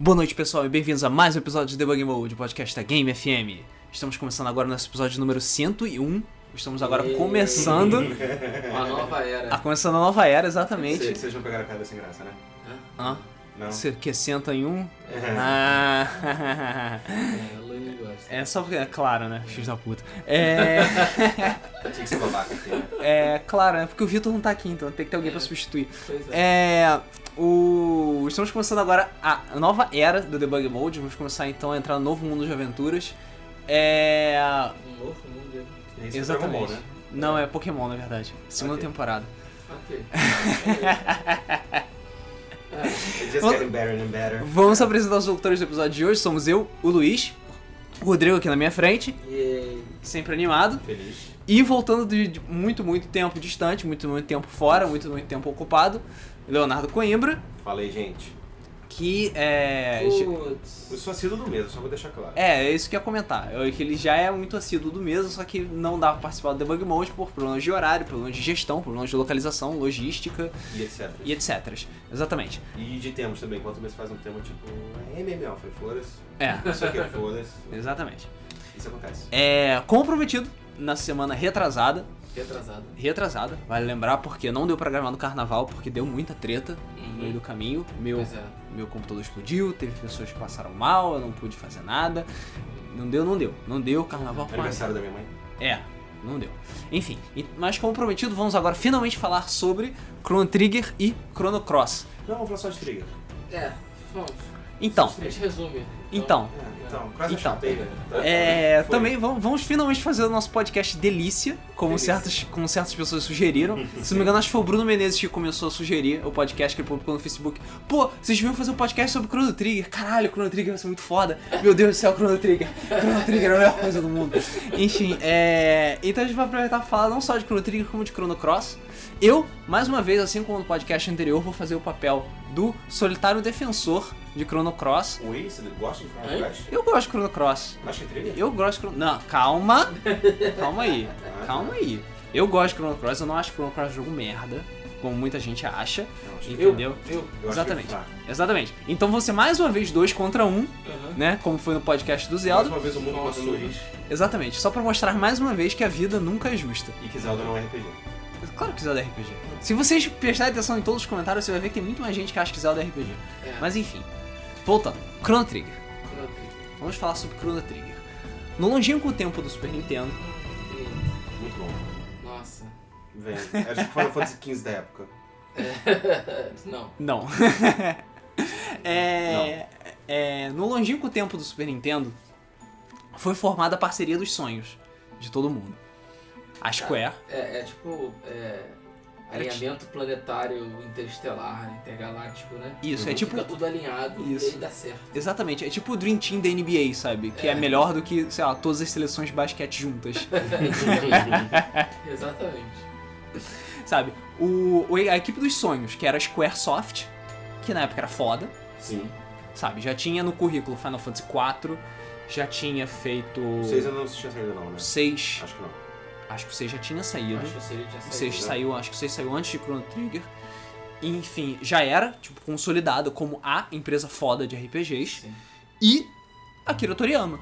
Boa noite, pessoal, e bem-vindos a mais um episódio de Debugging Mode, podcast da Game FM. Estamos começando agora o nosso episódio número 101. Estamos agora Eee. começando, Uma nova era. a começando a nova era, Sim. exatamente. Vocês não pegaram a piada sem graça, né? Ah, Não. você que senta em um? Ah, É, o Lenny gosta. é só porque é claro, né? X da puta. É, Tinha que ser babaca aqui, né? é claro, né? Porque o Vitor não tá aqui, então tem que ter alguém pra substituir. Pois é. É. O... Estamos começando agora a nova era do Debug Mode. Vamos começar então a entrar no novo mundo de aventuras. É. Um novo mundo. é- Esse é Dragon Exatamente. Ball, né? Não, é Pokémon, na verdade. Segunda Ok. temporada. Ok. It's just Vamos- getting better and better. Vamos apresentar os locutores do episódio de hoje. Somos eu, o Luiz, o Rodrigo aqui na minha frente, E sempre animado. Feliz. E voltando de, de muito, muito tempo distante, muito, muito tempo fora, muito, muito tempo ocupado, Leonardo Coimbra, Falei, gente. que é. Putz. Eu sou assíduo do mesmo, só vou deixar claro. É, é isso que eu ia comentar. Eu- que ele já é muito assíduo do mesmo, só que não dá pra participar do debug mode por problemas de horário, problemas de gestão, problemas de localização, logística E etc. e etc. Exatamente. E de temas também, quanto mais faz um tema tipo é MMO, foi foda-se. É, Não sei o que é foda-se. exatamente. Isso acontece. É comprometido na semana retrasada. Que atrasado. Retrasada, vale lembrar, porque não deu pra gravar no carnaval, porque deu muita treta no meio do caminho. Meu, Uhum. Pois é. meu computador explodiu, teve pessoas que passaram mal, eu não pude fazer nada. Não deu, não deu. Não deu, carnaval foi uma Aniversário da minha mãe. É, não deu. Enfim, e- mas como prometido, vamos agora finalmente falar sobre Chrono Trigger e Chrono Cross. Não, vou falar só de trigger. É. Bom, Então, a gente resume. então, É, então, quase Então. achei né? Tá- é, foi. também vamos, vamos finalmente fazer o nosso podcast Delícia, como, Delícia. Certas, como certas pessoas sugeriram. Se não me engano, acho que foi o Bruno Menezes que começou a sugerir o podcast que ele publicou no Facebook. Pô, vocês deviam fazer um podcast sobre Chrono Trigger. Caralho, Chrono Trigger vai ser muito foda. Meu Deus do céu, Chrono Trigger. Chrono Trigger é a melhor coisa do mundo. Enfim, é... Então a gente vai aproveitar pra falar não só de Chrono Trigger, como de Chrono Cross. Eu, mais uma vez, assim como no podcast anterior, vou fazer o papel do solitário defensor de Chrono Cross. Ui, você gosta de Chrono Hein? Crash? Eu gosto de Chrono Cross. Acho que é trigger? Eu gosto de Chrono... Não, calma. Calma aí. Calma aí. Eu gosto de Chrono Cross, eu não acho Chrono Cross jogo merda, como muita gente acha. Não, acho que- é Eu- Entendeu? Eu. eu acho que Exatamente. tá. Exatamente. Então vão ser mais uma vez dois contra um, Aham. né? Como foi no podcast do Mais Zelda. uma vez o mundo contra o Nossa. Luiz Exatamente. Só pra mostrar mais uma vez que a vida nunca é justa. e que Zelda não é RPG. Claro que Zelda é RPG. Se vocês prestarem atenção em todos os comentários, você vai ver que tem muito mais gente que acha que Zelda é RPG. É. Mas enfim. Voltando. Chrono Trigger. Chrono Trigger. Vamos falar sobre Chrono Trigger. No longínquo tempo do Super Nintendo, Hum, Muito bom. Nossa. Vem. Acho que Final Fantasy XV da época. Não. Não. é, é, no longínquo tempo do Super Nintendo, foi formada a parceria dos sonhos de todo mundo. A Square, É, é tipo. É... Alinhamento planetário interestelar, intergaláctico, né? isso, é Uhum. tipo. Fica tudo alinhado e Isso. aí dá certo. Exatamente, é tipo o Dream Team da NBA, sabe? Que é. É. melhor do que, sei lá, todas as seleções de basquete juntas. Exatamente. sabe? O, o- a equipe dos sonhos, que era a Squaresoft, que na época era foda, Sim. sabe? Já tinha no currículo Final Fantasy IV, já tinha feito. Vocês ainda não assistiam essa ainda não, né? seis Acho que não. Acho que o 6 já tinha saído. Acho que seria de O acerto, 6 né? saiu, acho que o 6 saiu antes de Chrono Trigger. E, enfim, já era, tipo, consolidada como a empresa foda de RPGs. Sim. E Akira Toriyama.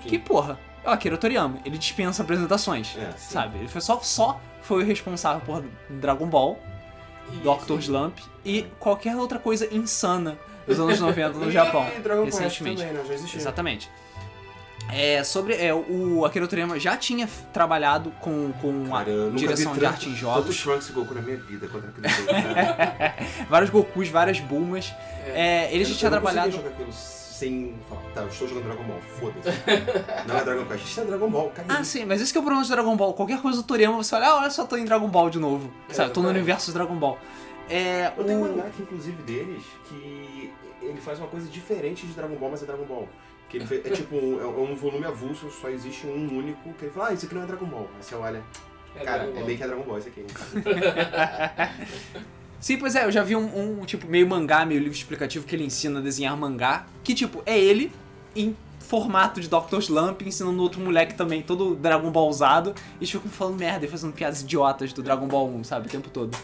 Sim. Que porra, é o Akira Toriyama. Ele dispensa apresentações, É. sabe? Ele foi só, só foi o responsável por Dragon Ball, E- Doctor Slump e qualquer outra coisa insana dos anos 90 no Japão. É. E Dragon Quest recentemente. também, né? Já existia. Exatamente. É, sobre. É, o Akira Toriyama já tinha f- trabalhado com, com Cara, eu a nunca direção vi de tanto- arte em Tanto jogos. Trunks e Goku na minha vida contra aquele jogo. né? cara. Vários Gokus, várias Bulmas. É, É, ele Eu já não- tinha eu não conseguia trabalhado. jogar aquilo sem falar, tá, eu estou jogando Dragon Ball, foda-se. não é Dragon Quest, isso é Dragon Ball, cara. Ah, sim, mas esse que é o problema de Dragon Ball. Qualquer coisa do Toriyama, você olha, ah, olha só, tô em Dragon Ball de novo. É, Sabe, tô no exatamente. universo de Dragon Ball. É, Eu tenho um o- mangá aqui, inclusive, deles, que ele faz uma coisa diferente de Dragon Ball, mas é Dragon Ball. Que ele fe- é tipo um, é um volume avulso, só existe um único, que ele fala, ah, isso aqui não é Dragon Ball. Aí você olha, cara, Dragon é Ball. meio que é Dragon Ball isso aqui. Sim, pois é, eu já vi um, um, tipo meio mangá, meio livro explicativo que ele ensina a desenhar mangá, que tipo, é ele em formato de Dr. Slump ensinando outro moleque também, todo Dragon Ball usado, e um, eles ficam falando merda e fazendo piadas idiotas do Dragon Ball 1, sabe, o tempo todo.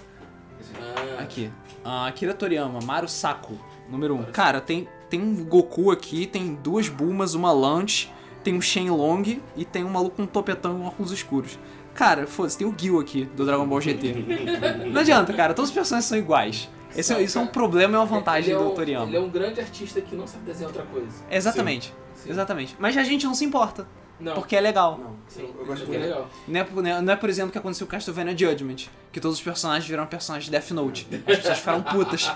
Ah, Aqui. Ah, Akira Toriyama, Maru Saku, número 1. Um. Cara, tem, tem um Goku aqui, tem duas Bulmas, uma Lunch, tem um Shenlong e tem um maluco com um topetão e um óculos escuros. Cara, foda-se, tem o Gil aqui do Dragon Ball GT. Não adianta, cara, todos os personagens são iguais. Esse, Só, é- isso é um cara. problema e uma vantagem Ele é um- do Toriyama. Ele é um grande artista que não sabe desenhar outra coisa. Exatamente, Sim. exatamente. Mas a gente não se importa, Não. porque é legal. Não, Sim, eu, eu gosto porque é muito. legal. Não é, por- não é- não é, por exemplo, o que aconteceu com Castlevania Judgment, que todos os personagens viraram personagens de Death Note. As pessoas ficaram putas.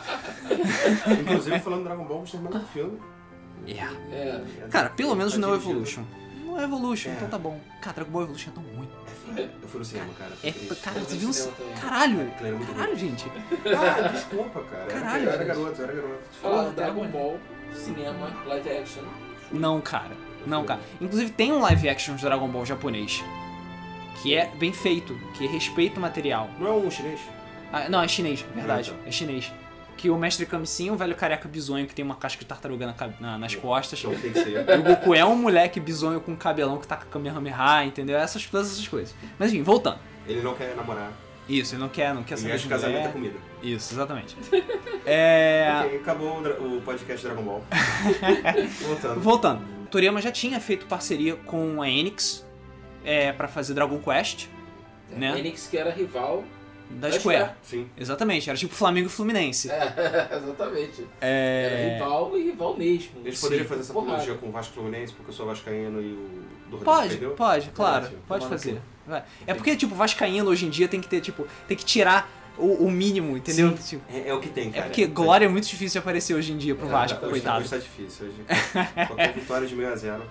Inclusive, falando do Dragon Ball, gostei mais do filme. Yeah. É, Cara, pelo menos Tá no dirigido. Evolution. No Evolution, É. então tá bom. Cara, Dragon Ball Evolution é tão ruim. Eu fui no cinema, cara. É, fiquei triste. cara, Eu tu vi viu no um... cinema também. Caralho! Aquilo era muito ruim. Caralho, gente. Ah, desculpa, cara. Caralho, eu era gente. garoto, eu era garoto. falar Porra, Ah, Dragon Dragon Ball, cinema, live action. Não, cara. Não, cara. Inclusive tem um live action de Dragon Ball japonês. Que é bem feito, que respeita o material. Não é um chinês? Ah, não, é chinês, verdade. Ah, tá. É chinês. Que o mestre Kamisin é um velho careca bizonho que tem uma casca de tartaruga na ca- na- nas costas. Então tem que ser. E o Goku é um moleque bizonho com cabelão que taca Kamehameha, entendeu? Essas, todas essas coisas. Mas enfim, voltando. Ele não quer namorar. Isso, ele não quer, não quer Ele saber acha de que casamento é mulher. comida. Isso, exatamente. É... Ok, acabou o, dra- o podcast Dragon Ball. Voltando. Voltando. Toriyama já tinha feito parceria com a Enix é, para fazer Dragon Quest Né? É, Enix que era rival. da Da Square. Square. Sim. Exatamente, era tipo Flamengo e Fluminense. É, exatamente. Era É... rival e rival mesmo. Eles Sim. poderiam fazer essa Porrada. apologia com o Vasco Fluminense, porque eu sou vascaíno e o do Pode, perdeu? tipo, pode, claro, Tomara pode que- fazer. Vai. É porque, tipo, Vascaíno hoje em dia tem que ter, tipo, tem que tirar o, o mínimo, entendeu? Tipo, É, é o que tem, é cara. porque Glória é muito difícil de aparecer hoje em dia pro Vasco, hoje, coitado. Hoje tá difícil. Hoje. Qualquer vitória de 6x0.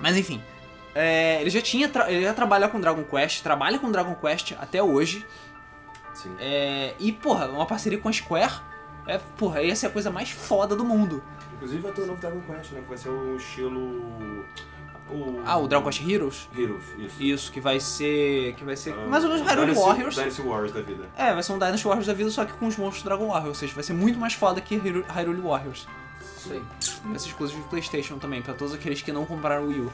Mas enfim. é, ele já tinha. tra- Ele já trabalhou com Dragon Quest, trabalha com Dragon Quest até hoje. Sim. É, e, porra, uma parceria com a Square. É, porra, ia ser a coisa mais foda do mundo. Inclusive vai ter o novo Dragon Quest, né? Que vai ser o estilo. O... Ah, o Dragon Quest Heroes? Heroes, isso. Isso, que vai ser. Que vai ser. Ah, mais ou menos Hyrule Dynasty- Warriors. Dynasty Warriors da vida. É, vai ser um Dynasty Warriors da vida, só que com os monstros do Dragon Warriors. Ou seja, vai ser muito mais foda que Hyru- Hyrule Warriors. Isso aí. Vai ser exclusivo de PlayStation também, pra todos aqueles que não compraram o Wii U.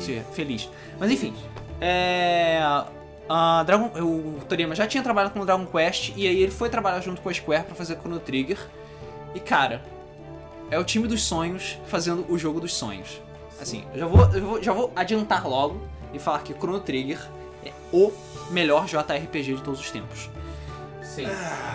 Sim, feliz. Mas enfim, é. a Dragon, o Toriyama já tinha trabalhado com o Dragon Quest e aí ele foi trabalhar junto com a Square pra fazer Chrono Trigger. E cara, é o time dos sonhos fazendo o jogo dos sonhos. Assim, eu já vou, eu vou- já vou adiantar logo e falar que Chrono Trigger é o melhor JRPG de todos os tempos. Sim.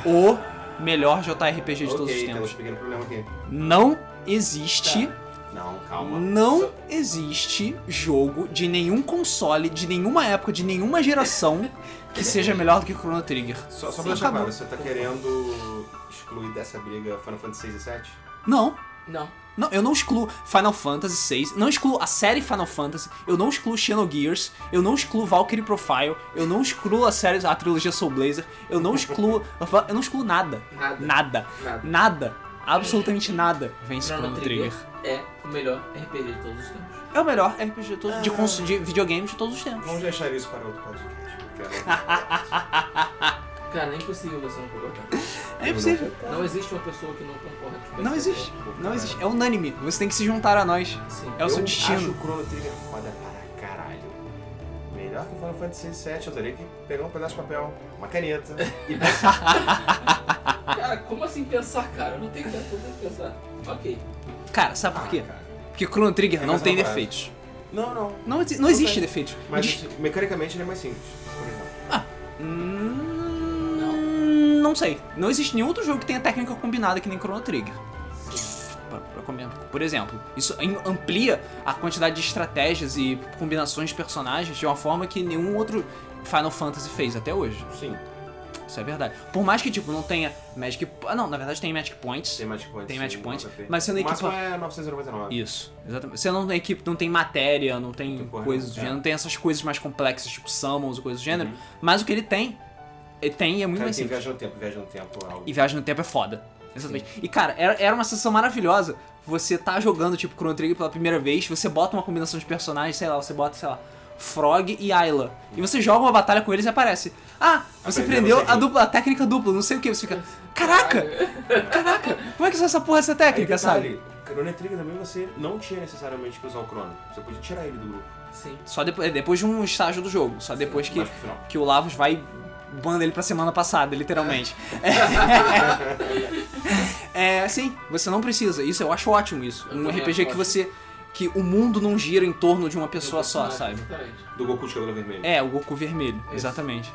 O melhor JRPG de todos os ok, temos tempos. um pequeno problema aqui. Não existe. Não, calma. Não existe jogo de nenhum console, de nenhuma época, de nenhuma geração que seja melhor do que Chrono Trigger. Só, só Sim, pra deixar acabou. claro, você tá querendo excluir dessa briga Final Fantasy 6 e 7? Não, Não. não, eu não excluo Final Fantasy VI, não excluo a série Final Fantasy, eu não excluo Xenogears, eu não excluo Valkyrie Profile, eu não excluo a série, a trilogia Soul Blazer, eu não excluo, eu não excluo nada, Nada. nada, Nada. nada, absolutamente nada vence Chrono Chrono Trigger. É o melhor RPG de todos os tempos. É o melhor RPG de, todos, Ah. de, cons- de videogame de todos os tempos. Vamos deixar isso para outro podcast. porque é- Cara, é impossível você não concordar. É impossível. Não existe uma pessoa que não concorda com o que Não você existe. um quer. Não existe. É unânime. Você tem que se juntar a nós. Sim. É o seu Eu destino. acho o Chrono Trigger foda para caralho. Melhor que o Final Fantasy 6 e 7, eu teria que pegar um pedaço de papel, uma caneta e pensar. Cara, como assim pensar, cara? Eu não tenho tempo de pensar. Ok. Cara, sabe por quê? Ah, cara. Porque Chrono Trigger É não mais tem elaborado. defeitos. Não, não. Não, exi- não Não existe tem. defeitos. Mas Des- assim, mecanicamente ele é mais simples, por exemplo. Hum, Não. Não sei. Não existe nenhum outro jogo que tenha técnica combinada que nem Chrono Trigger. Pra- pra combinar. Por exemplo, isso em- amplia a quantidade de estratégias e combinações de personagens de uma forma que nenhum outro Final Fantasy fez até hoje. Sim, Isso é verdade. Por mais que, tipo, não tenha Magic... Ah, não, na verdade tem Magic Points. tem match points. Tem match sim, points, nota P. mas você não O máximo equipa- é 999. Isso, exatamente. Você não tem equipe, não tem matéria, não tem Não tem porra coisas do nenhuma, gênero, não tem essas coisas mais complexas, tipo summons e coisas do gênero. Uhum. Mas o que ele tem, ele tem e é muito Cara, mais tem simples. viaja no tempo, viaja no tempo. é algo- E viagem no tempo é foda. Exatamente. E cara, era, era uma sensação maravilhosa. Você tá jogando, tipo, Chrono Trigger pela primeira vez, você bota uma combinação de personagens, sei lá, você bota, sei lá, Frog e Ayla. E você joga uma batalha com eles e aparece. Ah, você aprendeu Aprendeu a, técnica. dupla, a técnica dupla, não sei o que. Você fica, caraca, caraca, como é que é essa porra, essa Aí, técnica, sabe? detalhe, Chrono Trigger também você não tinha necessariamente que usar o Chrono. Você podia tirar ele do grupo. Sim. é, Só depois, depois de um estágio do jogo, só depois que Mais pro final. que o Lavos vai manda ele pra semana passada, literalmente. É, sim, você não precisa. Isso eu acho ótimo isso. Eu Um também RPG acho que você. que o mundo não gira em torno de uma pessoa só, sabe? Exatamente. Do Goku de cabelo vermelho. É, o Goku vermelho, Isso. exatamente.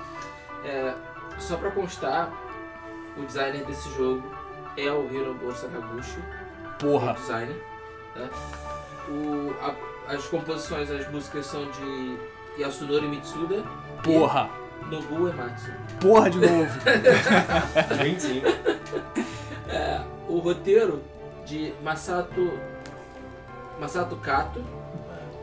É, só pra constar, o designer desse jogo é o Hirobo Sakaguchi, o Porra. designer. né? O- a- as composições, as músicas são de Yasunori Mitsuda Porra, e Nobu Ematsu. porra de novo. 25. O roteiro de Masato Masato Kato,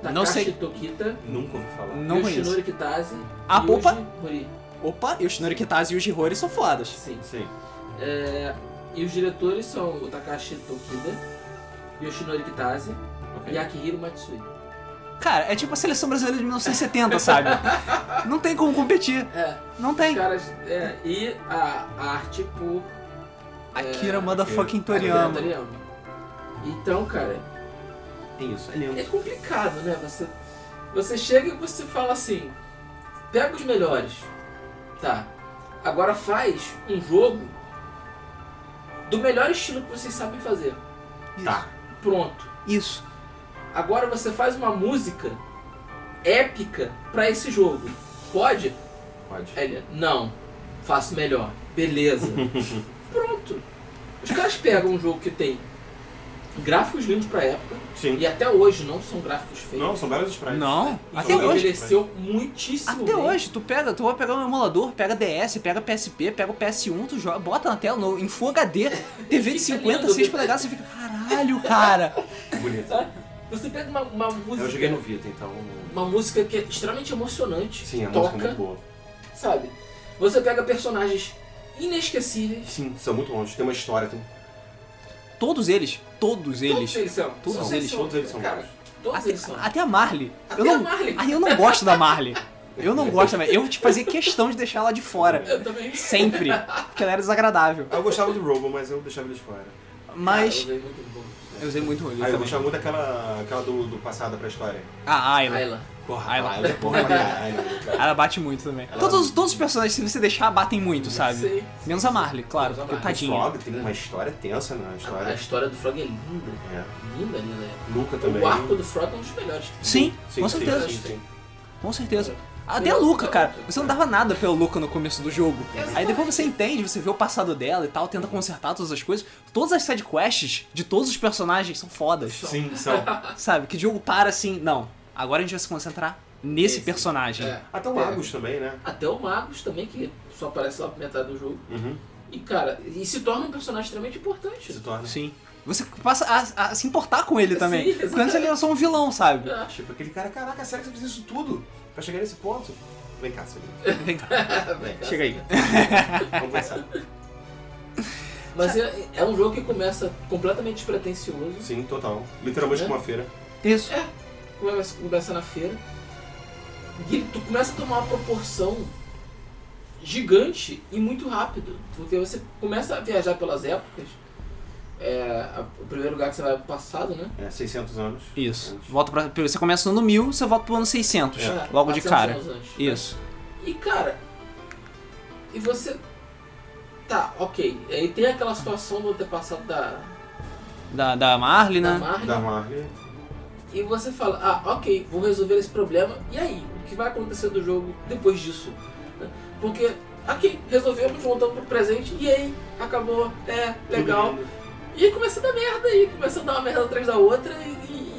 Takashi Não sei- Tokita, Nunca ouvi falar. Não conheço. Yoshinori Kitase Ah, e Yuji opa! Horii. Opa, e o Shinori Kitase e o Jihori são fodas. Sim. Sim. É, e os diretores são o Takashi Tokida, Yoshinori Kitase Ok. e Akihiro Matsui. Cara, é tipo a seleção brasileira de 1970, sabe? Não tem como competir. É, Não os tem. caras. é, e a, a arte por Akira É. motherfucking Akira Toriyama. Toriyama. Então, cara, É isso, é lindo. é complicado, né? Você, você chega e você fala assim: pega os melhores, tá? Agora faz um jogo do melhor estilo que vocês sabem fazer. Tá. Pronto. Isso. Agora você faz uma música épica pra esse jogo. Pode? Pode. É. Ele, não. Faço melhor. Beleza. Pronto. Os caras pegam um jogo que tem gráficos lindos pra época Sim. e até hoje não são gráficos feios. Não, são belos sprites. Não. Isso Até Não. hoje. envelheceu muitíssimo Até bem. hoje, tu pega, tu vai pegar um emulador, pega DS, pega PSP, pega o PS1, tu joga, bota na tela no, em Full HD, TV de Fica 50, lindo. 6 polegadas, você fica, caralho, cara. É Bonito. Você pega uma, uma música. Eu joguei no Vita, então. Uma música que é extremamente emocionante. Sim, a toca, música é muito boa. sabe? Você pega personagens inesquecíveis. Sim, são muito bons. Tem uma história, tem. Todos eles, todos Todos eles. eles são. Todos Todos eles, todos eles são Cara, bons. todos Até, eles são. até a Marley. Até Eu não, a Marley. Aí eu não gosto da Marley. Eu não gosto da Marley. Eu te fazia questão de deixar ela de fora. Eu também. Sempre. Porque ela era desagradável. Eu gostava do Robo, mas eu deixava eles fora. Mas. Cara, Ah, eu usei muito bom. Eu usei muito rolê. Ah, eu também. gostava muito daquela aquela do, do passado pra história. A É, né? Ayla. Ayla. Porra, a Ayla. eu já porra pra caralho. Ela bate muito também. Todos, todos os personagens, se você deixar, batem muito, sabe? Sei. Menos a Marley, claro. Menos a Porque Marley. tadinha. Frog tem uma história tensa na A, a história. história do Frog é linda. É. Linda, linda. é. Luca também. O arco do Frog é um dos melhores. Sim, Sim, com sim, certeza. sim, sim. Com É. certeza. Até a Luca, cara. Você não dava nada pelo Luca no começo do jogo. Aí depois você entende, você vê o passado dela e tal, tenta consertar todas as coisas. Todas as sidequests de todos os personagens são fodas. Sim, são. Sabe? Que o jogo para assim, não. Agora a gente vai se concentrar nesse Esse. personagem. É. Até o Magus também, né? Até o Magus também, que só aparece lá pra metade do jogo. Uhum. E, cara, e se torna um personagem extremamente importante. Se torna. Sim. Você passa a, a se importar com ele também. Sim, Porque antes ele era só um vilão, sabe? É. Tipo, aquele cara, caraca, sério que você fez isso tudo? Pra chegar nesse ponto? Vem cá, Celina. Vem É cá. Vem, Chega aí. vamos começar. Mas é, é um jogo que começa completamente despretensioso. Sim, total. Literalmente É? com uma feira. Isso. Começa, começa na feira. E ele- tu começa a tomar uma proporção gigante e muito rápido. Porque você começa a viajar pelas épocas. É, a- o primeiro lugar que você vai é o passado, né? É, 600 anos. Isso. Antes. Volta pra, você começa no ano 1000, você volta pro ano 600. É, Logo de 400 cara. anos antes. Isso. E cara, e você. Tá, ok. Aí tem aquela situação do antepassado da, Da, da Marley, da né? Marne. Da Marley. E você fala, ah, ok, vou resolver esse problema. E aí? O que vai acontecer do jogo depois disso? Né? Porque, ok, resolvemos, voltamos pro presente. E aí? Acabou. É, legal. Tudo lindo. E aí começa a dar merda aí. Começa a dar uma merda atrás da outra. E,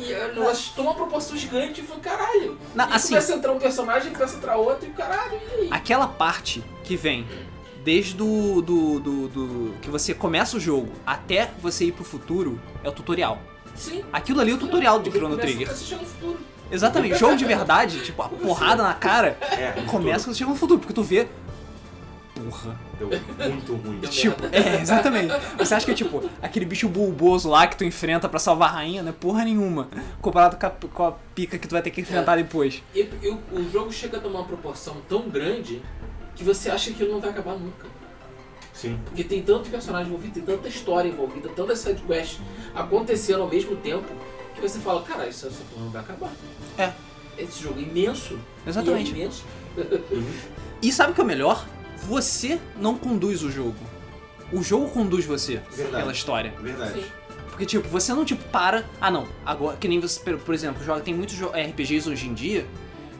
e, Ah. e o negócio toma uma proporção gigante. E fala, caralho. Na- E assim, começa a entrar um personagem, começa a entrar outro. E caralho, e aí? aquela parte que vem desde do, do, do, do- que você começa o jogo até você ir pro futuro é o tutorial. Sim. Aquilo ali é o tutorial de Porque Chrono começa- Trigger. Você chega no futuro. Exatamente, jogo de verdade, tipo, a porrada na cara, É, começa quando chega no futuro, porque tu vê. Porra. tudo. Deu muito ruim. Deu Tipo, é, exatamente. Você acha que é tipo, aquele bicho bulboso lá que tu enfrenta pra salvar a rainha, né? Porra nenhuma. Comparado com a, com a pica que tu vai ter que enfrentar depois. E, e o, o jogo chega a tomar uma proporção tão grande que você acha que ele não vai acabar nunca. Sim. Porque tem tanto personagem envolvido, tem tanta história envolvida, tanta sidequest acontecendo ao mesmo tempo, que você fala, cara, isso essa porra não vai acabar. É. Esse jogo é imenso. Exatamente. E é imenso. E sabe o que é o melhor? Você não conduz o jogo. O jogo conduz você Verdade. pela história. Verdade. Sim. Porque, tipo, você não, tipo, para. Ah, não. Agora, que nem você, por- por exemplo, joga. Tem muitos jo- RPGs hoje em dia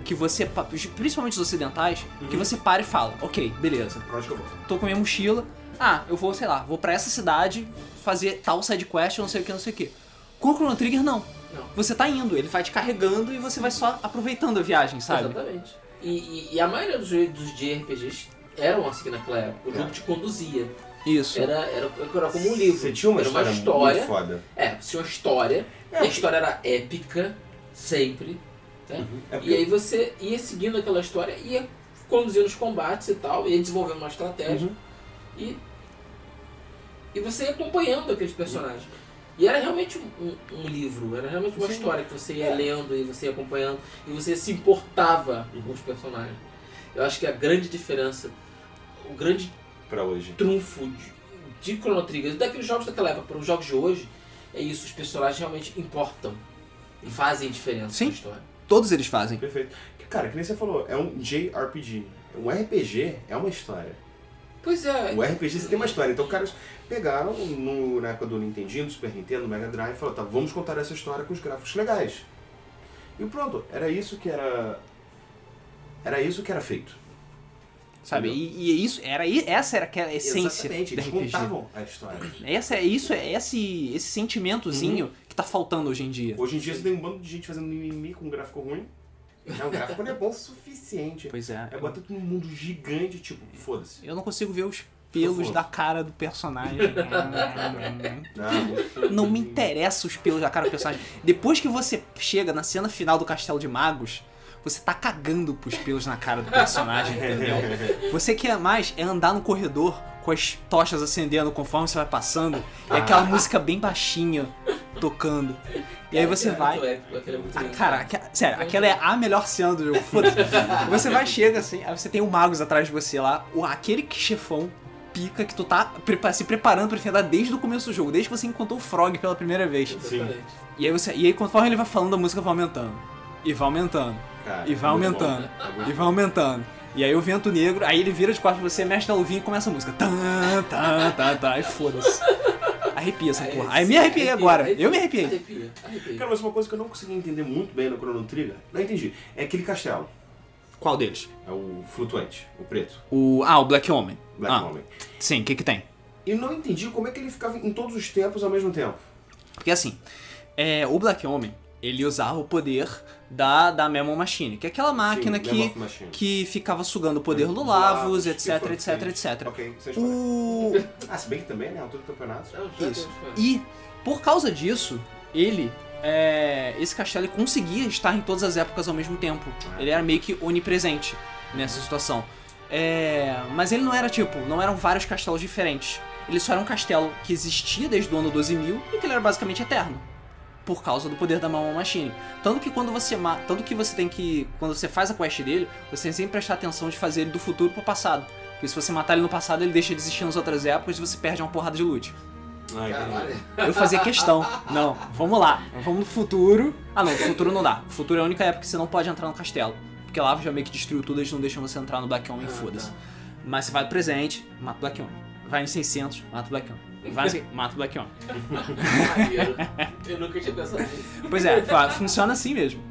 que você. pa- Principalmente os ocidentais, Uhum. que você para e fala: Ok, beleza. Pra onde que eu vou? Tô com a minha mochila. Ah, eu vou, sei lá, vou pra essa cidade fazer tal side quest, não sei o que, não sei o que. Com o Chrono Trigger, não. Não. Você tá indo, ele vai te carregando e você vai só aproveitando a viagem, sabe? Exatamente. E, e- e a maioria dos, jo- dos JRPGs eram assim naquela época. O jogo É. te conduzia. Isso. Era, era, era como um livro. Você tinha uma era história, uma história. muito foda. É, você tinha uma história. e É, a história era épica, sempre. né? É E porque aí você ia seguindo aquela história, ia conduzindo os combates e tal, ia desenvolvendo uma Uhum. estratégia. E, e você ia acompanhando aqueles personagens. E era realmente um, um- um livro, era realmente uma Sim. história que você ia É. lendo e você ia acompanhando e você se importava Uhum. com os personagens. Eu acho que a grande diferença, o grande pra hoje. trunfo de, de Chrono Trigger, daqueles jogos daquela época para os jogos de hoje, é isso, os personagens realmente importam e fazem diferença Sim. na história. Todos eles fazem. Perfeito. Que, Cara, que nem você falou, é um JRPG. Um RPG é uma história. Pois é, O RPG você tem uma história. Então, os caras pegaram no, na época do Nintendinho, do Super Nintendo, do Mega Drive e falaram, tá, vamos contar essa história com os gráficos legais. E pronto, era isso que era. Era isso que era feito. Sabe? E, e isso, era, i- essa era aquela essência Exatamente, do eles RPG. contavam a história. Essa, é- isso é esse, esse sentimentozinho que tá faltando hoje em dia. Hoje em dia você tem um bando de gente fazendo mimimi com um gráfico ruim. Não, o gráfico não é bom o suficiente. Pois é. É bota todo mundo gigante, tipo, foda-se. Eu não consigo ver os pelos Fofo. da cara do personagem. Não, não me interessa os pelos da cara do personagem. Depois que você chega na cena final do Castelo de Magos, você tá cagando pros pelos na cara do personagem, É, entendeu? Você quer mais é andar no corredor com as tochas acendendo conforme você vai passando e aquela música bem baixinha tocando. E aí você Aquele vai. É muito épico, aquele é muito Ah, lindo. cara, aque- sério, aquela é a melhor cena do jogo. Foda-se. Você vai, chega assim, aí você tem o Magos atrás de você lá, o- aquele que chefão pica que tu tá prepa- se preparando pra enfrentar desde o começo do jogo, desde que você encontrou o Frog pela primeira vez. Exatamente. E aí, você, e aí conforme ele vai falando, a música vai aumentando. E vai aumentando. Cara, E vai é muito bom. aumentando. É muito E vai aumentando. E aí o vento negro, aí ele vira de quatro pra você, mexe na luvinha e começa a música. Tan, tan, tan, tan, e foda-se. Arrepia essa porra. Aí me arrepiei Ah, é, Arrepia, agora. arrepia, Eu me arrepiei. Arrepia, arrepia. Cara, mas uma coisa que eu não consegui entender muito bem no Chrono Trigger, não entendi, é aquele castelo, Qual deles? é o flutuante, o preto, O. Ah, o Black Homem. Black Ah. Homem. Sim, o que que tem? E não entendi como é que ele ficava em todos os tempos ao mesmo tempo. Porque assim, é, o Black Homem, ele usava o poder da, da Memo Machine, que é aquela máquina Sim, Memoth que, Machine. que ficava sugando o poder do Do Lavos, Lavos, etc, que foi etc, feito. etc. Ok, sem história. O... Ah, se bem que também, né, a altura do campeonato. É um jogo, Isso. cara. E, por causa disso, ele, é, esse castelo, ele conseguia estar em todas as épocas ao mesmo tempo. Ele era meio que onipresente nessa situação. É, mas ele não era tipo, não eram vários castelos diferentes. Ele só era um castelo que existia desde o ano 12.000 e que ele era basicamente eterno. Por causa do poder da Mama Machine. Tanto que quando você ma- tanto que você tem que. Quando você faz a quest dele, você tem que sempre prestar atenção de fazer ele do futuro pro passado. Porque se você matar ele no passado, ele deixa de existir nas outras épocas e você perde uma porrada de loot. Ah, entendi. Caralho. Eu fazia questão. Não, vamos lá. Vamos no futuro. Ah, não, no futuro não dá. O futuro é a única época que você não pode entrar no castelo. Porque lá já meio que destruiu tudo, eles não deixam você entrar no Black Homem, Ah, foda-se. tá. Mas você vai no presente, mata o Black Homem. Vai no 600, mata o Black Homem. Vai no... 600, mata o Black Homem. Maneiro. Eu nunca tinha pensado nisso. Pois é, fa- funciona assim mesmo.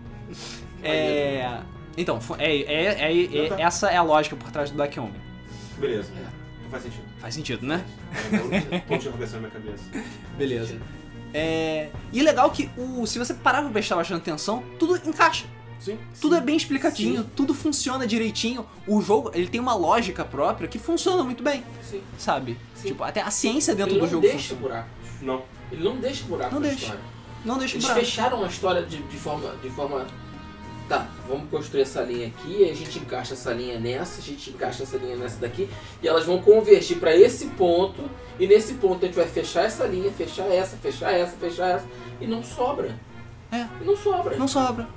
É... Então, fu- é, é- é- é- Tá. essa é a lógica por trás do Black Homem. Beleza, não faz sentido. Faz sentido, né? É um ponto de interrogação na minha cabeça. Beleza. É... E legal que o... se você parar pra prestar bastante atenção, tudo encaixa. Sim. Tudo é bem explicadinho, tudo funciona direitinho. O jogo, ele tem uma lógica própria que funciona muito bem, Sim. sabe? Sim. Tipo, até a ciência dentro Ele do não jogo deixa funciona. buraco. Não. Ele não deixa buraco Não na deixa. história. Não deixa Eles buraco. fecharam a história de, de forma. de forma. Tá, vamos construir essa linha aqui, a gente encaixa essa linha nessa, a gente encaixa essa linha nessa daqui, e elas vão convergir pra esse ponto, e nesse ponto a gente vai fechar essa linha, fechar essa, fechar essa, fechar essa, e não sobra. É. E não sobra. Não sobra.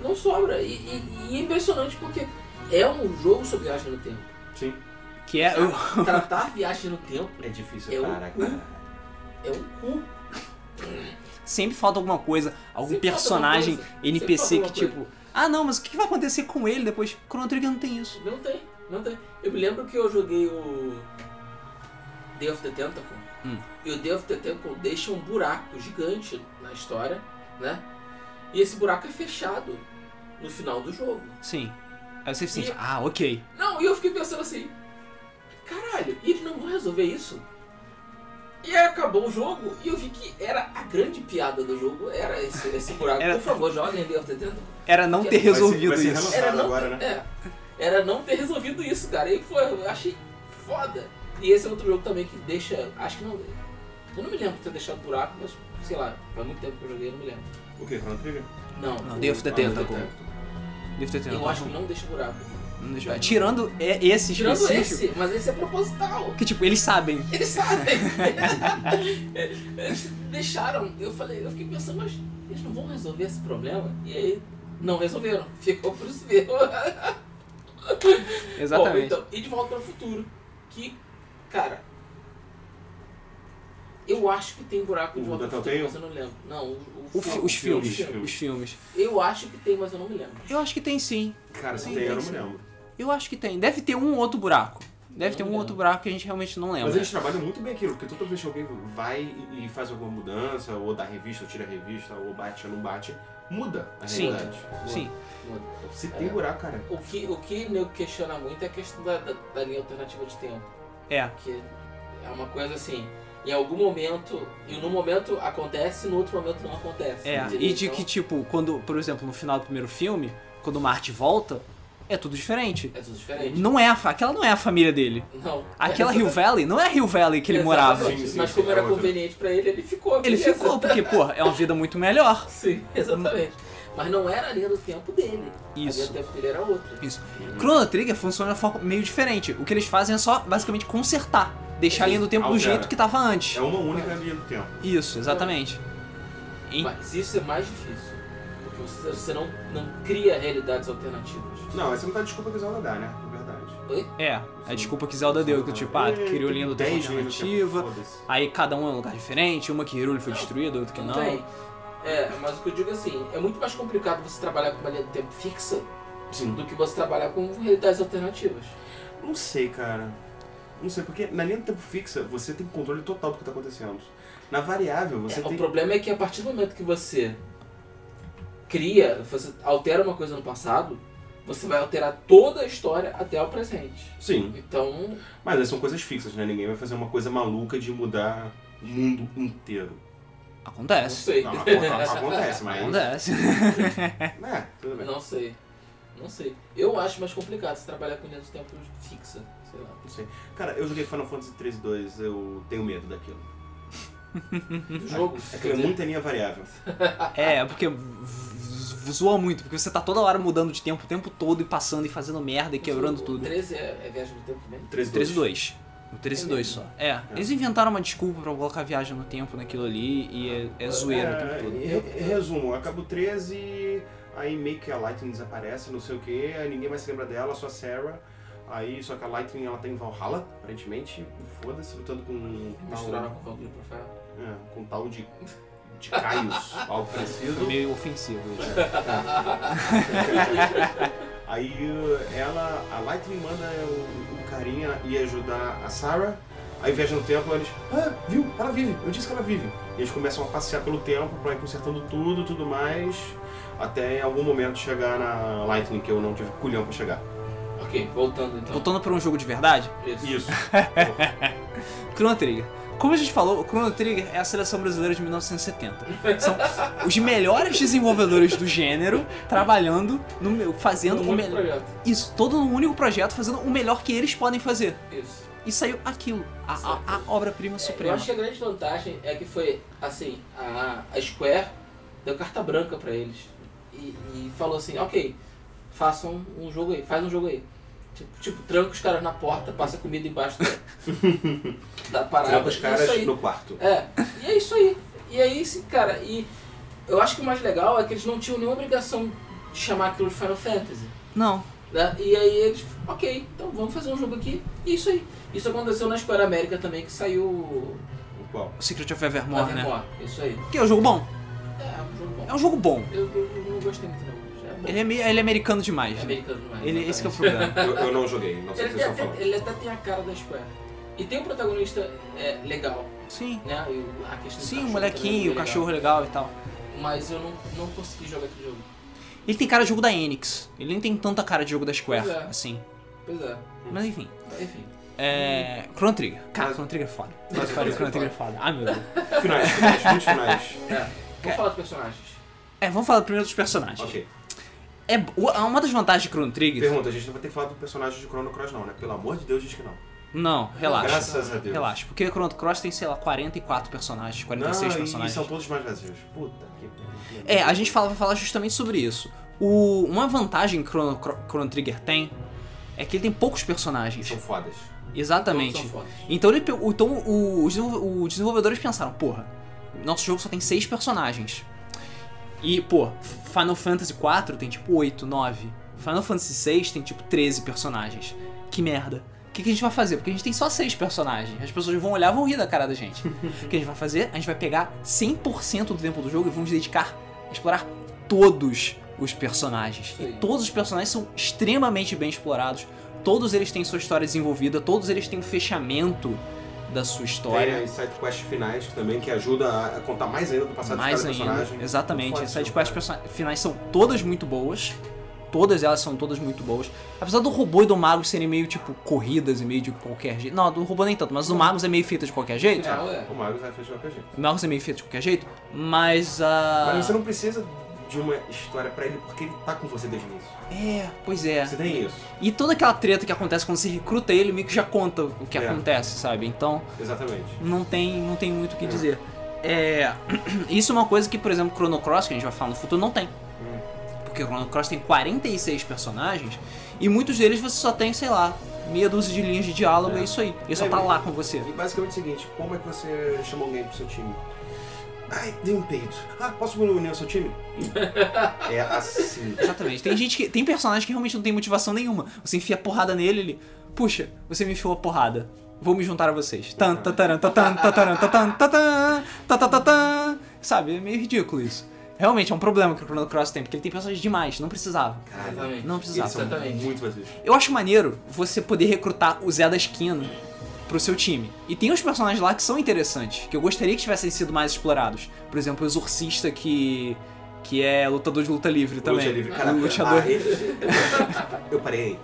Não sobra. E, e- e é impressionante porque é um jogo sobre viagem no tempo. Sim. Que é. eu- Tratar viagem no tempo É difícil, Eu- cara. cara. é um cu. Sempre falta alguma coisa, algum Sempre falta alguma personagem, coisa. NPC Sempre que falta alguma tipo. Ah não, mas o que vai acontecer com ele depois? Chrono Trigger não tem isso. Não tem. Não, tá- eu me lembro que eu joguei o Day of the Tentacle. Hum. E o Day of the Tentacle deixa um buraco gigante na história, né? E esse buraco é fechado no final do jogo. Sim. Aí você sente, E- ah, ok. Não, e eu fiquei pensando assim, caralho, e eles não vão resolver isso? E aí acabou o jogo e eu vi que era a grande piada do jogo, era esse, esse buraco. Era- Por favor, joguem Day of the Tentacle. Era não ter Vai ser- resolvido vai ser isso. relançado agora, né? É, era não ter resolvido isso, cara. E foi, eu achei foda. E esse é outro jogo também que deixa. Acho que não. Eu não me lembro de ter deixado buraco, mas sei lá, faz muito tempo que eu joguei, eu não me lembro. O que? Chrono Trigger? Não, Não, o- Day of the tá ah, Tentacle. Devo ter tentado. Eu acho que não deixa buraco. Não deixa- é, Tirando é- esse Tirando específico. esse, mas esse é proposital. Que tipo, eles sabem. Eles sabem. É, Eles deixaram. Eu falei, eu fiquei pensando, mas eles não vão resolver esse problema? E aí, não resolveram. Ficou por isso mesmo. Bom, Exatamente. então, e de volta para o futuro. Que, cara. Eu acho que tem buraco de O volta da para o futuro, mas eu Telltale? não lembro. Não, o, o O fi- filme. os filmes. filmes, filmes. Os filmes. Eu acho que tem, mas eu não me lembro. Eu acho que tem sim. Cara, se Sim, tem, eu não sim. me lembro. Eu acho que tem. Deve ter um outro buraco. Deve Não ter um lembro. outro buraco que a gente realmente não Mas lembra. eles trabalham muito bem aquilo, porque toda vez que alguém vai e e faz alguma mudança, ou dá revista, ou tira a revista, ou bate ou não bate, muda a Sim. realidade. Sim. Se tem buraco, cara, O que, o que nego questiona muito é a questão da, da, da linha alternativa de tempo. É. Que é uma coisa assim, em algum momento, e num momento acontece, no outro momento não acontece. É. entendeu? E de Então, que, tipo, quando, por exemplo, no final do primeiro filme, quando o Marte volta, é tudo diferente. É tudo diferente. Não é a fa... Aquela não é a família dele. Não. Aquela Hill Valley não é a Hill Valley que ele morava. Exatamente, Sim, sim, Mas sim, como é era outra. conveniente pra ele, ele ficou. Ele beleza. ficou, porque, pô, é uma vida muito melhor. Sim, exatamente. Mas não era a linha do tempo dele. A linha Isso. do tempo dele era outra. Isso. é Chrono Trigger funciona de uma forma meio diferente. O que eles fazem é só basicamente consertar. Deixar a linha do tempo do Altera. jeito que tava antes. é um- uma única linha do tempo. Isso, exatamente. Em- Mas isso é mais difícil. Porque você, você não, não cria realidades alternativas. Não, essa não tá desculpa que Zelda dá, né? Na verdade. Oi? É, a desculpa que Zelda deu, que tipo, ah, criou linha do tempo Dez linhas do tempo, alternativa. foda-se. Aí cada um é um lugar diferente, uma que Hyrule foi Não, destruída, outra que Tudo não. bem. É, mas o que eu digo é assim, é muito mais complicado você trabalhar com uma linha do tempo fixa Sim. do que você trabalhar com realidades alternativas. Não sei, cara. Não sei, porque na linha do tempo fixa você tem controle total do que tá acontecendo. Na variável você É, O tem. problema é que a partir do momento que você cria, você altera uma coisa no passado, você vai alterar toda a história até o presente. Sim, Então, mas aí são coisas fixas, né? Ninguém vai fazer uma coisa maluca de mudar o mundo inteiro. não Acontece. sei. Não, tá, não acontece, não acontece, mas. Acontece. É, tudo bem. Não sei. Não sei. Eu acho mais complicado se trabalhar com linha do tempo fixa. Sei lá. Não sei. Cara, eu joguei Final Fantasy 13 2, eu tenho medo daquilo. Do jogo. Aquilo é muita linha variável. É, porque v- zoa muito, porque você tá toda hora mudando de tempo o tempo todo e passando e fazendo merda e quebrando tudo. 13 é, é viagem no tempo mesmo? 13 2. 13-2. O 13-2 só. É, eles inventaram uma desculpa pra colocar viagem no tempo naquilo ali e é, é zoeira o tempo todo. resumo, acaba o 13, aí meio que a Lightning desaparece, não sei o que, aí ninguém mais se lembra dela, só a Sarah. Aí, só que a Lightning ela tá em Valhalla, aparentemente, foda-se, lutando com um Misturaram tal, com o Tá Valkyrie Profile. é, com um tal de, de Caios, algo Foi parecido. meio ofensivo isso. Aí uh, ela, a Lightning manda o, o carinha ir ajudar a Sarah. Aí viaja no tempo e eles, ah, viu? Ela vive, eu disse que ela vive. E eles começam a passear pelo tempo pra ir consertando tudo tudo mais, até em algum momento chegar na Lightning, que eu não tive culhão pra chegar. Ok, voltando então. Voltando pra um jogo de verdade, Isso. Isso. Chrono Trigger. Como a gente falou, o Chrono Trigger é a seleção brasileira de 1970. São os melhores desenvolvedores do gênero trabalhando no meu- fazendo Um o único melhor. projeto. Isso, todo num único projeto fazendo o melhor que eles podem fazer. Isso. É, E saiu aquilo, a, a- a obra-prima Eu suprema. acho que a grande vantagem é que foi, assim, a, a Square deu carta branca pra eles. E, e falou assim, ok, façam um, jogo aí, faz um jogo aí. Tipo, tipo, tranca os caras na porta, passa comida embaixo da, da parada. Tranca os Isso caras aí. no quarto. É, e é isso aí. E é isso, cara, e eu acho que o mais legal é que eles não tinham nenhuma obrigação de chamar aquilo de Final Fantasy. Não, né? E aí eles, ok, então vamos fazer um jogo aqui. E isso aí. Isso aconteceu na Square América também, que saiu O qual? o Secret of Evermore, né? Isso aí. Que é um jogo bom. É, é um jogo bom. É um jogo bom. Eu, eu- eu não gostei muito não. Já. bom. Ele é, meio- ele é americano demais. É né? americano demais. Ele, exatamente. esse que é o problema. Eu, eu não joguei, não sei o que Ele, vocês estão até, falando. ele até tem a cara da Square. E tem um protagonista é, legal, Sim. né? E o- a questão do Sim, o cachorro também é molequinho, o legal. cachorro é legal e tal. Mas eu não, não consegui jogar aquele jogo. Ele tem cara de jogo da Enix. Ele nem tem tanta cara de jogo da Square, Pois é. assim. Pois é. Mas enfim. Mas, Enfim. É. Chrono Trigger. Cara, Mas- Chrono Trigger é foda. Mas- Cara, Chrono Trigger é foda. Ai meu Deus. Finais, finais, muitos finais. É. Vamos falar dos personagens. É, vamos falar primeiro dos personagens. Ok. É, o- uma das vantagens de Chrono Trigger. Pergunta, a gente não vai ter que falar do personagem de Chrono Cross não, né? Pelo amor de Deus, diz que não. Não, relaxa. Graças a Deus. Relaxa, porque Chrono Cross tem, sei lá, 44 personagens, 46 não, e- personagens. E são todos mais vazios. Puta que pariu. É, a gente fala, vai falar justamente sobre isso. O- uma vantagem que Chrono, Cro- Chrono Trigger tem é que ele tem poucos personagens. São fodas. Exatamente. Todos são fodas. Então, ele, pe- então o- os, desenvol- os desenvolvedores pensaram, porra, nosso jogo só tem seis personagens. E, pô, Final Fantasy IV tem tipo 8, 9. Final Fantasy VI tem tipo 13 personagens. Que merda. O que, que a gente vai fazer? Porque a gente tem só seis personagens. As pessoas vão olhar e vão rir da cara da gente. o que a gente vai fazer? A gente vai pegar 100% do tempo do jogo e vamos dedicar a explorar todos os personagens. E Sim. todos os personagens são extremamente bem explorados. Todos eles têm sua história desenvolvida, todos eles têm um fechamento da sua Tem história. as side quests finais que também, que ajuda a- a contar mais ainda do passado Mais de cada ainda, personagem. é né? exatamente. Foda As esse jogo, sidequests cara. person- finais são todas muito boas. Todas elas são todas muito boas. Apesar do robô e do mago serem meio tipo corridas e meio de qualquer jeito. Não, a do robô nem tanto, mas o mago é meio feito de qualquer jeito. É, ué. O Mario vai fechar com a gente. O mago é meio feito de qualquer jeito, mas a. Mas você não precisa de uma história pra ele, porque ele tá com você desde o início. É, pois é. Você tem isso. E toda aquela treta que acontece quando você recruta ele, meio que já conta o que É. acontece, sabe? Então. Exatamente. não tem, não tem muito o que É. dizer. É, isso é uma coisa que, por exemplo, Chrono Cross, que a gente vai falar no futuro, não tem. Hum. Porque Chrono Cross tem 46 personagens e muitos deles você só tem, sei lá, meia dúzia de linhas de diálogo, é, É. isso aí. Ele só É, tá mas- lá com você. E basicamente é o seguinte, como é que você chama alguém pro seu time? Ai, dei um peito. Ah, posso me unir ao seu time? é assim. Exatamente. Tem gente que. Tem personagem que realmente não tem motivação nenhuma. Você enfia a porrada nele, ele. Puxa, você me enfiou a porrada. Vou me juntar a vocês. Tan, tataran, tatan, tataran, tatan, tatan, tatatatã. Sabe, é meio ridículo isso. Realmente é um problema que o Chrono Cross tem, porque ele tem personagens demais, não precisava. Caralho. Não precisava. Eles são Exatamente. muito vazios. Eu acho maneiro você poder recrutar o Zé da esquina pro seu time. E tem uns personagens lá que são interessantes, que eu gostaria que tivessem sido mais explorados. Por exemplo, o exorcista que que é lutador de luta livre também. Lucha é livre, caraca. O luteador, Ah, ele- Eu parei aí.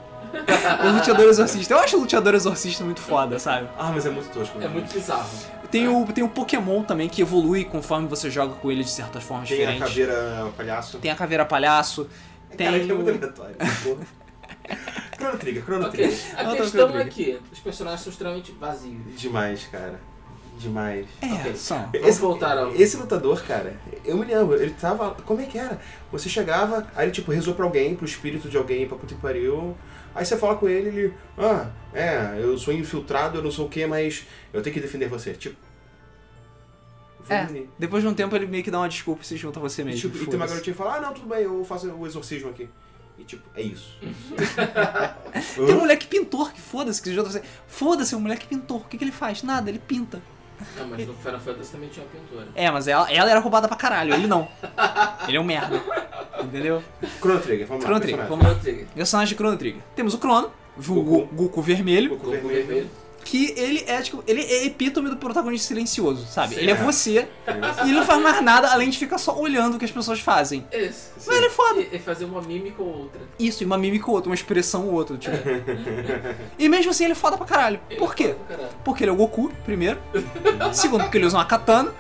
o luteador exorcista. Eu acho o luteador exorcista muito foda, sabe? Ah, mas é muito tosco. É muito bizarro. Tem o tem o Pokémon também que evolui conforme você joga com ele de certas formas Tem a diferentes. caveira palhaço. Tem a caveira palhaço. Tem Caraca, é muito o... aleatório. porra. Chrono Trigger, Chrono Ok. Trigger. A Outra questão coisa, é que os personagens são extremamente vazios. Demais, cara. Demais. É, Ok. são. Vamos voltar ao- esse lutador, cara, eu me lembro, ele tava. Como é que era? Você chegava, aí ele tipo rezou pra alguém, pro espírito de alguém, pra puta que pariu. Aí você fala com ele, ele. Ah, é, eu sou infiltrado, eu não sou o quê, mas eu tenho que defender você. Tipo. É, vou me- depois de um tempo ele meio que dá uma desculpa e se junta a você E, mesmo. tipo, e tem uma foda-se. garotinha que fala, ah não, tudo bem, eu faço o exorcismo aqui. E tipo, é isso. Uhum. Tem um moleque pintor que foda-se, que joga você. Foda-se, o moleque pintor. O que, que ele faz? Nada, ele pinta. Não, mas no Final Fantasy também tinha uma pintora. É, mas ela, ela era roubada pra caralho, ele não. Ele é um merda. Entendeu? Chrono Trigger, vamos lá. Chrono Trigger, vamos personagem. lá. Chrono Trigger. Personagem de Chrono Trigger. Temos o Crono, vulgo Goku. Goku vermelho, Goku Goku vermelho. vermelho. que ele é tipo, ele é epítome do protagonista silencioso, sabe? Sim. Ele é você Entendeu? e ele não faz mais nada além de ficar só olhando o que as pessoas fazem. Esse. Mas ele é foda. E, e fazer uma mímica ou outra. Então, Isso, e uma mímica ou outra, uma expressão ou outra, tipo. E mesmo assim ele é foda pra caralho. Ele Por é quê? foda pra caralho. Porque ele é o Goku, primeiro. Segundo, porque ele usa uma katana.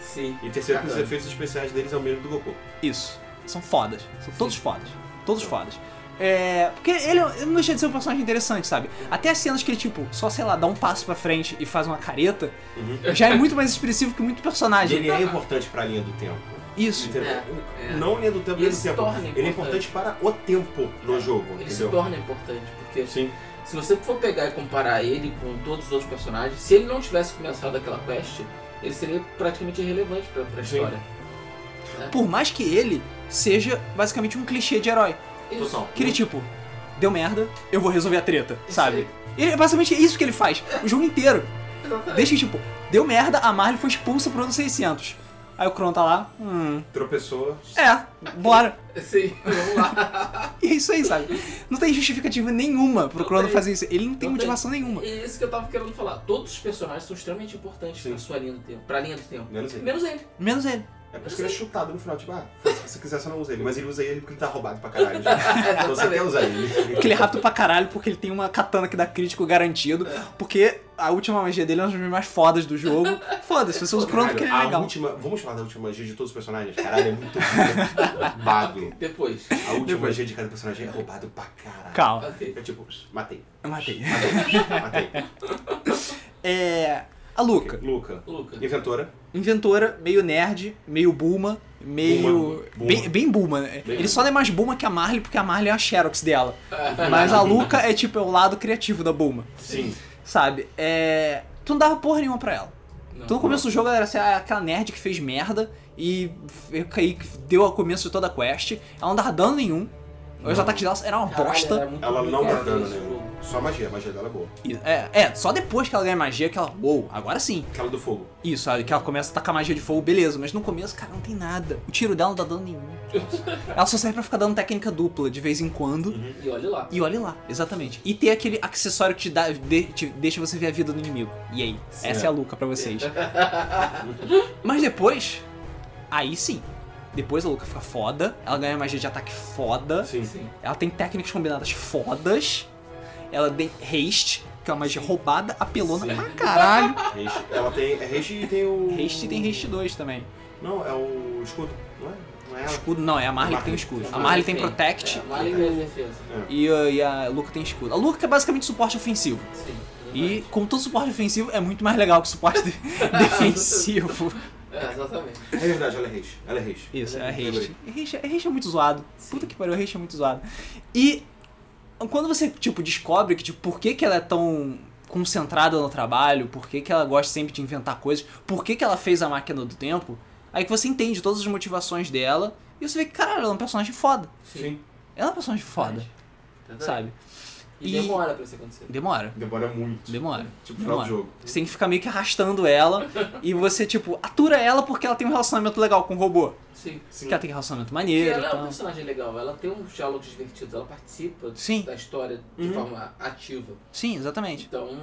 Sim. E terceiro, que os Caralho. efeitos especiais deles é o mesmo do Goku. Isso. São fodas. São todos fodas. Todos fodas. É. Porque ele, é- ele não deixa de ser um personagem interessante, sabe? Até as cenas que ele, tipo, só, sei lá, dá um passo pra frente e faz uma careta, Uhum. já é muito mais expressivo que muito personagem. Ele é importante pra linha do tempo. Isso. Entendeu? então tá. É, é. Não linha do tempo, Ele linha do se tempo. torna É. Ele é importante para o tempo no jogo, Ele se entendeu? torna importante, porque Sim. se você for pegar e comparar ele com todos os outros personagens, se ele não tivesse começado aquela quest, ele seria praticamente irrelevante pra, pra Sim. história. Por mais que ele seja basicamente um clichê de herói. Isso. Total. Que ele, tipo, deu merda, eu vou resolver a treta, Isso sabe? aí. Ele, basicamente é isso que ele faz, o jogo inteiro. Exatamente. Deixa, tipo, deu merda, a Marley foi expulsa pro ano 600. Aí o Kron tá lá, hum, Tropeçou. é, bora. Assim, vamos lá. E é isso aí, sabe? Não tem justificativa nenhuma pro Não Crono tem. fazer isso. Ele não tem Não tem. motivação nenhuma. E é isso que eu tava querendo falar. Todos os personagens são extremamente importantes Sim. pra sua linha do tempo. Pra linha do É. tempo. Menos ele. Menos ele. Menos ele. É por isso que ele é chutado no final, tipo, ah, se você quiser, você não usa ele. Mas ele usa ele porque ele tá roubado pra É, caralho. então você quer usar ele. Porque ele é rápido pra caralho, porque ele tem uma katana que dá crítico garantido. É. Porque a última magia dele é uma das mais fodas do jogo. Foda-se, você usa o Crono porque ele é Caralho, a legal. última, vamos falar da última magia de todos os personagens? Caralho, é muito roubado. Ah, Depois. A última magia de cada personagem é roubado pra caralho. Calma, Ok. É tipo, matei. eu matei. Matei. É. A Luca, Luca. Luca. Inventora. inventora, meio nerd, meio Bulma, meio. Bulma, Bulma. Bem, bem Bulma, né? Bem ele só não é mais Bulma que a Marley, porque a Marley é a Xerox dela. Ah, Mas a Luca é tipo é o lado criativo da Bulma, Sim. sabe? É. Tu não dava porra nenhuma pra ela. não. Então no começo do jogo ela era assim, ah, aquela nerd que fez merda e f- que deu o começo de toda a quest. Ela não dava dano nenhum. Os Não. ataques dela eram uma Caralho, bosta. era muito Ela não dá complicado dano, esse jogo. né? Só magia. A magia dela é boa. E- É, é, só depois que ela ganha magia que ela. Uou, agora sim. Aquela do fogo. Isso, aí que ela começa a tacar magia de fogo, beleza. Mas no começo, cara, não tem nada. O tiro dela não dá dano nenhum. ela só serve pra ficar dando técnica dupla de vez em quando. E olha lá. E olhe lá, exatamente. E tem aquele acessório que te, dá, de- te deixa você ver a vida do inimigo. E aí? Essa é a Luca pra vocês. Mas depois, aí sim. Depois a Luca fica foda, ela ganha magia de ataque foda, Sim. Sim. ela tem técnicas combinadas fodas, ela tem haste, que é uma magia roubada, apelona Sim. pra caralho. Haste. Ela tem. É haste e tem o. Haste tem haste 2 também. Não, é o escudo. Não é? Não é ela. Escudo não, é a Marley que tem o escudo. A Marley tem protect É, a Marley ganha defesa. É. e, uh, e a Luca tem escudo. A Luca é basicamente suporte ofensivo. Sim. E como todo suporte ofensivo, é muito mais legal que suporte de- defensivo. É, exatamente. É verdade, ela é haste. Ela é haste. Isso, é a haste. Lembrei. Haste- Haste é muito zoado. Puta que pariu, haste é muito zoado. E quando você, tipo, descobre que, tipo, por que, que ela é tão concentrada no trabalho, por que, que ela gosta sempre de inventar coisas, por que, que ela fez a máquina do tempo, aí que você entende todas as motivações dela e você vê que, caralho, ela é um personagem foda. Sim. Ela é um personagem foda, Exatamente. sabe? E, demora pra isso acontecer. Demora, Demora muito. demora. Tipo, final Demora. do jogo. Você tem que ficar meio que arrastando ela e você, tipo, atura ela porque ela tem um relacionamento legal com o robô. Sim. Sim. Porque ela tem um relacionamento E maneiro e ela é um tal. personagem legal, ela tem uns diálogos divertidos, ela participa Sim. da história de Uhum. forma ativa. Sim, exatamente. Então,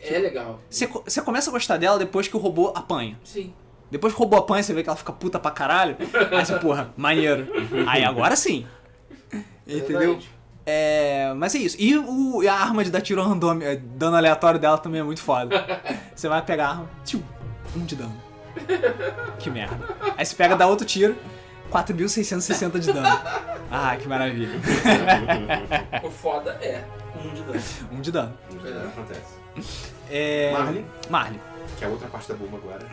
é legal. Você, co- você começa a gostar dela depois que o robô apanha. Sim. Depois que o robô apanha, você vê que ela fica puta pra caralho. Aí você, porra, maneiro. Aí agora sim. Entendeu? Verdade. É, mas é isso. E, o- e a arma de dar tiro random, é, dano aleatório dela também é muito foda. Você vai pegar a arma, tchum, um de dano. Que merda. Aí você pega, dá outro tiro, 4.660 de dano. Ah, que maravilha. O foda é um de dano. Um de dano. É, Acontece. É, Marley, Marley. que é a outra parte da Bulma agora.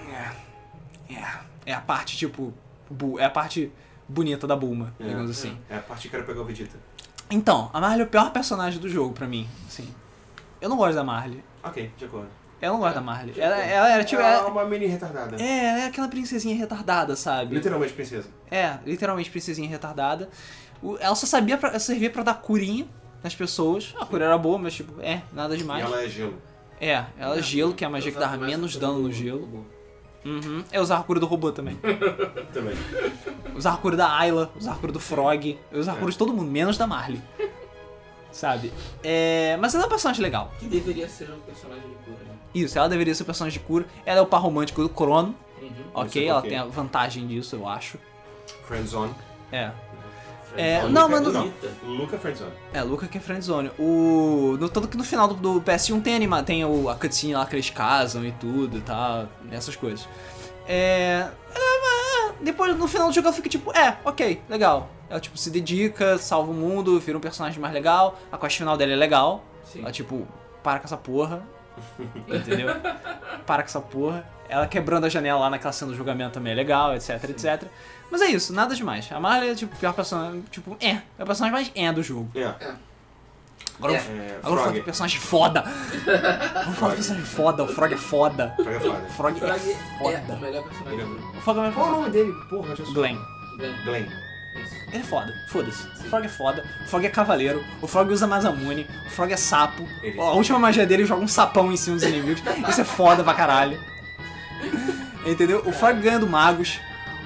É, é a parte, tipo, bu- é a parte bonita da Bulma, É. digamos assim. É a parte que era pegar o Vegeta. Então, a Marley é o pior personagem do jogo pra mim, assim. Eu não gosto da Marley. Ok, de acordo. Eu não gosto da Marley. Ela, ela era tipo. Ela é Ela, uma mini retardada. é, ela é aquela princesinha retardada, sabe? Literalmente, princesa. É, literalmente princesinha retardada. O- Ela só sabia pra, servia pra dar curinha nas pessoas. A cura era boa, mas tipo, é, nada E demais. ela é gelo. É, ela é gelo, que é a magia que dava menos dano no gelo. Uhum. Eu usava a cura do robô também. Também. Eu usava a cura da Ayla, eu usava a cura do Frog, eu usava a cura de todo mundo, menos da Marley. Sabe? É, mas ela é um personagem legal. Que deveria ser um personagem de cura, né? Isso, ela deveria ser o personagem de cura. Ela é o par romântico do Crono, Uhum. ok? é ela ok. tem a vantagem disso, eu acho. Friendzone. É. Friendzone. É, não, mas não. no, Luca Friendzone. é, Luca que é friendzone. O, no, tanto que no final do, do PS1 tem, anima, tem o, a cutscene lá que eles casam e tudo e tal, essas coisas. É, ela- depois, no final do jogo, ela fica tipo, é, ok, legal. Ela, tipo, se dedica, salva o mundo, vira um personagem mais legal. A quest final dela é legal. Sim. Ela, tipo, para com essa porra. Entendeu? para com essa porra. Ela quebrando a janela lá naquela cena do julgamento também é legal, etc, etc. Mas é isso, nada demais. A Marley é, tipo, o pior personagem, tipo, é. É o personagem mais é do jogo. É. Agora, É. eu- é agora eu vou falar de Frog. personagem foda. Vamos falar de personagem foda, o Frog é foda. Frog é O foda. Frog é Frog é o foda. melhor personagem Ele é de cura. O Frog é Qual o foda. nome dele? Porra, já sou- Glenn. Glenn. Glenn. Isso. Ele é foda, foda-se. O Frog é foda, o Frog é cavaleiro, o Frog usa Mazamune, o Frog é sapo. Ele- A última magia dele joga um sapão em cima dos inimigos. Isso é foda pra caralho. Entendeu? O Frog ganha do Magus.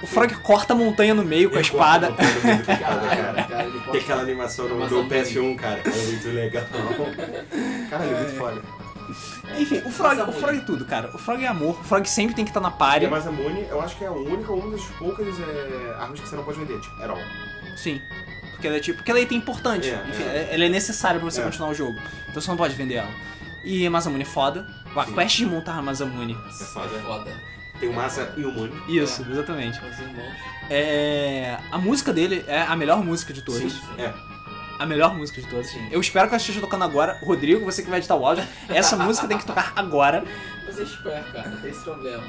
O Frog corta a montanha no meio com a espada. Caralho, cara, ele Tem corta- aquela animação no, Amazon do PS1, cara. É muito legal. Caralho, é muito foda. Enfim, o Frog, Mas o Frog é tudo, cara. O Frog é amor. O Frog sempre tem que estar na E a party. Masamune, eu acho que é a única, uma das poucas é, armas que você não pode vender, tipo, Herol. Sim. Porque ela é tipo. Porque ela é item importante. É, Enfim, é. ela é necessária pra você É. continuar o jogo. Então você não pode vender ela. E a Mazamune é foda. A Sim. quest de montar a Mazamune. É foda. Foda. Tem o Masa e o Mune. Isso, exatamente. Os irmãos. É. A música dele é a melhor música de todas. É. A melhor música de todas. Sim. Eu espero que ela esteja tocando agora. Rodrigo, você que vai editar o áudio, essa música tem que tocar agora. Mas é esperto, cara. Não tem esse problema.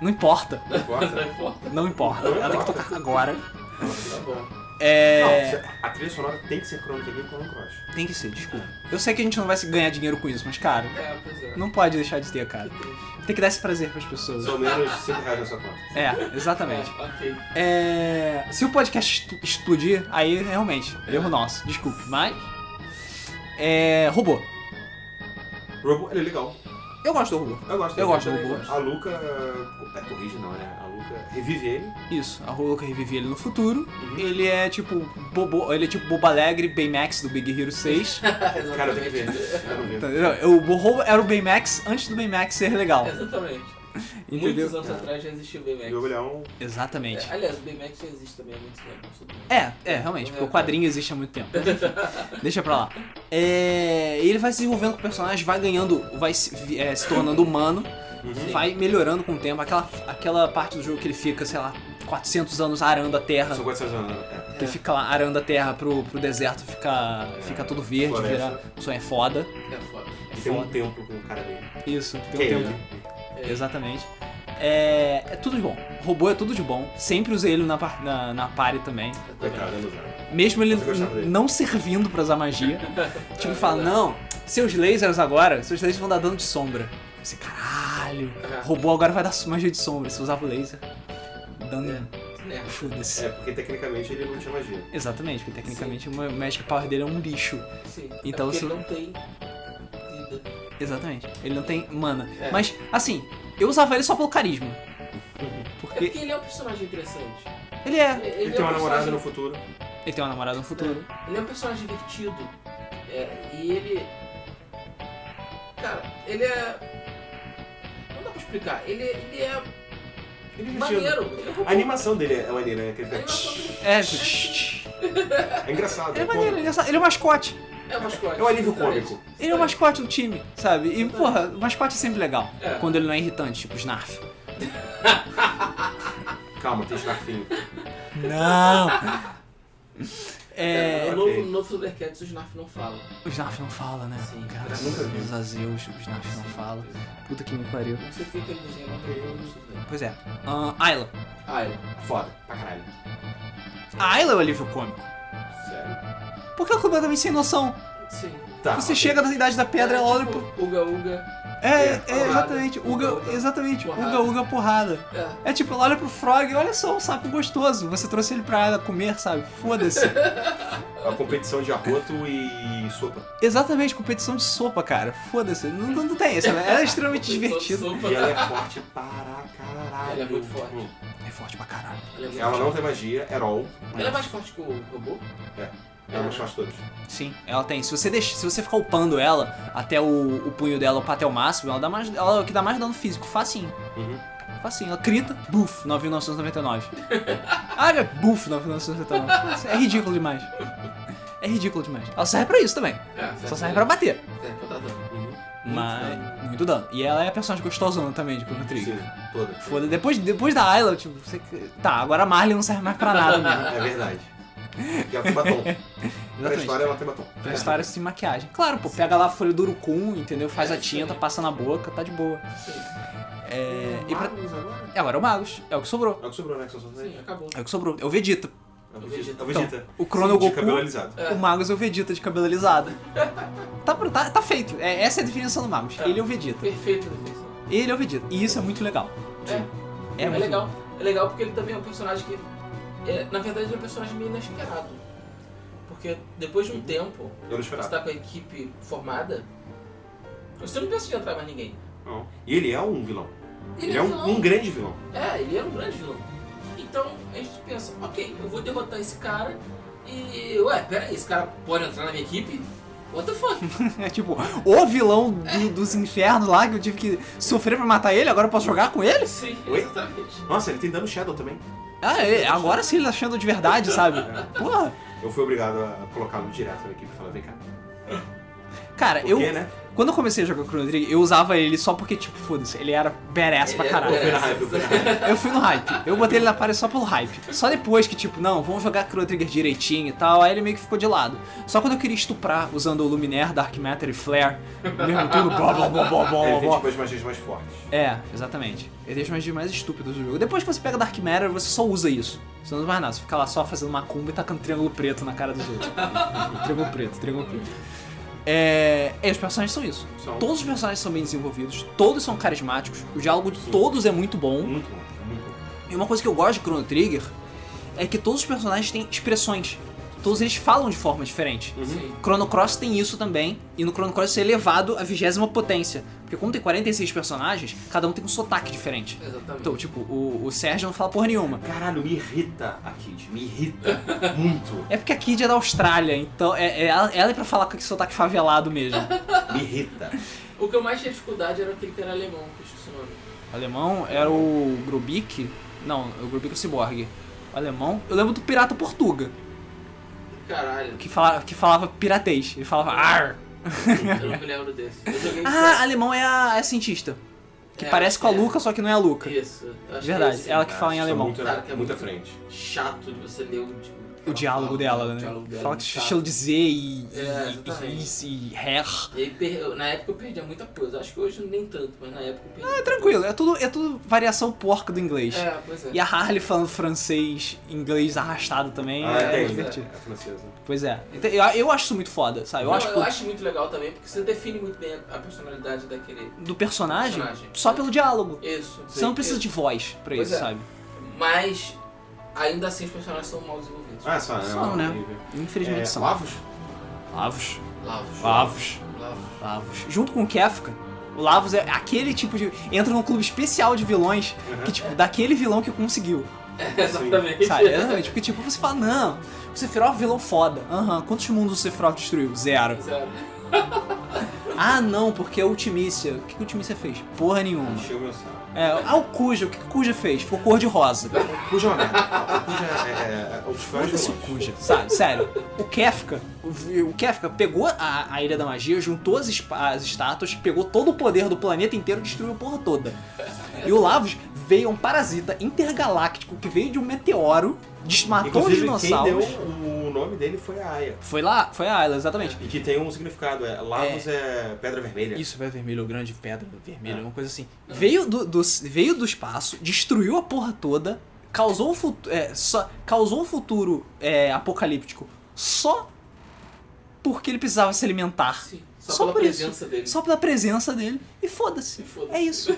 Não importa. Não importa. Não importa. Não importa. Ela tem que tocar agora. Tá bom. É. Não, a trilha sonora tem que ser Chrono TV e Chrono Cross. Tem que ser, desculpa. Eu sei que a gente não vai se ganhar dinheiro com isso, mas, cara, É, pois é. não pode deixar de ter, cara. Que triste. Tem que dar esse prazer pras pessoas. São menos 5 reais na sua conta. É, exatamente. É, ok. É, se o podcast estu- explodir, aí realmente, erro nosso, desculpe. É. Mas. É. Robô. Robo, ele é legal. Eu gosto do robô. Eu gosto Eu dele. gosto do robô. A Luca. É, corrige não, né? A Luca revive ele. Isso, a Robô que revive ele no futuro. Ele é tipo. Bobo, ele é tipo Boba Alegre, Baymax do Big Hero 6. Cara, eu tenho que ver. Eu quero ver. entendeu? O robô era o Baymax antes do Baymax ser legal. Exatamente. Entendeu? Muitos anos atrás já existiu o é E o BMX. olhão. Exatamente. É, aliás, o BMX já existe também há muitos anos. É, é, realmente, porque o quadrinho existe há muito tempo. Deixa pra lá. É, ele vai se desenvolvendo com o personagem, vai ganhando, vai se, é, se tornando humano, Uhum. vai melhorando com o tempo. Aquela, aquela parte do jogo que ele fica, sei lá, 400 anos arando a terra, São 400 anos. né? que ele fica lá arando a terra pro, pro deserto ficar, fica todo verde, É. Floresta. vira, isso é foda. É foda. É E tem um foda. templo com o cara dele. Isso, tem Que é um ele, tempo. né? É. Exatamente. É, é tudo de bom. Robô é tudo de bom. Sempre usei ele na, par- na, na party também. Coitado, eu não usava. Mesmo ele Você gostava dele? É não servindo pra usar magia. tipo, fala, não, seus lasers agora, seus lasers vão dar dano de sombra. Você, caralho, É. Ah. robô agora vai dar magia de sombra, se usava o laser. Dano. É. Foda-se. É, porque tecnicamente ele não tinha magia. Exatamente, porque tecnicamente o Magic Power dele é um bicho. Sim. Então é assim, porque você- ele não tem vida. Exatamente. Ele não tem mana. É. Mas, assim, eu usava ele só pelo carisma. É Porque porque ele é um personagem interessante. ele é. Ele, Ele é um tem uma namorada personagem- no futuro. Ele tem uma namorada no futuro. Ele é um personagem divertido. É, e ele. Cara, ele é. Não dá pra explicar. Ele, ele é Ele é divertido. maneiro. Ele é A animação dele é maneira, né? Que ele A animação fica- dele É. Ele É engraçado. é pô. maneiro, ele é engraçado. ele é o mascote. é um mascote. É um alívio exatamente. cômico. Ele é o mascote do time, sabe? E, porra, o mascote é sempre legal. É. Quando ele não é irritante, tipo Snarf. né? Calma, tem escarfinho. Não! É, É. o novo, ok. no novo Thundercats o Snarf não fala. O Snarf não fala, né? Sim, Graças nunca vi. a Zeus, o Snarf não fala. Puta que me pariu. Não sei por que aquele desenho não veio, não sei o quê. Pois é. Ahn, Ayla. Ah, ele. Foda, pra caralho. A Ayla é o alívio cômico. Sério. Porque ela é completamente sem noção. Sim. Tá. Você ok. chega na idade da pedra, ela olha pro. Ah, tipo, Uga Uga. É, é, é, porrada. exatamente. Uga, Uga, uga. exatamente. Porrada. Uga, uga, porrada. É. É tipo, ela olha pro Frog, olha só, um sapo gostoso. Você trouxe ele pra ela comer, sabe? Foda-se. A competição de arroto e sopa. Exatamente, competição de sopa, cara. Foda-se. Não, não, não tem isso, né? Ela é extremamente divertida. Sopa. E ela é forte para caralho. Ela é muito forte. Hum. É forte pra caralho. Ela é muito Ela não forte. tem magia, Herol. Ela é mais forte que o robô? Ela é mais forte de todos. Sim, ela tem. Se você, deixa, se você ficar upando ela até o, o punho dela upar até o máximo, ela dá mais. Ela é o que dá mais dano físico, facinho. Uhum. Facinho. Ela crita, buf, 9.999. Olha, buf, 9.999. Isso É ridículo demais. É ridículo demais. Ela serve pra isso também. É, Só serve pra bater. É, pra dar dano. Uhum. Mas. Muito dano. E ela é a personagem gostosona também de Chrono Trigger. Sim, toda. Foda, depois, depois da Ayla, tipo, você. Tá, agora a Marley não serve mais pra nada mesmo. É verdade. E ela tem batom. Pra Exatamente. história, ela tem batom. Pra história sem maquiagem. Claro, pô, pega lá a folha do urucum, entendeu? Faz a É, tinta, passa na boca, tá de boa. É, e pra... Magnus agora? é, agora é o Magus, é o que sobrou. É o que sobrou, né? Que são só três. Sim, acabou. É o que sobrou. É o Vegeta. É o Vegeta. É o Vegeta. O Crono é o De Goku, cabelo alisado. É. o Magus é o Vegeta de cabelo alisado. Tá, pro- tá, tá feito. É, essa é a definição do Magus. Ele é o Vegeta. Perfeita a definição. Ele é o Vegeta. E isso é muito legal. É, É é, muito legal. É legal porque ele também é um personagem que. é, na verdade, ele é um personagem meio inesperado. Porque depois de Uhum. um tempo, Eu não você esperava. tá com a equipe formada, você não pensa em entrar mais ninguém. Não. E ele é um vilão. Ele é um, um grande vilão. É, ele era um grande vilão. Então a gente pensa, ok, eu vou derrotar esse cara e. Ué, peraí, esse cara pode entrar na minha equipe? What the fuck? É tipo, o vilão do- dos infernos lá que eu tive que sofrer pra matar ele, agora eu posso jogar com ele? Sim, Oi? exatamente. Nossa, ele tem dano Shadow também. Ah, é, agora sim ele tá achando de verdade, sabe? Porra. Eu fui obrigado a colocá-lo direto na equipe e falar, vem cá. Cara, Por É, eu. quê, né? Quando eu comecei a jogar Chrono Trigger, eu usava ele só porque, tipo, foda-se, ele era badass pra Ele era caralho. Eu fui na hype, eu fui na hype. Eu fui no hype. Eu botei ele na parede só pelo hype. Só depois que, tipo, não, vamos jogar Chrono Trigger direitinho e tal, aí ele meio que ficou de lado. Só quando eu queria estuprar usando o Luminaire, Dark Matter e Flare, no mesmo turno, blá blá blá blá blá Ele tem blá. tipo as magias mais fortes. É, exatamente. Ele deixa mais mais estúpidos do jogo. Depois que você pega Dark Matter, você só usa isso. Você não usa mais nada, você fica lá só fazendo macumba e tacando triângulo preto na cara dos outros. triângulo preto, triângulo preto. É, é, os personagens são isso. São Todos os personagens são bem desenvolvidos, todos são carismáticos, o diálogo de Sim. todos é muito bom. muito bom, muito bom. E uma coisa que eu gosto de Chrono Trigger é que todos os personagens têm expressões. Todos eles falam de forma diferente. Uhum. Sim. Chrono Cross tem isso também, e no Chrono Cross isso é elevado à vigésima potência. Porque como tem 46 personagens, cada um tem um sotaque diferente. Exatamente. Então, tipo, o, o Sérgio não fala porra nenhuma. Caralho, me irrita a Kid, me irrita muito. É porque a Kid é da Austrália, então é, é ela, ela é pra falar com aquele sotaque favelado mesmo. Me irrita. tipo, O que eu mais tinha dificuldade era aquele que era alemão, que eu esqueci o nome. O alemão era o Grubik. Não, o Grubik é o Cyborg. O alemão. Eu lembro do pirata portuga, Caralho, que falava, que falava piratês. Ele falava ar. eu não me lembro desse. Eu joguei Ah, alemão é a, é a cientista. Que É, parece com a é. Luca, só que não é a Luca. Isso. eu acho Verdade, que é esse. ela que fala em São alemão. Muito, Cara, que é muita muito- frente. Chato de você ler o, tipo, O ela diálogo fala- dela, o né? diálogo dela Fala é que chato. estilo de Z e. É, e, exatamente. e, e hair. E aí, per- na época eu perdia muita coisa. Acho que hoje nem tanto, mas na época eu perdi. Ah, Tranquilo, é tudo, é tudo variação porca do inglês. É, pois é. E a Harley falando francês, inglês arrastado também. Ah, é entendi. divertido. É francesa. Pois é. Então, eu, eu acho isso muito foda, sabe? Eu Não, acho que o- muito legal também, porque você define muito bem a, a personalidade daquele. do personagem, personagem. só pelo diálogo. Isso. Você não precisa de voz pra Pois isso, é. sabe? Mas, ainda assim, os personagens são mal desenvolvidos. Ah, só, São, é, né? horrível. Infelizmente É, são. Lavos? Lavos. Lavos. Lavos. Lavos. Lavos. Junto com o Kefka, o Lavos é aquele tipo de. entra num clube especial de vilões, que tipo, daquele vilão que conseguiu. É, exatamente. Sabe? Exatamente. Porque tipo, você fala, não, o Sephiroth é um vilão foda. Aham, quantos mundos o Sephiroth destruiu? Zero. Zero. Ah, não, porque é o Ultimícia. O que, que o Ultimícia fez? Porra nenhuma. Encheu meu saco. É, ah, o Cuja, o que que o Cuja fez? Ficou cor de rosa. Cuja é uma merda. Cuja é, é, é, os fãs Foda-se o vilões. Cuja, sabe? Sério. O Kefka, o, vi- o Kefka pegou a, a Ilha da Magia, juntou as, espa- as estátuas, pegou todo o poder do planeta inteiro e destruiu a porra toda. E o Lavos veio um parasita intergaláctico que veio de um meteoro, des- matou os Inclusive, quem deu dinossauros. o nome dele foi a Aya. Foi lá, foi a Ayla, exatamente. E que tem um significado, é, Lavos é, pedra vermelha. Isso, vai vermelho, grande pedra vermelha, É. uma coisa assim. Veio do, do- veio do espaço, destruiu a porra toda, causou um futuro, causou um futuro é, apocalíptico só porque ele precisava se alimentar. Sim. Só, Só pela por isso. presença dele. Só pela presença dele e foda-se. E foda-se. É isso.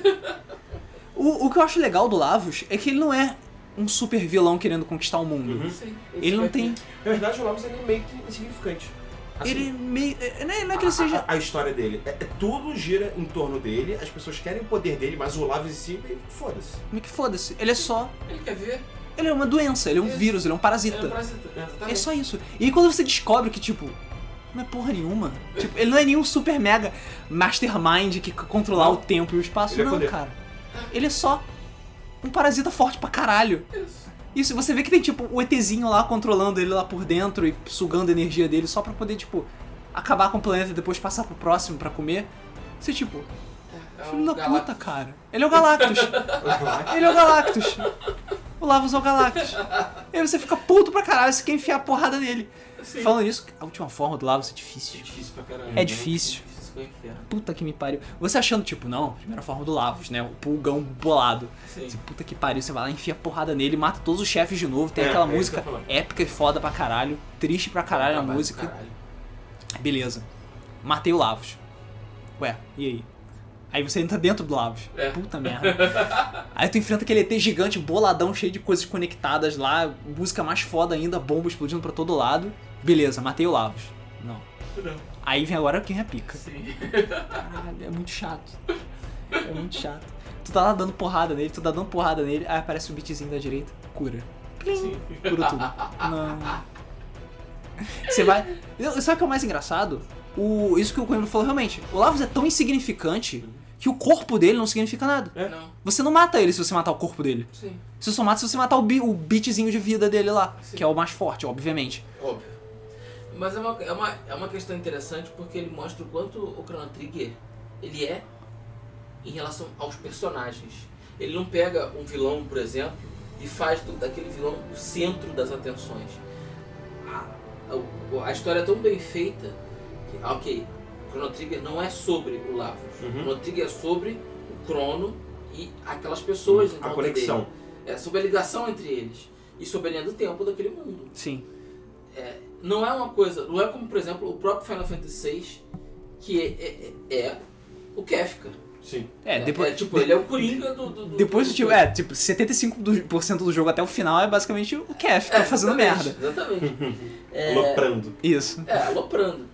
O, o que eu acho legal do Lavos é que ele não é um super vilão querendo conquistar o mundo. Uhum. Sim, Ele não vai tem. ter- Na verdade, o Lavos ele é meio que insignificante. Assim, Ele meio. é- Não é, não é que ele a- seja. a, a história dele. É, é- tudo gira em torno dele, as pessoas querem o poder dele, mas o Lavos em si, meio que foda-se. Meio que foda-se. Ele é só. Ele quer ver. Ele é uma doença, ele é um Isso. vírus, ele é um Ele é um parasita. parasita. Exatamente. É só isso. E aí quando você descobre que, tipo, não é porra nenhuma. Tipo, ele não é nenhum super mega mastermind que c- controlar o tempo e o espaço, Ele é não, poder. cara. Ele é só um parasita forte pra caralho. Isso. Isso, você vê que tem, tipo, o ETzinho lá controlando ele lá por dentro e sugando a energia dele só pra poder, tipo, acabar com o planeta e depois passar pro próximo pra comer. Você, tipo, É filho da galáctico. puta, cara. Ele é o Galactus. Ele é o Galactus. O Lavos é o Galactus. E aí você fica puto pra caralho, você quer enfiar a porrada nele. Sim. Falando isso, a última forma do Lavos é difícil. É difícil pra caralho. É difícil. Difícil com o inferno. Puta que me pariu. Você achando, tipo, não, primeira forma do Lavos, né? O pulgão bolado. Sim. Você, puta que pariu, você vai lá, enfia a porrada nele, mata todos os chefes de novo, tem É, aquela é isso música que eu ia falar. épica e foda pra caralho, triste pra caralho a Trabalho do música. caralho. Beleza. Matei o Lavos. Ué, e aí? Aí você entra dentro do Lavos. É. Puta merda. aí tu enfrenta aquele ET gigante, boladão, cheio de coisas conectadas lá, música mais foda ainda, bomba explodindo pra todo lado. Beleza, matei o Lavos. Não. Não. Aí vem agora quem repica. Sim. Caralho, é muito chato. É muito chato. Tu Tu tá lá dando porrada nele, tu tá dando porrada nele, aí aparece o beatzinho da direita, cura. Sim. Cura tudo. Não. Você vai. Eu- Sabe o que é o mais engraçado? O... Isso que o Coimbra falou realmente. O Lavos é tão insignificante que o corpo dele não significa nada. É. Não, Você não mata ele se você matar o corpo dele. sim. Você só mata se você matar o, bi... o beatzinho de vida dele lá, Sim. que é o mais forte, obviamente. Óbvio. Mas é uma, é, uma, é uma questão interessante porque ele mostra o quanto o Chrono Trigger ele é em relação aos personagens. Ele não pega um vilão, por exemplo, e faz do, daquele vilão o centro das atenções. A, o- a história é tão bem feita que, ah, ok, o Chrono Trigger não é sobre o Lavos. O Uhum. Chrono Trigger é sobre o Crono e aquelas pessoas. em Uhum. A né? volta conexão. dele. É sobre a ligação entre eles e sobre a linha do tempo daquele mundo Sim. não é uma coisa, não é como por exemplo o próprio Final Fantasy VI, que é, é- é o Kefka. Sim. É, depois. é, tipo, ele é o Coringa do. do, do Depois do do tipo, é, tipo, 75% do jogo até o final é basicamente o Kef, fica é, tá fazendo É, exatamente, merda. Exatamente. é, Loprando. Isso. é, aloprando.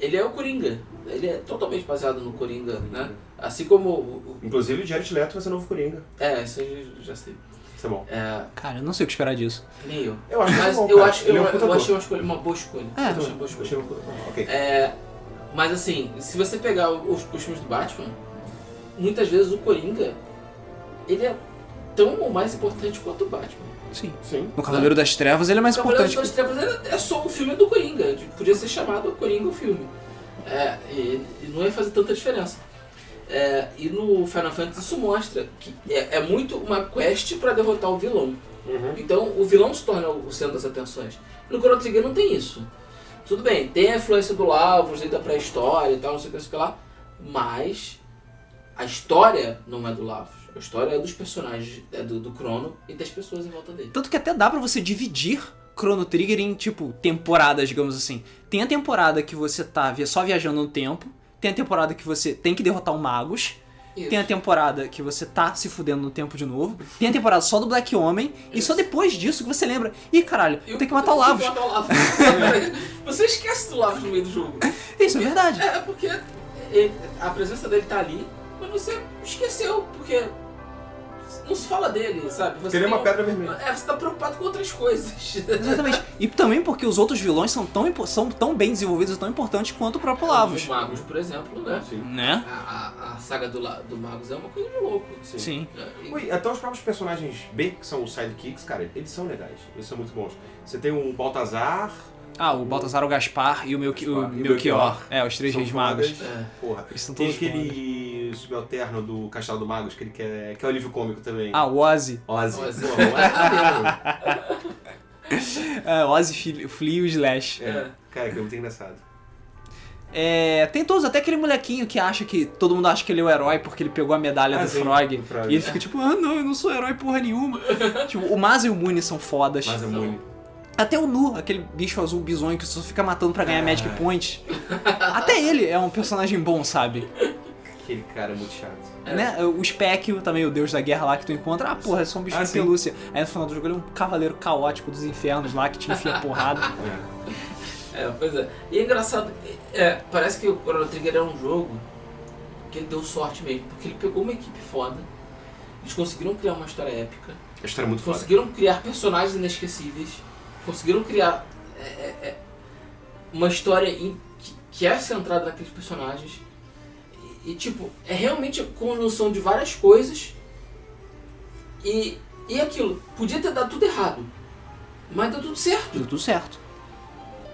Ele é o Coringa. Ele é totalmente baseado no Coringa, né? Assim como. o- o- Inclusive o Jared Leto vai ser novo Coringa. É, isso eu já sei. Isso é bom. É, Cara, eu não sei o que esperar disso. nem eu. Eu acho Mas que é bom, eu cara. acho Ele é eu, um puta eu ator. achei uma, escolha, uma boa escolha. É. eu achei uma boa escolha. Achei um puta ator. Ok. É, mas assim, se você pegar os, os filmes do Batman, muitas vezes o Coringa, ele é tão ou mais importante quanto o Batman. Sim. Sim. No Cavaleiro das Trevas ele é mais Cavaleiro importante. das Trevas era- é, só um filme do Coringa, de- podia ser chamado Coringa o filme. É, e, e não ia fazer tanta diferença. É, e no Final Fantasy isso mostra que é, é muito uma quest pra derrotar o vilão. Uhum. Então o vilão se torna o centro das atenções. No Chrono Trigger não tem isso. Tudo bem, tem a influência do Lavos, da pré-história e tal, não sei o que, não sei o que lá, mas a história não é do Lavos. A história é dos personagens, é do, do Crono e das pessoas em volta dele. Tanto que até dá pra você dividir Chrono Trigger em, tipo, temporadas, digamos assim. Tem a temporada que você tá via- só viajando no tempo, tem a temporada que você tem que derrotar o Magos, Isso. tem a temporada que você tá se fudendo no tempo de novo, tem a temporada só do Black Homem, e só depois disso que você lembra, ih caralho, E eu tenho que matar o Lavos. tem que matar o Lavos. Você esquece do Lavos no meio do jogo. Isso é verdade. É, porque ele- a presença dele tá ali, mas você esqueceu, porque não se fala dele, sabe? Você Porque ele é tem uma um- pedra vermelha. É, você tá preocupado com outras coisas. Exatamente. E também porque os outros vilões são tão, impo- são tão bem desenvolvidos e tão importantes quanto o próprio Os Lavos. magos, por exemplo, né? Sim. Né? A, a- a saga do, la- do magos é uma coisa de louco. Assim. Sim. É, e- Ui, até os próprios personagens B, que são os sidekicks, cara, eles são legais. Eles são muito bons. Você tem o Baltazar. Ah, o Baltazar, o Gaspar e o Melchior. Gaspar. O E o Melchior. Melchior. É, os três são reis magos. fodas. é. Porra. Eles são Tem todos fodas. aquele subalterno do Castelo do Magos, que ele quer, que é o livro cômico também. Ah, o Ozzy. Ozzy. Ozzy. Porra, o Ozzy é maneiro. É, Ozzy, Fli- Flea e o Slash. É. É. Cara, que é muito engraçado. É, tem todos, até aquele molequinho que acha que todo mundo acha que ele é o herói porque ele pegou a medalha Ah, do sim, Frog. do Frog. é. E ele fica tipo, ah não, eu não sou herói porra nenhuma. tipo, o Maz e o Muni são fodas. Mas é Não. muito. Até o Nu, aquele bicho azul bizonho que só fica matando pra ganhar Ah. Magic Point. Até ele é um personagem bom, sabe? Aquele cara é muito chato. É. Né? O Specchio, também o deus da guerra lá que tu encontra. Ah, porra, é só um bicho Ah, de sim. pelúcia. Aí no final do jogo ele é um cavaleiro caótico dos infernos lá que te enfia porrada. É. É, pois é. E é engraçado, é, parece que o Chrono Trigger é um jogo que ele deu sorte mesmo, porque ele pegou uma equipe foda, eles conseguiram criar uma história épica, A história é muito foda. conseguiram criar personagens inesquecíveis, conseguiram criar é, é, é, uma história em- que, que é centrada naqueles personagens. E, e, tipo, é realmente a conjunção de várias coisas. E, e aquilo, podia ter dado tudo errado, mas deu tudo certo. Deu tudo certo.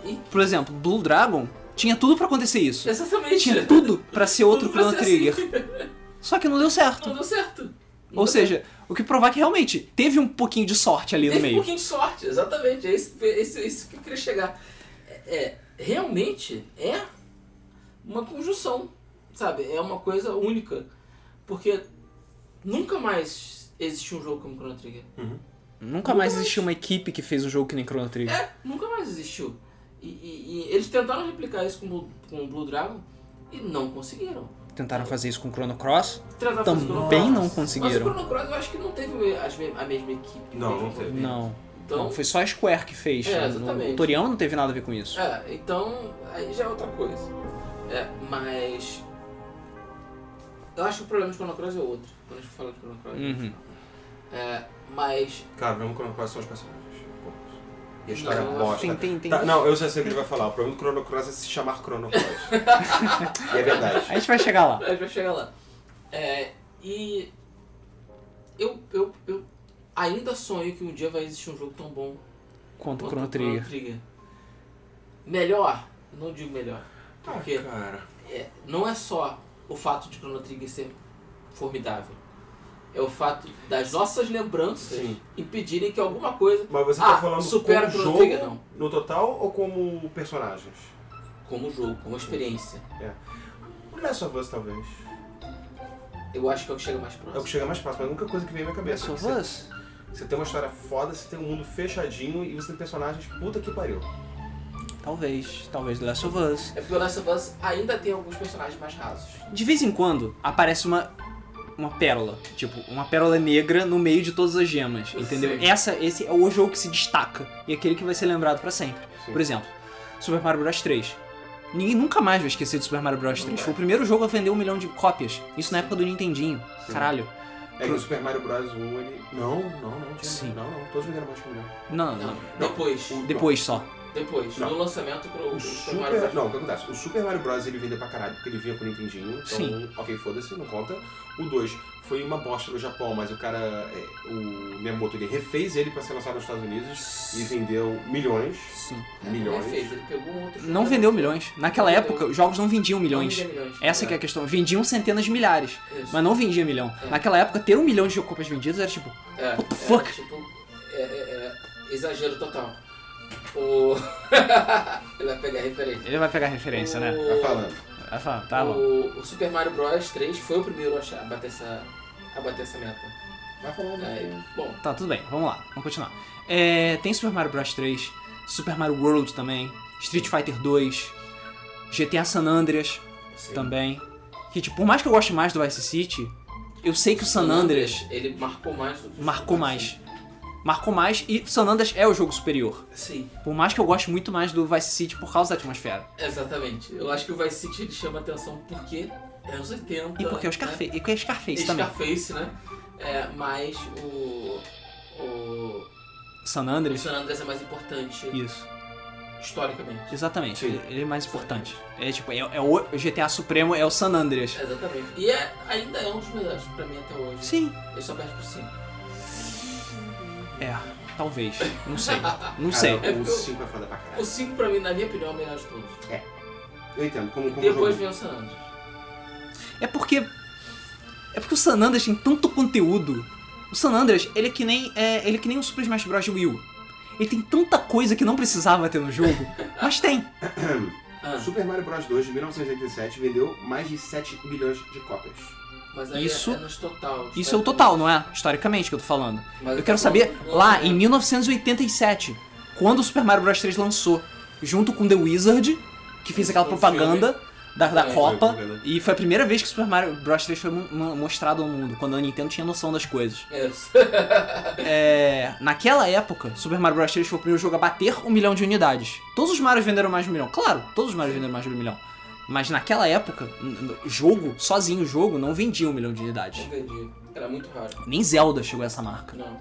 E- Por exemplo, Blue Dragon tinha tudo pra acontecer isso. Exatamente. Tinha tudo pra ser outro Tudo pra Chrono ser Trigger. assim. Só que não deu certo. Não deu certo. Não Ou deu certo. seja, o que provar que realmente teve um pouquinho de sorte ali no teve um meio. pouquinho de sorte, exatamente. É isso, é isso, é isso que eu queria chegar. É, é, realmente é uma conjunção, sabe? É uma coisa única. Porque nunca mais existiu um jogo como Chrono Trigger. Nunca mais existiu uma equipe que fez um jogo que nem Chrono Trigger. É, nunca mais existiu. E, e- e eles tentaram replicar isso com, o Blue- com o Blue Dragon e não conseguiram. Tentaram fazer isso com Chrono Cross. Tentaram fazer o Chrono Também Cross. não Mas o conseguiram. Chrono Cross eu acho que não teve as me- a mesma equipe. Não, mesmo não teve. envolvimento. Não. Então, Não, foi só a Square que fez. É, né? exatamente. o Toriyama não teve nada a ver com isso. É, então aí já é outra coisa. É, mas Eu acho que o problema de Chrono Cross é outro. Quando a gente falar de Chrono Cross. Uhum. É, mas. Cara, o problema do Chrono Cross são os personagens. Ponto. E a história é bosta. Tem, tem, tem. Tá, não, eu já sei o que ele vai falar. O problema do Chrono Cross é se chamar Chrono Cross. e é verdade. A gente vai chegar lá. A gente vai chegar lá. É, e. Eu, eu, eu ainda sonho que um dia vai existir um jogo tão bom Quanto o quanto Chrono Trigger. Melhor? Não digo melhor. Ah, Porque cara. é, não é só o fato de Chrono Trigger ser formidável. É o fato das nossas lembranças Sim. impedirem que alguma coisa. Mas você ah, tá falando supera como Chrono jogo Trigger, não. no total ou como personagens? Como jogo, como experiência. O Last of Us, talvez. Eu acho que é o que chega mais próximo. É o que chega mais próximo, mas a única coisa que vem na minha cabeça. Last é que of você, Us? você tem uma história foda, você tem um mundo fechadinho e você tem personagens puta que pariu. Talvez. Talvez The Last of Us. É porque o Last of Us ainda tem alguns personagens mais rasos. De vez em quando aparece uma. Uma pérola, tipo, uma pérola negra no meio de todas as gemas, Eu entendeu? sei. Essa, esse é o jogo que se destaca e aquele que vai ser lembrado pra sempre. Sim. Por exemplo, Super Mario Bros 3. Ninguém nunca mais vai esquecer de Super Mario Bros Não 3. vai. Foi o primeiro jogo a vender um milhão de cópias. Isso na época do Nintendinho. Sim. Caralho. É que o Super Mario Bros 1, ele. Não, não, não, tinha. Sim. Não, não. Todos venderam mais que um milhão. Não, Não, não. depois. O- Depois só. Depois. Não. No lançamento pro O pro Super Mario Super. Bros. Não, o que acontece? O Super Mario Bros. ele vendeu pra caralho, porque ele vinha com o Nintendinho. Então, Sim. ok, foda-se, não conta. O 2 foi uma bosta no Japão, mas o cara. é, O Miyamoto ele refez ele pra ser lançado nos Estados Unidos e vendeu milhões. Sim. é Milhões. Ele, né? fez, ele pegou um outro Não jogo. vendeu milhões. Naquela Não época, os jogos não vendiam milhões. Não vendia milhões. Essa que é a questão. Vendiam centenas de milhares, Isso. mas não vendia milhão. É. Naquela época, ter um milhão de cópias vendidas era tipo, É, What the é, fuck? tipo, é, é, é exagero total. O... Ele vai pegar a referência. ele vai pegar referência, o... né? Tá falando. Vai falar, tá bom. o... o Super Mario Bros 3 foi o primeiro a achar- a bater essa, a bater essa meta. Vai falando. É, né? bom, Tá, tudo bem, vamos lá, vamos continuar. É, tem Super Mario Bros 3, Super Mario World também, Street Fighter 2, GTA San Andreas assim, Sim. também. Que tipo, por mais que eu goste mais do Vice City, eu sei que o San Andreas ele marcou mais do que o marcou Super mais. Marcou mais e San Andreas é o jogo superior. Mario. Sim, Por mais que eu goste muito mais do Vice City por causa da atmosfera. exatamente. Eu acho que o Vice City ele chama atenção porque é anos 80. E porque é o né? Scarface, e que é Scarface também. Scarface, né? É, mas o. O. San O Andreas. San Andreas é mais importante Isso. historicamente. Exatamente. Sim. Ele- Ele é mais importante. É tipo, é, é o GTA Supremo é o San Andreas. Exatamente. E é, ainda é um dos melhores pra mim até hoje. Sim. Ele só perde por 5. É, talvez. Não sei. Não sei. Cara, É o porque eu- 5 é foda pra O caralho. 5 pra mim, na minha opinião, é o melhor de todos. Eu entendo, como, como Depois jogo. vem o San Andreas. É porque. É porque o San Andreas tem tanto conteúdo. O San Andreas, ele é que nem. é, ele é que nem o Super Smash Bros. de Wii U. Ele tem tanta coisa que não precisava ter no jogo, mas tem. Ah, Super Mario Bros 2 de 1987 vendeu mais de 7 milhões de cópias. mas aí Isso- é, é nos total. Isso é o total, não é? Historicamente que eu tô falando. Mas é Eu tô quero saber falando- lá em 1987, quando o Super Mario Bros 3 lançou, junto com The Wizard, que fez aquela Um propaganda da, da É, Copa, foi propaganda. e foi a primeira vez que o Super Mario Bros 3 foi mo- mo- mostrado ao mundo, quando a Nintendo tinha noção das coisas. Isso. É, naquela época, Super Mario Bros 3 foi o primeiro jogo a bater um milhão de unidades. Todos os Marios venderam mais de um milhão, claro, todos os Marios venderam mais de um milhão. Mas naquela época, n- n- jogo, sozinho o jogo, não vendia um milhão de unidades. Não vendi. Era muito raro. Nem Zelda chegou a essa marca, Não.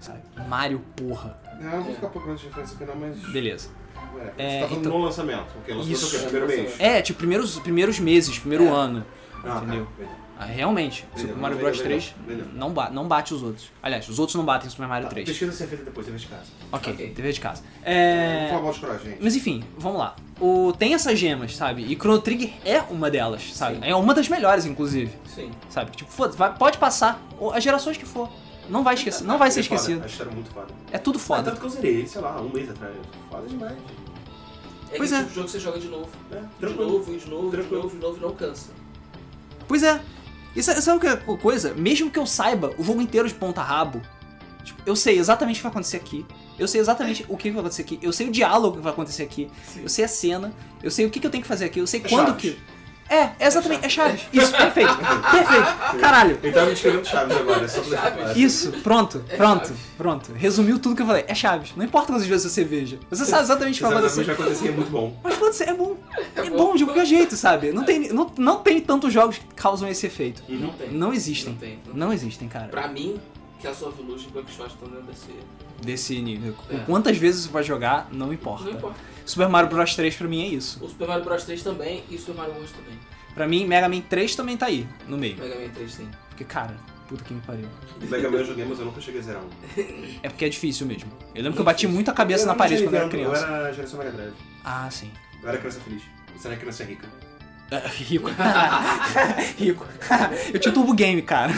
sabe? Mario, porra. Não, É, eu vou ficar procurando de referência aqui não, mas. Beleza. É, você É, tá falando então- no lançamento. Ok, lançamento é o quê? Isso. Primeiro mês. É, tipo, primeiros, primeiros meses, primeiro É. ano. Ah, Entendeu? tá. Beleza. Ah, Realmente, Beleza, Super Mario beleza, Bros beleza, 3 beleza. não, ba- não bate os outros. Aliás, os outros não batem Super Mario Tá, 3. Pesquisa ser feita depois, você vê de casa. Ok, Ok. dever de casa. Vamos É... falar mal de cross, gente. Mas enfim, vamos lá. O... Tem essas gemas, sabe? E Chrono Trigger é uma delas, sabe? Sim. É uma das melhores, inclusive. Sim. Sabe? Tipo, foda-se, vai- pode passar ou as gerações que for. Não vai esquecer, não vai ser Ele é foda, esquecido. A história é muito foda. É tudo Foda. foda. tanto que eu zerei ele, sei lá, um mês atrás. Foda demais. É Pois que é. tipo de jogo que você joga de novo. É, De tranquilo. novo, e de novo, de Tranquilo. novo, de novo, e não cansa. Pois é. E sa- sabe o que é a coisa? Mesmo que eu saiba o jogo inteiro de ponta a rabo, tipo, eu sei exatamente o que vai acontecer aqui. Eu sei exatamente o que vai acontecer aqui. Eu sei o diálogo que vai acontecer aqui. Sim. Eu sei a cena. Eu sei o que, que eu tenho que fazer aqui. Eu sei É quando Chaves. que. É, exatamente, é Chaves. Isso, perfeito. Perfeito. Caralho. Ele tava me escrevendo Chaves agora, é só pra deixar Chaves. claro. Isso, pronto, É pronto, Chaves. pronto. Resumiu tudo que eu falei. É Chaves. Não importa quantas vezes você veja. Você sabe exatamente o que vai Exatamente, acontecer. vai acontecer é muito bom. Mas foda-se, é bom. É bom. bom de qualquer jeito, sabe? Não tem, não, não tem tantos jogos que causam esse efeito. Não tem. Não existem. Não tem. Não Não existem, cara. Pra mim, que é a sua Luge e Buckshot estão dentro desse. Desse nível. Com É. Quantas vezes você vai jogar, não importa. Não importa. Super Mario Bros 3 pra mim é isso. O Super Mario Bros 3 também e o Super Mario World também. Pra mim, Mega Man 3 também tá aí, no meio. Mega Man 3 tem. Porque, cara, puta que me pariu. Mega Man eu joguei, mas eu nunca cheguei a zerar um. É porque é difícil mesmo. Eu lembro que eu bati muito a cabeça na parede quando eu era Eu criança. era geração Mega Drive. Ah, sim. Eu era criança feliz. Você não é criança rica. É, Rico. Rico. eu tinha o Turbo Game, cara.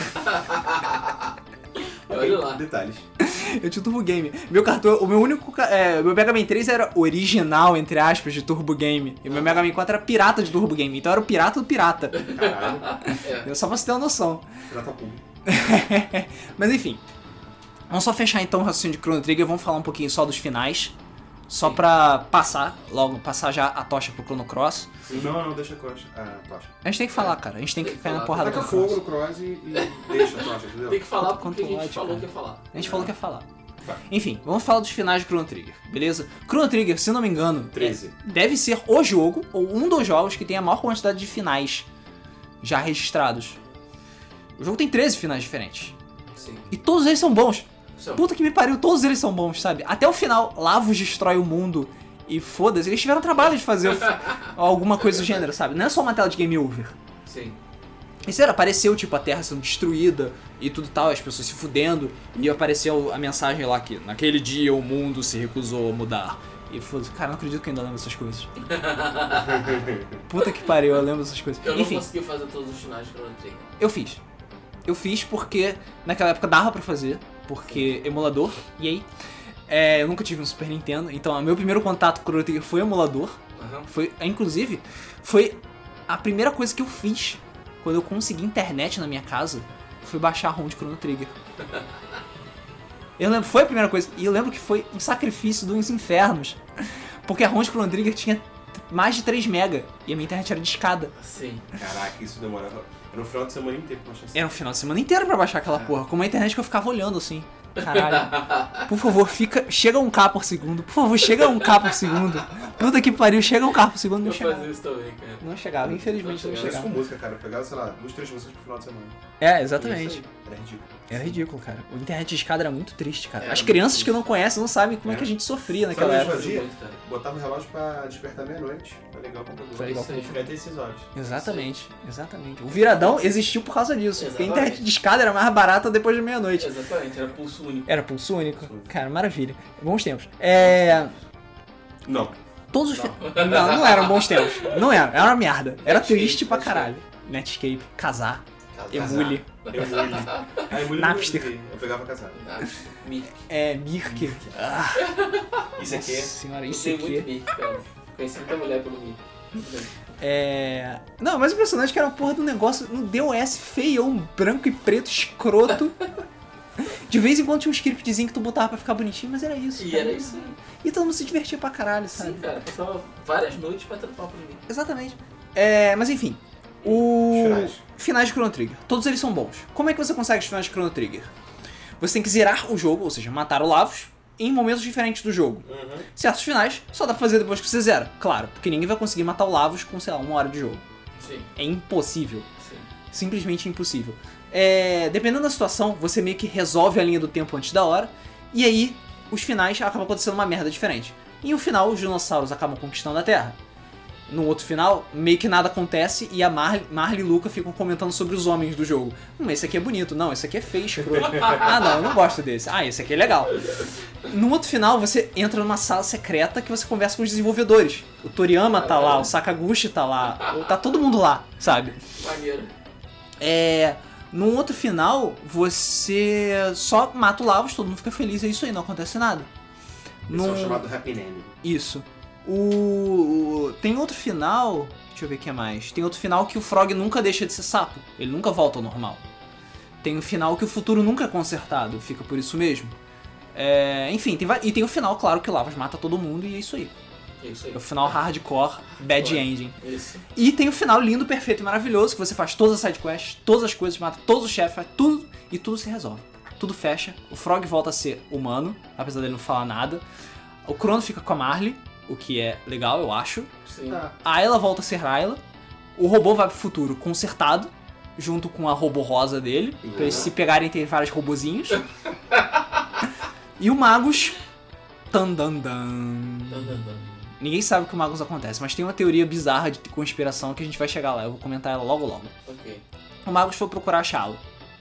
Olha lá. Detalhes. Eu tinha o Turbo Game. Meu cartão, o meu único. ca- é, meu Mega Man 3 era original, entre aspas, de Turbo Game. E meu Mega Man 4 era pirata de Turbo Game. Então eu era o pirata do pirata. Caralho. tá É. Só pra você ter uma noção. Trata público. Mas enfim. Vamos só fechar então o raciocínio de Chrono Trigger, vamos falar um pouquinho só dos finais. Só Sim. pra passar, logo, passar já a tocha pro Chrono Cross. Não, não, deixa a coxa. Ah, tocha. A gente tem que falar, cara. A gente tem que Tem que cair na falar. porrada Taca do fogo Cross. no cross e, e deixa a tocha, entendeu? Tem que falar Quanto- porque a quanto gente ódio, falou cara. que ia falar. A gente falou que ia falar. Enfim, vamos falar dos finais de Chrono Trigger, beleza? Chrono Trigger, se eu não me engano, é, 13. deve ser o jogo ou um dos jogos que tem a maior quantidade de finais já registrados. O jogo tem 13 finais diferentes. Sim. é E todos eles são bons. São. Puta que me pariu, todos eles são bons, sabe? Até o final, Lavos destrói o mundo. E foda-se, eles tiveram trabalho de fazer alguma coisa do gênero, sabe? Não é só uma tela de game over. um- Sim. E sério, apareceu, tipo, a Terra sendo destruída e tudo tal, as pessoas se fudendo. E apareceu a mensagem lá que naquele dia o mundo se recusou a mudar. E foda-se, cara, não acredito que eu ainda lembro essas coisas. Puta que pariu, eu lembro dessas coisas. Eu não Enfim, consegui fazer todos os finais que eu não entrei. eu fiz. Eu fiz porque naquela época dava pra fazer, porque emulador, e aí? eu nunca tive um Super Nintendo, então meu primeiro contato com o Chrono Trigger foi emulador. Aham. Foi, inclusive, foi a primeira coisa que eu fiz quando eu consegui internet na minha casa, foi baixar a ROM de Chrono Trigger. Eu lembro, foi a primeira coisa, e eu lembro que foi um sacrifício dos infernos, porque a ROM de Chrono Trigger tinha mais de 3 mega e a minha internet era de escada. Sim. Caraca, isso demorava. Era um final de semana inteiro pra achar isso. Era um final de semana inteiro pra baixar aquela É. porra, com uma internet que eu ficava olhando assim. Caralho. Por favor, fica, chega um K por segundo. Por favor, chega um K por segundo. Puta que pariu, chega um K por segundo. Não eu chegava. fazia isso também, cara. Não chegava, infelizmente não Não Era isso com chegava. música, cara. Eu pegava, sei lá, duas, três músicas pro final de semana. É, exatamente. Isso aí. Era ridículo. Era ridículo, cara. O internet de escada era muito triste, cara. Era As muito crianças triste. que não conhecem não sabem como é, É. que a gente sofria Sabe naquela o que época. eu fazia? Muito, cara. É Botava o relógio pra despertar meia-noite. Foi legal pra Foi poder. legal. Isso aí. Ficar até 6 horas. Exatamente, exatamente. O viradão existiu por causa disso, porque a Exatamente. internet de escada era mais barata depois da meia-noite. Exatamente, era pulso único. Era pulso único. Pulso único. Cara, maravilha. Bons tempos. É. Não. Todos os. fi- Não, não eram bons tempos. Não era, era uma merda. Era Netscape, triste pra Netscape. caralho. Netscape, casar, Casar. emule, Eu vou ali. Aí eu vou ali Napster. Eu pegava casado. Ah, Mirk. é, Mirk. Ah, Isso aqui nossa é. senhora, Eu isso usei muito aqui. Mirk, cara. Conheci muita mulher pelo Mirk. É. Não, mas o impressionante é que era uma porra do negócio, um DOS feião, branco e preto, escroto. De vez em quando tinha um scriptzinho que tu botava pra ficar bonitinho, mas era isso. E cara. era isso aí. E todo mundo se divertia pra caralho, sabe? Sim, cara. Passava várias noites batendo papo no Mirk. Exatamente. É, mas enfim. O. Finais. Finais de Chrono Trigger. Todos eles são bons. Como é que você consegue os finais de Chrono Trigger? Você tem que zerar o jogo, ou seja, matar o Lavos, em momentos diferentes do jogo. Uhum. Certos finais só dá pra fazer depois que você zera. Claro, porque ninguém vai conseguir matar o Lavos com, sei lá, uma hora de jogo. Sim, É impossível. sim. Simplesmente impossível. É, dependendo da situação, você meio que resolve a linha do tempo antes da hora, e aí os finais acabam acontecendo uma merda diferente. Em um final, os dinossauros acabam conquistando a Terra. No outro final, meio que nada acontece e a Marley, Marley e Luca ficam comentando sobre os homens do jogo. Hum, esse aqui é bonito. Não, esse aqui é feio, escroto. Ah, não, eu não gosto desse. Ah, esse aqui é legal. No outro final, você entra numa sala secreta que você conversa com os desenvolvedores. O Toriyama tá lá, o Sakaguchi tá lá, o- tá todo mundo lá, sabe? Maneiro. É. Num outro final, você só mata o Lavos, todo mundo fica feliz, é isso aí, não acontece nada. Isso é Num- o chamado Happy Name. Isso. O... o- Tem outro final. Deixa eu ver o que é mais. Tem outro final que o Frog nunca deixa de ser sapo. Ele nunca volta ao normal. Tem o final que o futuro nunca é consertado, fica por isso mesmo. É, Enfim, tem va- e tem o final, claro, que o Lavas mata todo mundo e é isso aí. É isso aí. É É o final hardcore, bad ending. Isso. E tem o final lindo, perfeito e maravilhoso, que você faz todas as sidequests, todas as coisas, mata todos os chefes, faz tudo e tudo se resolve. Tudo fecha, o Frog volta a ser humano, apesar dele não falar nada. O Crono fica com a Marley, o que é legal, eu acho. Sim. Tá. A Ayla volta a ser Ayla. O robô vai pro futuro consertado, junto com a robô rosa dele, pra eles se pegarem entre vários robozinhos. e o Magus. Tan, dan, dan. Dun, dun, dun. Ninguém sabe o que o Magus acontece, mas tem uma teoria bizarra de conspiração que a gente vai chegar lá. Eu vou comentar ela logo logo. Ok. O Magus foi procurar a Shala.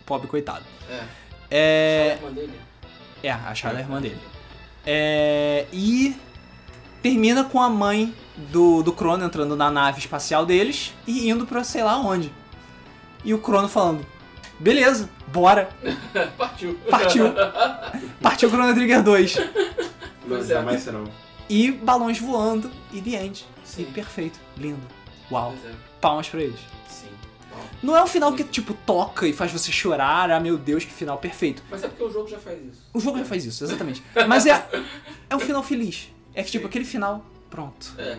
Pobre coitado. É. É. Só a irmã dele. É, a Shala é a irmã dele. É, e termina com a mãe do, do Crono entrando na nave espacial deles e indo pra sei lá onde. E o Crono falando: beleza, bora, Partiu. partiu. partiu Chrono Trigger 2. Não, Pois é. ainda mais serão. E balões voando e the end. E Sim. perfeito, lindo. Uau, Pois é. palmas pra eles. Sim. Bom. Não é um final que, tipo, toca e faz você chorar, ah meu Deus, que final perfeito. Mas é porque o jogo já faz isso. O jogo já faz isso, exatamente. Mas é, é um final feliz. É que, tipo, aquele final, pronto. É.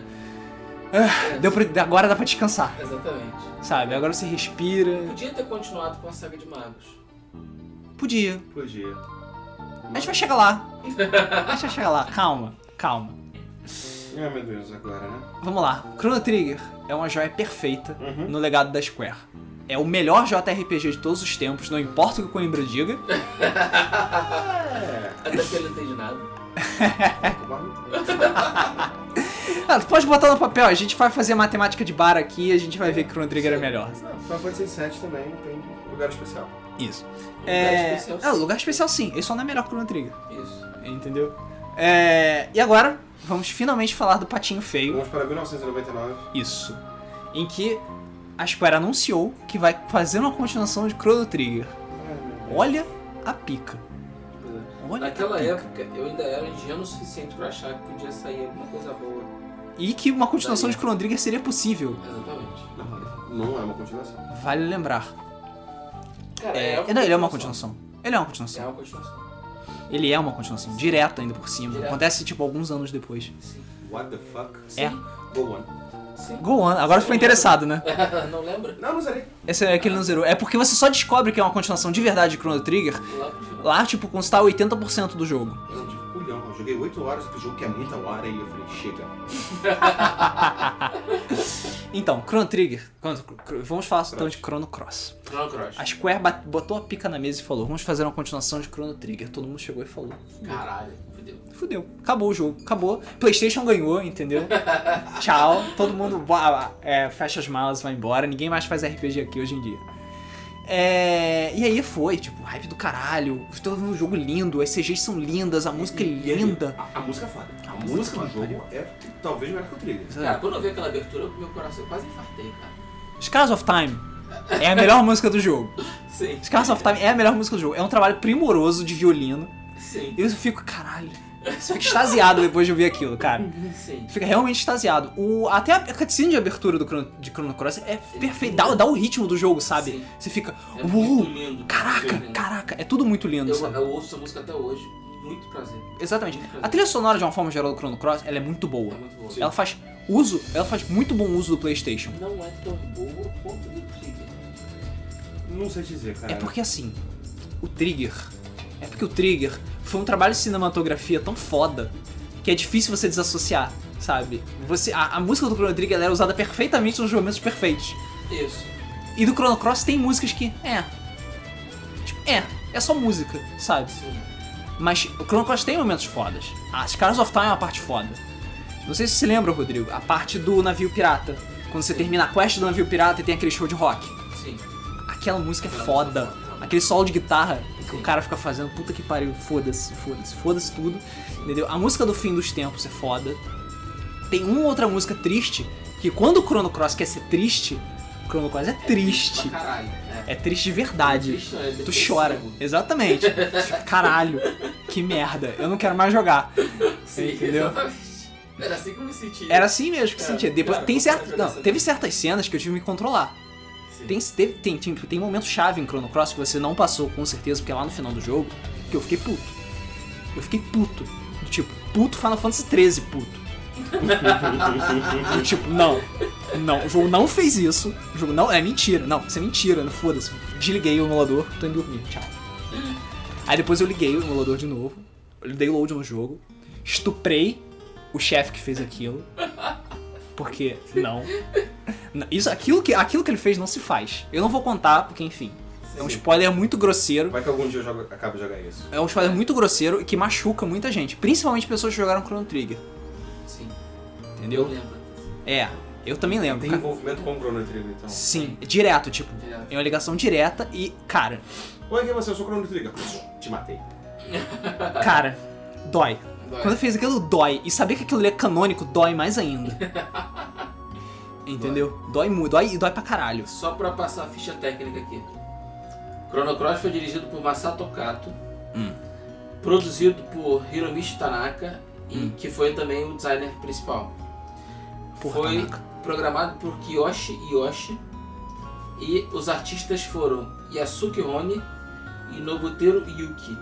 Deu pra, agora dá pra descansar, Exatamente. sabe? Agora você respira. Podia ter continuado com a saga de magos. Podia. Podia. A gente vai chegar lá. A gente vai chegar lá. Calma, calma. Ah, meu Deus, agora, né? Vamos lá. Chrono Trigger é uma joia perfeita Uhum. no legado da Square. É o melhor JRPG de todos os tempos, não importa o que o Coimbra diga. É. Até que ele não entende nada. É. tomar no cu. Ah, tu pode botar no papel, a gente vai fazer matemática de bar aqui e a gente vai ver que Chrono Trigger é Sim. melhor. Não, Final Fantasy VII também tem lugar especial. Isso. Lugar É... especial, Ah, sim. lugar especial sim, ele só não é melhor que Chrono Trigger, Isso. entendeu? É... E agora, vamos finalmente falar do Patinho Feio. Vamos para 1999. Isso. Em que a Square anunciou que vai fazer uma continuação de Chrono Trigger. Ai, É, meu Deus. Olha a pica. Olha a Naquela pica. época, eu ainda era ingênuo o suficiente pra achar que podia sair alguma coisa boa. E que uma continuação de Chrono Trigger seria possível. Exatamente. Não, não é uma continuação. Vale lembrar. Cara, É, não, ele é uma continuação. Ele é uma continuação. É uma continuação. Ele é uma continuação. Direta ainda por cima. Direto. Acontece, tipo, alguns anos depois. Sim. What the fuck? É. Go on. Sim. Go on. Agora ficou interessado, né? não lembra? Não, não zerei. Esse é que ele não zerou. É porque você só descobre que é uma continuação de verdade de Chrono Trigger Lá pro final. lá, tipo, quando você tá 80% do jogo. Não, de culhão. Eu joguei 8 horas do jogo, que é muita hora, e eu falei, chega. Então, Chrono Trigger. Chrono- Chrono- Vamos falar então de Chrono Cross. Chrono Cross. A Square bat- botou a pica na mesa e falou: vamos fazer uma continuação de Chrono Trigger. Todo mundo chegou e falou. Caralho, fudeu. Fudeu, acabou o jogo, acabou. PlayStation ganhou, entendeu? Tchau, todo mundo ba- é, fecha as malas, vai embora. Ninguém mais faz RPG aqui hoje em dia. É, e aí foi, tipo, hype do caralho. Todo um jogo lindo, as CGs são lindas, a música é E- e- linda. A, a música é foda. A, A música música do é jogo é talvez melhor que o Trigger. Cara, quando eu vi aquela abertura, meu coração eu quase infartei, cara. Scars of Time é a melhor música do jogo. Sim. Scars of Time é a melhor música do jogo. É um trabalho primoroso de violino. Sim. Eu fico, caralho. Você fica extasiado depois de ouvir aquilo, cara. Sim. Fica realmente extasiado. O, até a cutscene de abertura do Chrono, de Chrono Cross é perfeita. Dá, dá o ritmo do jogo, sabe? Sim. Você fica. É muito Uou! lindo. Caraca, Muito lindo. caraca, é tudo muito lindo, Eu, sabe? eu ouço essa música até hoje. Muito prazer. Exatamente. muito A prazer. trilha sonora, de uma forma geral, do Chrono Cross, ela é muito boa. É muito boa. Ela faz uso, ela faz muito bom uso do Playstation. Não é tão boa quanto do Trigger. Não sei dizer, cara. É porque assim, o Trigger. É porque o Trigger foi um trabalho de cinematografia tão foda que é difícil você desassociar, sabe? Você, a, a música do Chrono Trigger ela era usada perfeitamente nos momentos perfeitos. Isso. E do Chrono Cross tem músicas que é. Tipo, é, é só música, sabe? Sim. Mas o Chrono Cross tem momentos fodas. As Scars of Time é uma parte foda. Não sei se você lembra, Rodrigo, a parte do navio pirata. Quando você termina a quest do navio pirata e tem aquele show de rock. Sim. Aquela música é Aquela foda. música é foda. Aquele solo de guitarra que o Sim. cara fica fazendo, puta que pariu, foda-se, foda-se, foda-se tudo. Entendeu? A música do fim dos tempos é foda. Tem uma outra música triste, que quando o Chrono Cross quer ser triste, o Chrono Cross é triste. Pra caralho. É. É triste de verdade. Triste, não, é Tu depressivo. chora. Exatamente. Caralho, que merda. Eu não quero mais jogar. Sim, Entendeu? exatamente. Era assim que eu me sentia. Era assim mesmo que eu Cara, sentia. Depois, cara, tem eu certo, quero não, jogar teve certas cenas que eu tive que me controlar. Sim. assim? Tem, teve, tem, tem, tem momento chave em Chrono Cross que você não passou, com certeza, porque é lá no final do jogo, que eu fiquei puto. Eu fiquei puto. Do Tipo, puto Final Fantasy 13 puto. Eu, tipo, não. Não, o jogo não fez isso. O jogo não. É mentira. Não, isso é mentira. não Foda-se. Desliguei o emulador, tô indo dormir. Tchau. Aí depois eu liguei o emulador de novo. eu Dei load no jogo. Estuprei o chefe que fez aquilo. Porque não. Não, Isso, aquilo, que, aquilo que ele fez não se faz. Eu não vou contar, porque enfim. É um Sim. spoiler muito grosseiro. Vai que algum dia eu jogo, acabo de jogar isso. É um spoiler muito grosseiro e que machuca muita gente. Principalmente pessoas que jogaram Chrono Trigger. Sim. Eu Entendeu? lembro. É, eu também lembro. Tem cara. envolvimento com o Chrono Trigger, então. Sim, direto, tipo. Direto. É uma ligação direta e, cara, Oi, quem é você? Eu sou o Chrono Trigger. Te matei. cara, dói. Dói. Quando fez aquilo, dói. E saber que aquilo ali é canônico, dói mais ainda. Entendeu? Dói muito, dói, e dói pra caralho. Só pra passar a ficha técnica aqui. Chrono Cross foi dirigido por Masato Kato, Hum. produzido por Hiromichi Tanaka, e Hum. que foi também o designer principal. Porra, foi Tanaka. programado por Kiyoshi Yoshi e os artistas foram Yasuki Hone e Nobuteru Yuki,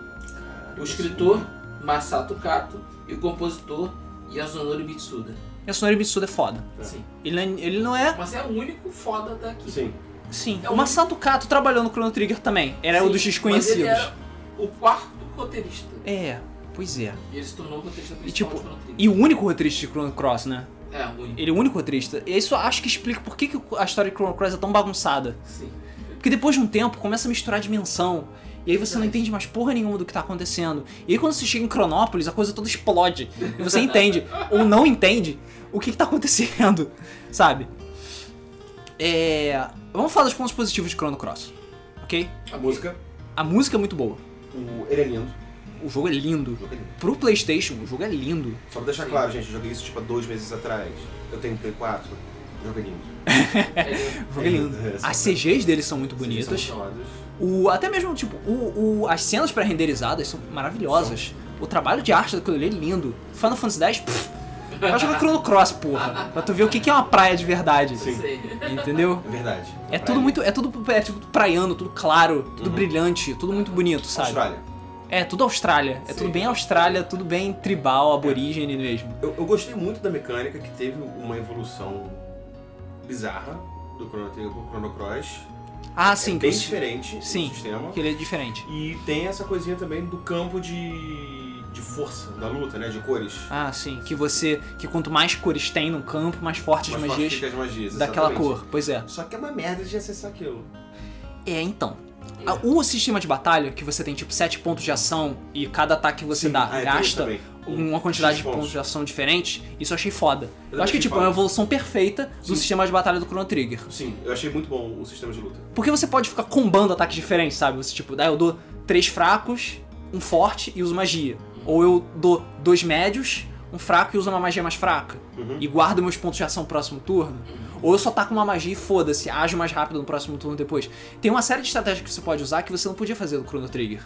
o escritor Masato Kato e o compositor Yasunori Mitsuda. E a Sonora Mitsuda é foda. É. Sim. Ele, não- ele não é. Mas é o único foda daqui. Sim. Sim. É o um- Masato Kato trabalhou no Chrono Trigger também. Era Sim, um dos Mas ele desconhecidos. era o quarto roteirista. É, pois é. E ele se tornou o roteirista principal E, tipo, de Chrono Trigger. E o único roteirista de Chrono Cross, né? É, o único. Ele é o único roteirista. E isso acho que explica por que que a história de Chrono Cross é tão bagunçada. Sim. Porque depois de um tempo começa a misturar dimensão. E aí você não Verdade. entende mais porra nenhuma do que tá acontecendo. E aí quando você chega em Cronópolis, a coisa toda explode. E você entende, ou não entende, o que, que tá acontecendo. Sabe? É. Vamos falar dos pontos positivos de Chrono Cross. Ok? A música, A música é muito boa. o... ele é lindo. O jogo é lindo. O jogo é lindo. Pro Playstation, o jogo é lindo. Só pra deixar claro, gente, eu joguei isso tipo há dois meses atrás. Eu tenho um Play 4. O jogo é lindo. Ele- O jogo é lindo. É, são- As CGs deles são muito Sim, bonitas. são fodas. O, até mesmo, tipo, o, o- as cenas pré-renderizadas são maravilhosas. O trabalho de arte daquilo ali é lindo. Final Fantasy X, pff, vai jogar Chrono Cross, porra. Pra tu ver o que que é uma praia de verdade. Sim. Sei. Entendeu? É verdade. É Pra tudo ele. muito. É tudo é, tipo, praiano, tudo claro, tudo Uhum. brilhante, tudo muito bonito, sabe? Austrália. É, tudo Austrália. É tudo Sim. bem Austrália, tudo bem tribal, aborígene mesmo. Eu, eu gostei muito da mecânica que teve uma evolução bizarra do Chrono Trigger pro Chrono Cross. Ah, sim, é que, bem o- diferente sim. o sistema. que ele é diferente. E tem essa coisinha também do campo de, de força da luta, né? De cores. Ah, sim. Que você. Que quanto mais cores tem no campo, mais fortes as Mais forte magias fica as magias, daquela exatamente. cor. Pois é. Só que é uma merda de acessar aquilo. É, então. A- O sistema de batalha, que você tem tipo 7 pontos de ação e cada ataque que você Sim. dá Ah, é, tem gasta isso também. uma quantidade X de pontos pontos. de ação diferente, isso eu achei foda. Eu, também acho que achei tipo, é foda. uma evolução perfeita do Sim. sistema de batalha do Chrono Trigger. Sim, eu achei muito bom o sistema de luta. Porque você pode ficar combando ataques diferentes, sabe? Você tipo, daí eu dou três fracos, um forte e uso magia. Ou eu dou dois médios, um fraco e uso uma magia mais fraca. Uhum. E guardo meus pontos de ação no próximo turno. Ou eu só taco uma magia e foda-se, ajo mais rápido no próximo turno depois. Tem uma série de estratégias que você pode usar que você não podia fazer no Chrono Trigger.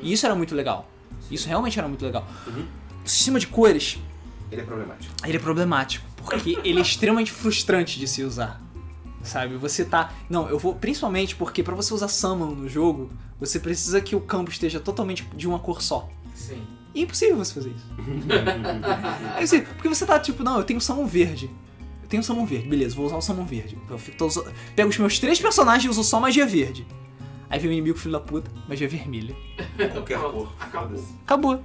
E isso era muito legal. Isso realmente era muito legal. Uhum. O sistema de cores, Ele é problemático. ele é problemático, porque ele é extremamente frustrante de se usar. Sabe, você tá. Não, eu vou. Principalmente porque pra você usar Summon no jogo, você precisa que o campo esteja totalmente de uma cor só. Sim. E é impossível você fazer isso. Aí você, porque você tá tipo, não, eu tenho Summon verde. Eu tenho um Summon verde, beleza, vou usar o Summon verde. Então eu fico, tô usa- pego os meus três personagens e uso só magia verde. Aí vem o inimigo, filho da puta, magia vermelha. Qualquer Pronto, cor. acabou. Foda-se. Acabou.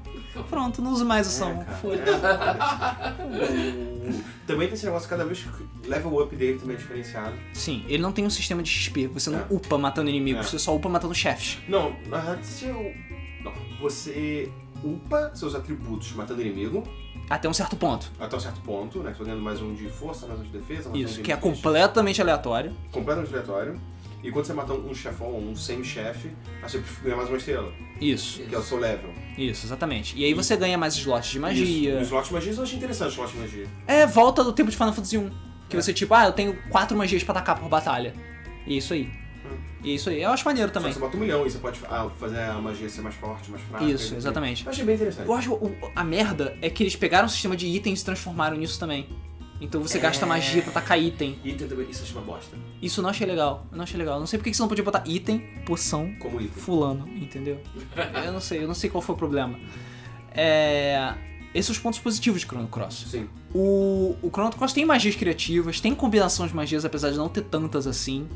Pronto, não uso mais o Summon. É, cara, Foda-se. é, foda-se. O- Também tem esse negócio cada vez que level up dele também é diferenciado. Sim, ele não tem um sistema de XP, você não É. upa matando inimigos, É. você só upa matando chefes. Não, na verdade, se eu. Não, você upa seus atributos matando inimigo Até um certo ponto. até um certo ponto, né? Tô ganhando mais um de força, mais um de defesa, mais um Isso, de que é inteligência. completamente aleatório. completamente aleatório. E quando você mata um chefão ou um semi-chefe, aí você ganha mais uma estrela, Isso, que é o seu level. isso, exatamente. E aí você ganha mais slots de magia. Isso. Os slot de magia eu achei interessante, os slot de magia. É, volta do tempo de Final Fantasy 1. É. Que você, tipo, ah, eu tenho quatro magias pra atacar por batalha. E é isso aí. Hum. E é isso aí. Eu acho maneiro Só também. que você bota um milhão e você pode ah, fazer a magia ser mais forte, mais fraca. Isso, e- exatamente. Eu achei bem interessante. Eu acho o- a merda é que eles pegaram o sistema de itens e transformaram nisso também. Então você É. gasta magia pra atacar item. Item também, isso eu achei uma bosta. Isso eu não achei legal. Eu não achei legal. Eu Não sei por que que você não podia botar item, poção Como item. fulano, entendeu? Eu não sei, eu não sei qual foi o problema. É. Esses são os pontos positivos de Chrono Cross. Sim. O, o Chrono Cross tem magias criativas, tem combinação de magias, apesar de não ter tantas assim.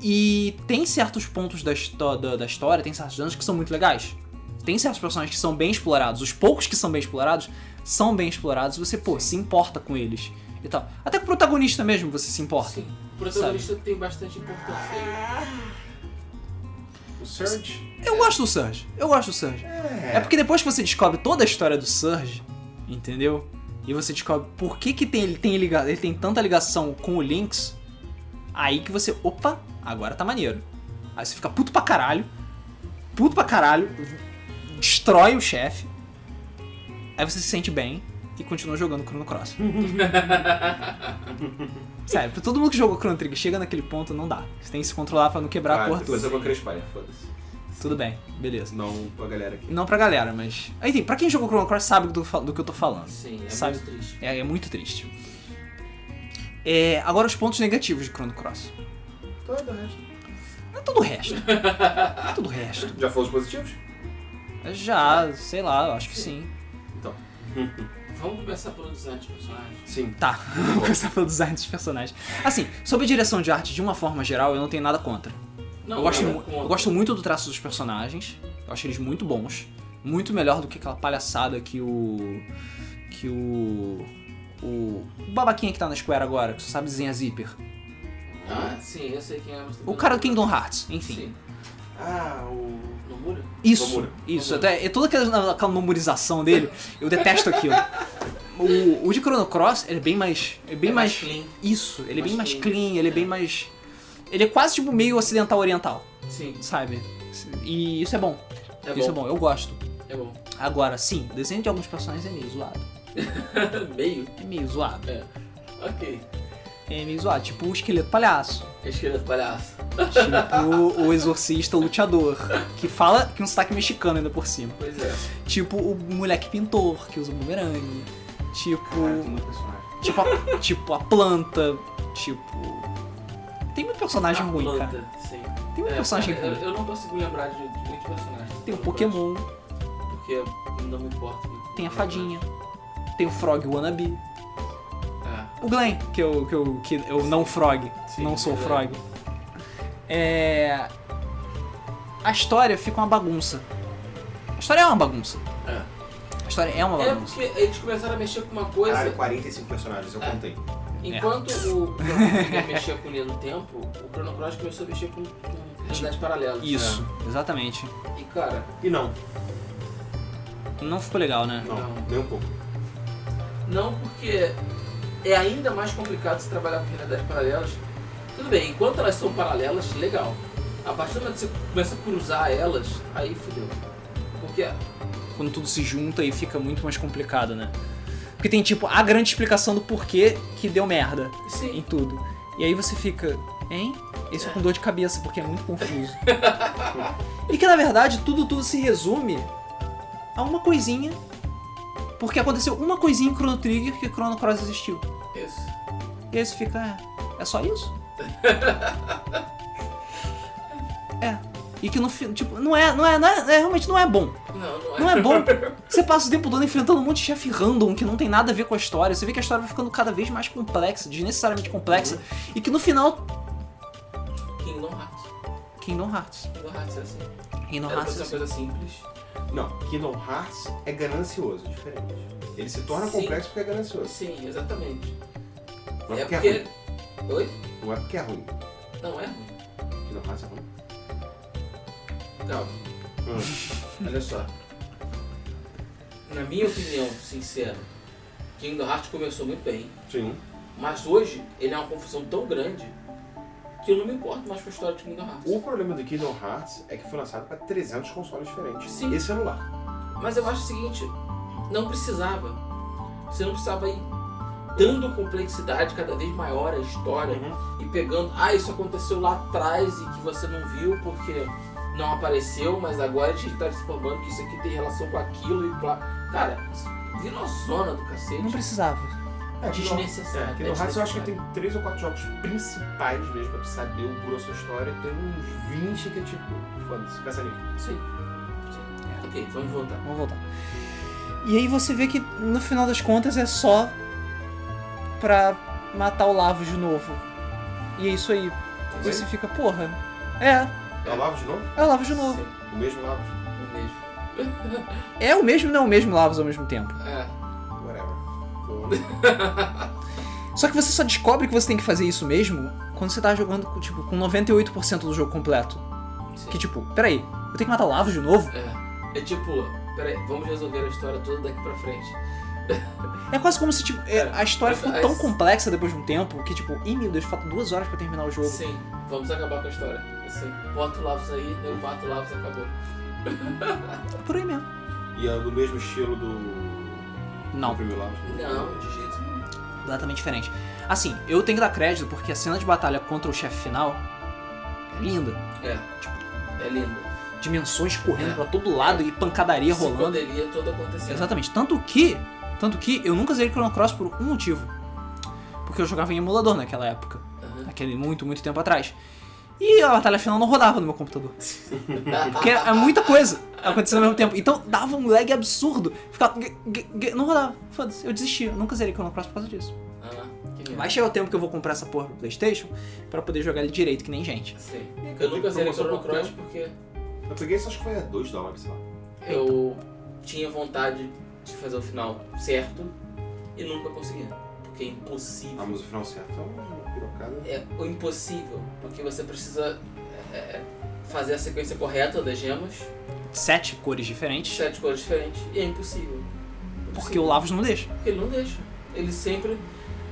E tem certos pontos da, histó- da, da história, tem certos danos que são muito legais. Tem certos personagens que são bem explorados. Os poucos que são bem explorados são bem explorados. Você, pô, se importa com eles e tal. Até com o protagonista mesmo você se importa. Sim, o protagonista tem bastante importância aí. O Surge. Eu gosto do Surge. Eu gosto do Surge. É. porque depois que você descobre toda a história do Surge, entendeu? E você descobre por que, que tem, ele, tem liga, ele tem tanta ligação com o Lynx, aí que você, opa, agora tá maneiro. Aí você fica puto pra caralho, puto pra caralho, destrói o chefe, aí você se sente bem e continua jogando Chrono Cross. Sério, pra todo mundo que jogou Chrono Trigger chega naquele ponto, não dá. Você tem que se controlar pra não quebrar a Ah, cor depois eu toda. vou crespar, foda-se. Tudo bem, beleza. Não pra galera aqui. Não pra galera, mas. Enfim, pra quem jogou Chrono Cross sabe do, do que eu tô falando. Sim, é Sabe. muito triste. É, é muito triste. É, agora os pontos negativos de Chrono Cross. Todo o resto. Não é todo o resto. Não é todo o resto. É Já foram os positivos? Já, sei lá, eu acho que sim. Então. Vamos começar pelo design de personagem. Sim. Tá, vou começar pelo design dos personagens. Assim, sobre a direção de arte de uma forma geral, eu não tenho nada contra. Não, é, eu, gosto nada mu- contra. eu gosto muito do traço dos personagens. Eu acho eles muito bons. Muito melhor do que aquela palhaçada que o. Que o. O. O babaquinha que tá na Square agora, que só sabe desenhar zíper. Ah, sim, eu sei quem é. mas O também cara não- do Kingdom Hearts, enfim. Sim. Ah, o. No muro? Isso, Nomura. isso. Nomura. Até, e toda aquela, aquela memorização dele, eu detesto aquilo. O, o de Chrono Cross, ele é bem mais... É bem É mais... clean. Isso, ele é bem mais mais clean. clean, ele é bem mais... Ele é quase tipo meio ocidental-oriental, Sim, sabe? E isso é bom, é isso bom. é bom, eu gosto. É bom. Agora, sim, o desenho de alguns personagens é meio zoado. Meio? É meio zoado. É. Ok. É meio zoado, tipo o esqueleto palhaço. Esquerda do palhaço. Tipo o exorcista luteador, que fala que um sotaque mexicano ainda por cima. Pois é. Tipo o moleque pintor que usa bumerangue. Cara, É. tem Tipo. muito personagem. Tipo a, tipo a planta. Tipo. Tem muito personagem A ruim, planta, cara. Sim. Tem muito É, personagem cara, ruim. eu, eu não consigo lembrar de, de muitos personagens. Tem o Eu Pokémon, gosto, Porque eu não me importo. muito. tem a fadinha, tem o Frog Wannabe. Ah, O Glenn, que eu, que eu, que eu não frog, Sim, não sou é. frog. É. A história fica uma bagunça. A história é uma bagunça. é. A história é uma É bagunça. porque eles começaram a mexer com uma coisa. Caralho, 45 personagens, eu É. contei. Enquanto É. o Chrono Trigger mexia com linha do tempo, o Chrono Cross começou a mexer com, com realidades paralelas. Tipo, Isso, É. exatamente. E cara, E não, Não ficou legal, né? não, Não. nem um pouco. não porque é ainda mais complicado se trabalhar com realidades paralelas. Tudo bem, enquanto elas são paralelas, legal. A partir do momento que você começa a cruzar elas, aí fudeu. Porque quando tudo se junta e fica muito mais complicado, né? Porque tem tipo a grande explicação do porquê que deu merda em sim, tudo. E aí você fica, hein? Isso é com dor de cabeça, porque é muito confuso. e que na verdade tudo tudo se resume a uma coisinha. Porque aconteceu uma coisinha em Chrono Trigger que Chrono Cross existiu. isso. E aí você fica, é, é só isso? é. E que no fim, tipo, não é, não é, não é, é, realmente não é bom. Não, não é. Não é bom. Você passa o tempo todo enfrentando um monte de chefe random que não tem nada a ver com a história. Você vê que a história vai ficando cada vez mais complexa, desnecessariamente complexa, e que no final. Kingdom Hearts. Kingdom Hearts. Kingdom Hearts é assim. Kingdom Era pra Hearts. ser uma assim. coisa simples. Não, Kingdom Hearts é ganancioso, é diferente. Ele se torna Sim. complexo porque é ganancioso. Sim, exatamente. Não é é porque é porque. ruim. Oi? Não é porque é ruim. Não é ruim. Kingdom Hearts é ruim. Calma. Hum. Olha só. Na minha opinião, sincera, Kingdom Hearts começou muito bem, Sim. mas hoje ele é uma confusão tão grande que eu não me importo mais com a história de Kingdom Hearts. O problema do Kingdom Hearts é que foi lançado pra 300 consoles diferentes. Sim. E celular. Mas eu acho o seguinte, não precisava. Você não precisava ir dando complexidade cada vez maior à história Uhum. e pegando, ah, isso aconteceu lá atrás e que você não viu porque não apareceu, mas agora a gente tá se formando que isso aqui tem relação com aquilo e blá. Cara, isso virou uma zona do cacete. Não precisava. É, Kingdom- Desnecessário. É, Kingdom Hearts eu acho que tem 3 ou 4 jogos principais mesmo pra tu saber o grosso da história. Tem uns 20 que é tipo, foda-se, caça É. Sim. Sim. Ok, vamos voltar. Vamos voltar. E aí você vê que no final das contas é só pra matar o Lavo de novo. E é isso aí. Oi? Você fica, porra. É, É o Lavo de novo? é o Lavo de novo. Sim, O mesmo Lavo? um beijo. É o mesmo e não é o mesmo Lavos ao mesmo tempo. É. Whatever. Tô- Só que você só descobre que você tem que fazer isso mesmo quando você tá jogando com, tipo, com 98% do jogo completo. Sim. Que tipo, peraí, eu tenho que matar o Lavo de novo? É. É tipo, peraí, vamos resolver a história toda daqui pra frente. É quase como se tipo, é, É. a história ficou tão As- complexa depois de um tempo que tipo, ih meu Deus, falta duas horas pra terminar o jogo. Sim, vamos acabar com a história. Assim, bota o Lavos aí, eu mato o Lavos e acabou. É por aí mesmo. E é do mesmo estilo do. do Não, primeiro Lavo? Não, de jeito nenhum. completamente diferente. Assim, eu tenho que dar crédito porque a cena de batalha contra o chefe final é linda. É. É lindo. Dimensões correndo É. pra todo lado e pancadaria rolando. Psicodelia toda acontecendo. Exatamente. Tanto que, tanto que eu nunca zerei Chrono Cross por um motivo. Porque eu jogava em emulador naquela época, Aham. naquele muito, muito tempo atrás. E a batalha final não rodava no meu computador. Porque é muita coisa acontecendo ao mesmo tempo. Então dava um lag absurdo. Ficava. g- g- g- Não rodava. Foda-se, eu desisti. Eu nunca zerei Chrono Cross por causa disso. Ah, que Vai merda. chegar o tempo que eu vou comprar essa porra pro PlayStation pra poder jogar ele direito, que nem gente. Sim. Eu Eu nunca zerei promoção Chrono por Cross tempo. porque Eu peguei isso, acho que foi a 2 dólares, sei lá. eu tinha vontade de fazer o final certo e nunca conseguia. Porque é Ah, impossível. mas o final certo é uma pirocada. É o impossível. Porque você precisa é, é, fazer a sequência correta das gemas, Sete cores diferentes, sete cores diferentes, e é impossível. porque o Lavos não deixa. Porque ele não deixa. Ele sempre.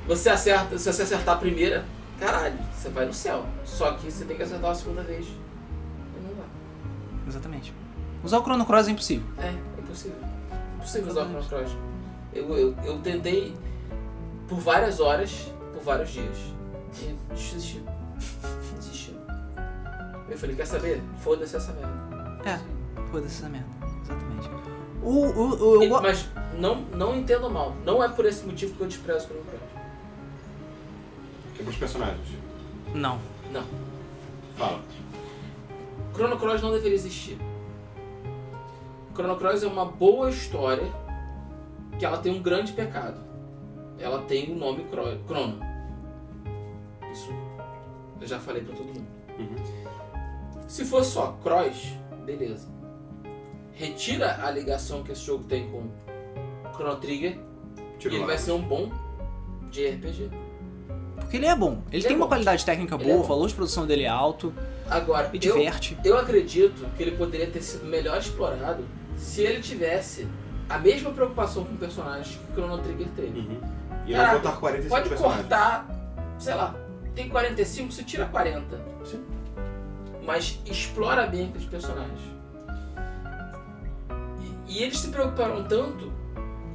Você acerta, se você acertar a primeira, caralho, você vai no céu. Só que você tem que acertar a segunda vez. E não dá. Exatamente. Usar o Chrono Cross é impossível. É, é impossível. Impossível usar o Chrono Cross. Eu, eu, eu tentei por várias horas, por vários dias. E desisti. Desisti. Eu falei, quer saber? Foda-se essa merda. É. Foda-se essa merda. Exatamente. O, o, o, E- eu go- mas não, não entendo mal. Não é por esse motivo que eu desprezo o Chrono Cross. É pros personagens. Não. Não. Fala. Chrono Cross não deveria existir. Chrono Cross é uma boa história que ela tem um grande pecado. Ela tem o nome Cro- Crono. Isso eu já falei pra todo mundo. Se for só Cross, beleza. Retira a ligação que esse jogo tem com Chrono Trigger Tira e ele o lado. vai ser um bom de RPG. Porque ele é bom. Ele, Ele tem é uma bom. qualidade técnica Ele boa, é o bom. valor de produção dele é alto, Agora, me eu, diverte. Eu acredito que ele poderia ter sido melhor explorado se ele tivesse a mesma preocupação com personagens que o Chrono Trigger teve. Uhum. E ele vai Caraca, botar 45 um Tá. Pode personagens. cortar, sei lá, tem 45, você tira 40. Sim. Mas explora bem aqueles personagens. E, e eles se preocuparam tanto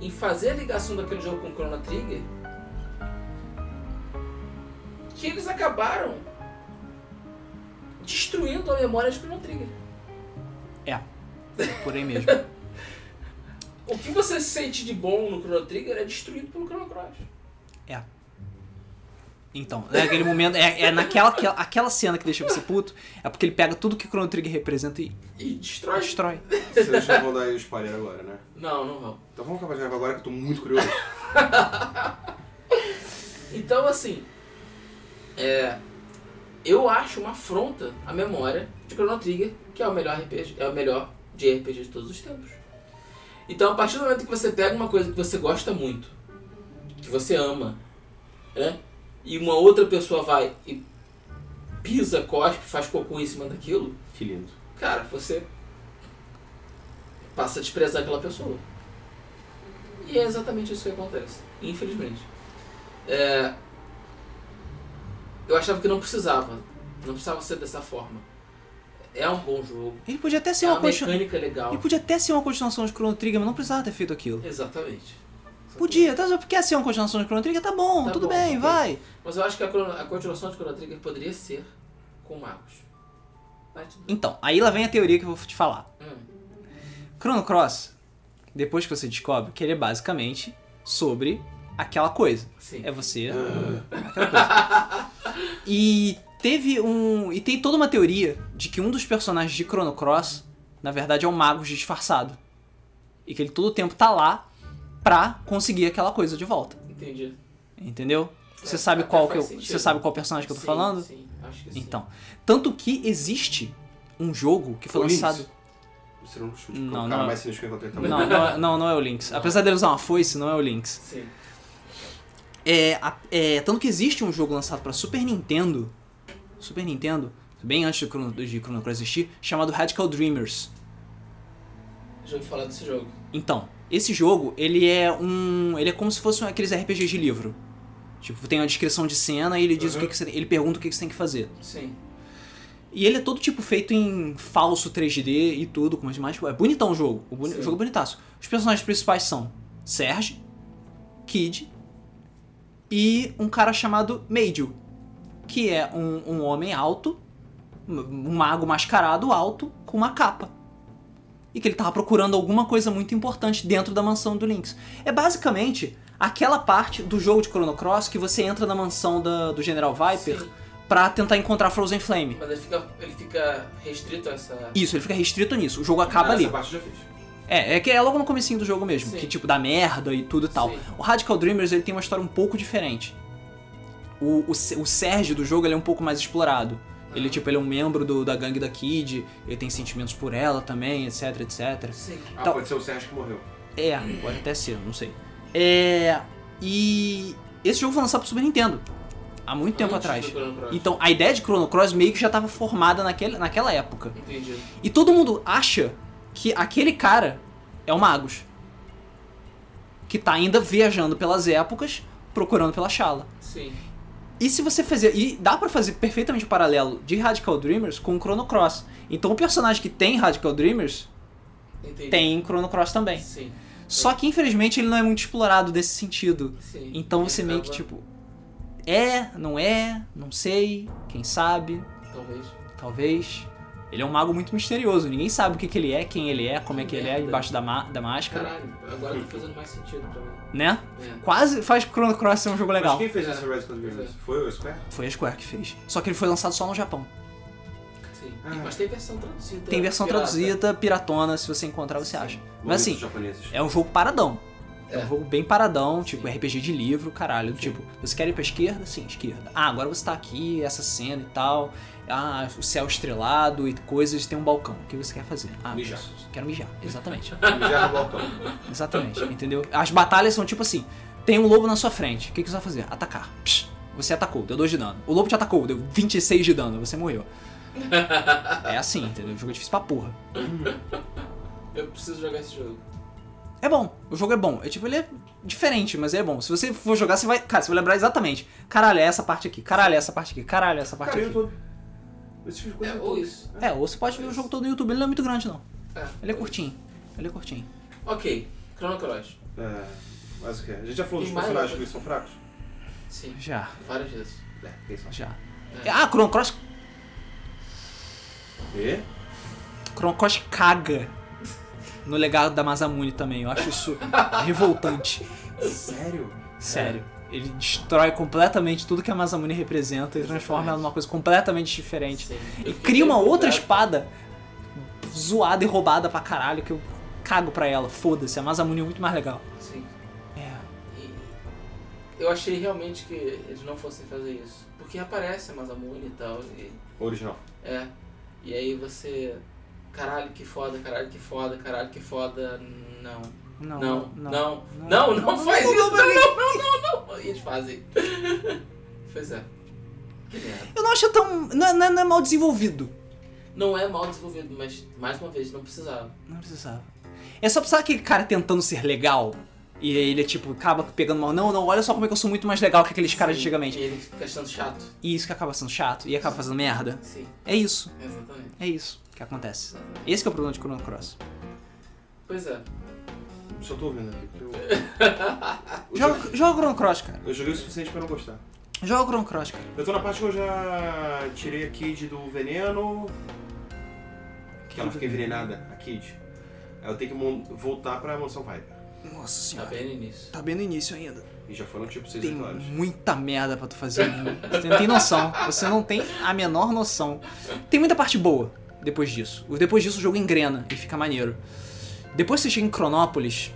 em fazer a ligação daquele jogo com o Chrono Trigger que eles acabaram destruindo a memória de Chrono Trigger. É. Por aí mesmo. O que você sente de bom no Chrono Trigger é destruído pelo Chrono Cross. É. Então, é aquele momento, é, é naquela aquela, aquela cena que deixa você puto, é porque ele pega tudo que o Chrono Trigger representa e E destrói. destrói. Vocês já vão dar spoiler agora, né? Não, não vão. Então vamos acabar de gravar agora que eu tô muito curioso. Então, assim. é, eu acho uma afronta à memória de Chrono Trigger, que é o melhor RPG, é o melhor de RPG de todos os tempos. Então, a partir do momento que você pega uma coisa que você gosta muito, que você ama, né? E uma outra pessoa vai e pisa, cospe, faz cocô em cima daquilo, que lindo. cara, você passa a desprezar aquela pessoa. E é exatamente isso que acontece, infelizmente. É, Eu achava que não precisava, não precisava ser dessa forma. É um bom jogo, Ele podia até ser é uma uma continuação. mecânica legal. Ele podia até ser uma continuação de Chrono Trigger, mas não precisava ter feito aquilo. Exatamente. Podia, tá? Porque quer ser uma continuação de Chrono Trigger, tá bom, Tá tudo bom, bem, ok. vai. Mas eu acho que a, crono- a continuação de Chrono Trigger poderia ser com magos. Mas tudo bem. Então, aí lá vem a teoria que eu vou te falar. Hum, Chrono Cross, depois que você descobre que ele é basicamente sobre aquela coisa. sim. É você. Aquela coisa. E teve um. E tem toda uma teoria de que um dos personagens de Chrono Cross, na verdade, é um mago disfarçado. E que ele todo o tempo tá lá pra conseguir aquela coisa de volta. Entendi. Entendeu? Você É, sabe até qual que faz eu, sentido. você sabe qual personagem que eu tô Sim, falando? Sim, acho que sim. Então, tanto que existe um jogo que foi Orleans. lançado. Você não chute, Não, não, o cara não. mais sinistro que eu encontrei Não, também. não, é- não, não é o Lynx. Não. Apesar dele usar uma foice, não é o Lynx. Sim. É, a- é, tanto que existe um jogo lançado pra Super Nintendo, Super Nintendo, bem antes de Chrono, de Chrono Cross existir, chamado Radical Dreamers. Já ouvi falar desse jogo. Então, esse jogo, ele é um. Ele é como se fosse um- aqueles RPGs de livro. Tipo, tem uma descrição de cena e ele diz o Uhum. que, que você, ele pergunta o que, que você tem que fazer. Sim. E ele é todo tipo feito em falso 3D e tudo, com as mais. É bonitão o jogo. O, boni- Sim. o jogo é bonitaço. Os personagens principais são Serge, Kid e um cara chamado Major, que é um, um homem alto, um um mago mascarado alto, com uma capa. E que ele tava procurando alguma coisa muito importante dentro da mansão do Lynx. É basicamente aquela parte do jogo de Chrono Cross que você entra na mansão da- do General Viper Sim. pra tentar encontrar Frozen Flame. Mas ele fica, ele fica restrito a essa. Isso, ele fica restrito nisso. O jogo acaba Ah, ali. Essa parte eu já fiz. É, é que é logo no comecinho do jogo mesmo, Sim. que tipo dá merda e tudo e tal. Sim. O Radical Dreamers ele tem uma história um pouco diferente. O, o, Se- o Serge do jogo ele é um pouco mais explorado. Ele Ah. tipo ele é um membro do- da gangue da Kid, ele tem sentimentos por ela também, etc, etc. Sim. Ah, Então- pode ser o Sérgio que morreu. É, pode até ser, não sei. É. E esse jogo foi lançado pro Super Nintendo há muito um tempo Antes um atrás. do Chrono Cross. Então a ideia de Chrono Cross meio que já estava formada naquele, naquela época. Entendi. E todo mundo acha que aquele cara é o Magus. Que tá ainda viajando pelas épocas, procurando pela Shala. Sim. E se você fazer. E dá pra fazer perfeitamente o paralelo de Radical Dreamers com Chrono Cross. Então o personagem que tem Radical Dreamers Entendi. tem Chrono Cross também. Sim. Só que infelizmente ele não é muito explorado nesse sentido. Sim. Então você meio que Acaba- tipo. É, não é, não sei, quem sabe, Talvez. talvez. Ele é um mago muito misterioso, ninguém sabe o que, que ele é, quem ele é, como é que ele é embaixo da, ma- da máscara, Caralho, agora tá fazendo mais sentido pra mim. né? É. Quase faz Chrono Cross ser um jogo legal. Mas quem fez essa Red Cloud Dreamers? Foi o Square? Foi a Square que fez. Só que ele foi lançado só no Japão. É, Sim. Ah. Mas tem versão traduzida. Tem versão É, pirata. traduzida, piratona, se você encontrar, você acha. Mas Momentos assim, japoneses. é um jogo paradão. É um É. jogo bem paradão, tipo Sim. RPG de livro, caralho. Tipo, você quer ir pra esquerda? Sim, esquerda. Ah, agora você tá aqui, essa cena e tal. Ah, o céu estrelado e coisas, tem um balcão. O que você quer fazer? Ah, Mijar. quero mijar. Exatamente. Já no balcão. Exatamente, entendeu? As batalhas são tipo assim: tem um lobo na sua frente, o que, que você vai fazer? Atacar. Psh, você atacou, deu 2 de dano. O lobo te atacou, deu 26 de dano, você morreu. É assim, entendeu? O jogo é difícil pra porra. Eu preciso jogar esse jogo. É bom, o jogo é bom. É tipo, ele é diferente, mas é bom. Se você for jogar, você vai. Cara, você vai lembrar exatamente. Caralho, é essa parte aqui, caralho, é essa parte aqui, caralho, é essa parte Cara, aqui. YouTube. Esse tipo de coisa É, no ou YouTube. isso. É, ou você pode ver o jogo todo no YouTube, ele não é muito grande, não. É. Ele é curtinho. Ele é curtinho. Ok, Chrono Cross. É, mas o que? A gente já falou dos Tem mais personagens outra. que são fracos? Sim, Já, várias vezes. É, tem só. já. É. Ah, Chrono Cross. E? Chrono Cross caga no legado da Masamune também. Eu acho isso revoltante. Sério? É. Sério. Ele destrói completamente tudo que a Masamune representa e transforma ela numa coisa completamente diferente. Sim. E Eu cria uma fiquei outra empolgado. espada zoada e roubada pra caralho que eu cago pra ela. Foda-se, a Masamune é muito mais legal. Sim. É. E eu achei realmente que eles não fossem fazer isso. Porque aparece a Masamune e tal. E, Original. é. E aí você. Caralho, que foda, caralho, que foda, caralho, que foda. Não. Não, Não, não, não, não, não, faz isso! Não, não, não, não, não! E eles fazem. pois é. Que merda. Eu não acho tão. Não é, não é- não é mal desenvolvido. Não é mal desenvolvido, mas mais uma vez, não precisava. Não precisava. É só precisar aquele cara tentando ser legal. E ele, tipo, acaba pegando mal. Não, não, olha só como é que eu sou muito mais legal que aqueles caras de Sim, antigamente. E ele fica achando chato. E isso que acaba sendo chato e acaba fazendo merda. Sim, É isso. exatamente. É isso que acontece. exatamente. Esse que é o problema de Chrono Cross. Pois é. Só tô ouvindo aqui. porque Eu, eu, joguei, Joga, joga Chrono Cross, cara. eu joguei o suficiente pra não gostar. Joga Chrono Cross, cara. Eu tô na parte que eu já tirei a Kid do veneno. Que ela fica envenenada, a Kid. Aí eu tenho que mon- voltar pra mansão Viper. Nossa Tá senhora. bem no início. Tá bem no início ainda. E já foram tipo 6 Tem vitórias. muita merda pra tu fazer ainda. Você não tem noção. Você não tem a menor noção. Tem muita parte boa depois disso. Depois disso o jogo engrena e fica maneiro. Depois que você chega em Cronópolis,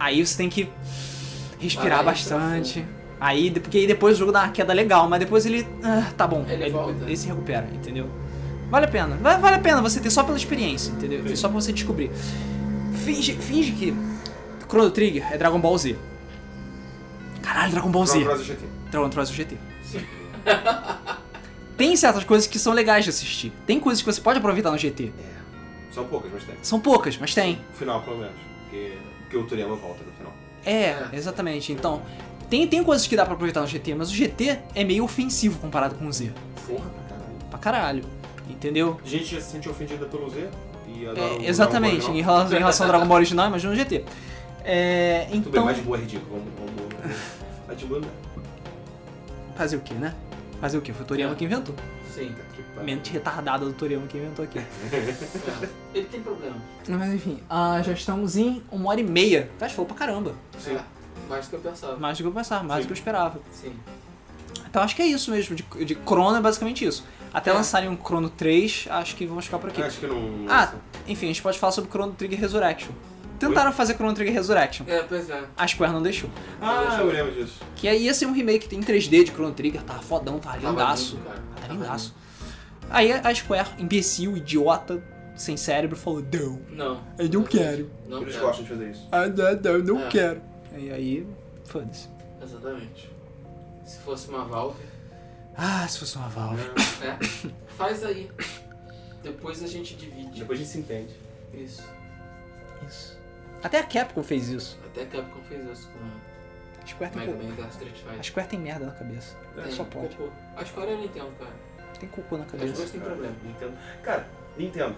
Aí você tem que respirar Vai, bastante. Aí, de- porque aí depois o jogo dá uma queda legal, mas depois ele. ah, tá bom. Ele Aí depois- volta. ele se recupera, entendeu? Vale a pena. Va- Vale a pena você ter só pela experiência, entendeu? Sim. Só pra você descobrir. Finge, finge que Chrono Trigger é Dragon Ball Z. Caralho, Dragon Ball Z. Chrono Cross GT. Dragon é Cross GT. Tem certas coisas que são legais de assistir. Tem coisas que você pode aproveitar no GT. É. São poucas, mas tem. São poucas, mas tem. O final, pelo menos. Porque, porque o Toriyama volta no final. É, É. exatamente. Então, tem, tem coisas que dá pra aproveitar no GT, mas o GT é meio ofensivo comparado com o Z. Porra pra caralho. Pra caralho. Entendeu? A gente já se sente ofendida pelo Z e adora o É, Dragon exatamente, Ball, em não? relação, em relação ao Dragon Ball original, imagina o GT. É, Tudo bem, então. mas de boa é ridículo. Vamos, vamos, vamos. A de boa não. Fazer o quê, né? Fazer o quê? Foi o Toriyama que inventou. Sim. Puta que pariu. Mente retardada do Toriyama que inventou aqui. É. Ele tem problema. Mas enfim, ah, já estamos em uma hora e meia. Tá, falou pra caramba. Sim. É, mais do que eu pensava. Mais do que eu pensava, mais do Sim. que eu esperava. Sim. Então acho que é isso mesmo, de, de Crono é basicamente isso. Até É. lançarem um Crono 3, acho que vamos ficar por aqui. Acho que não. Ah, enfim, a gente pode falar sobre Chrono Trigger Resurrection. Tentaram fazer Chrono Trigger Resurrection. É, pois é. A Square não deixou. ah, eu lembro disso. Que aí ia ser um remake em 3D de Chrono Trigger, tava fodão, tava Tava lindaço. lindo, cara. Tava Tava lindaço. Aí a Square, imbecil, idiota, sem cérebro, falou: Não, lindo. Não. eu não um quero. Não Eles quero. gostam de fazer isso. Ah, não, não, eu não É. quero. E aí, foda-se. Exatamente. Se fosse uma Valve, Ah, se fosse uma Valve. Ah, né? Faz aí. Depois a gente divide. Depois a gente se entende. Isso. Isso. Até a Capcom fez isso. Até a Capcom fez isso com A Square tem, Mega co- Man da Street a Fighter. Square tem merda na cabeça. é. Tem, é só pode. cocô. Acho que agora eu não entendo, um cara. Tem cocô na As cabeça. duas têm problema. Nintendo. Cara, Nintendo.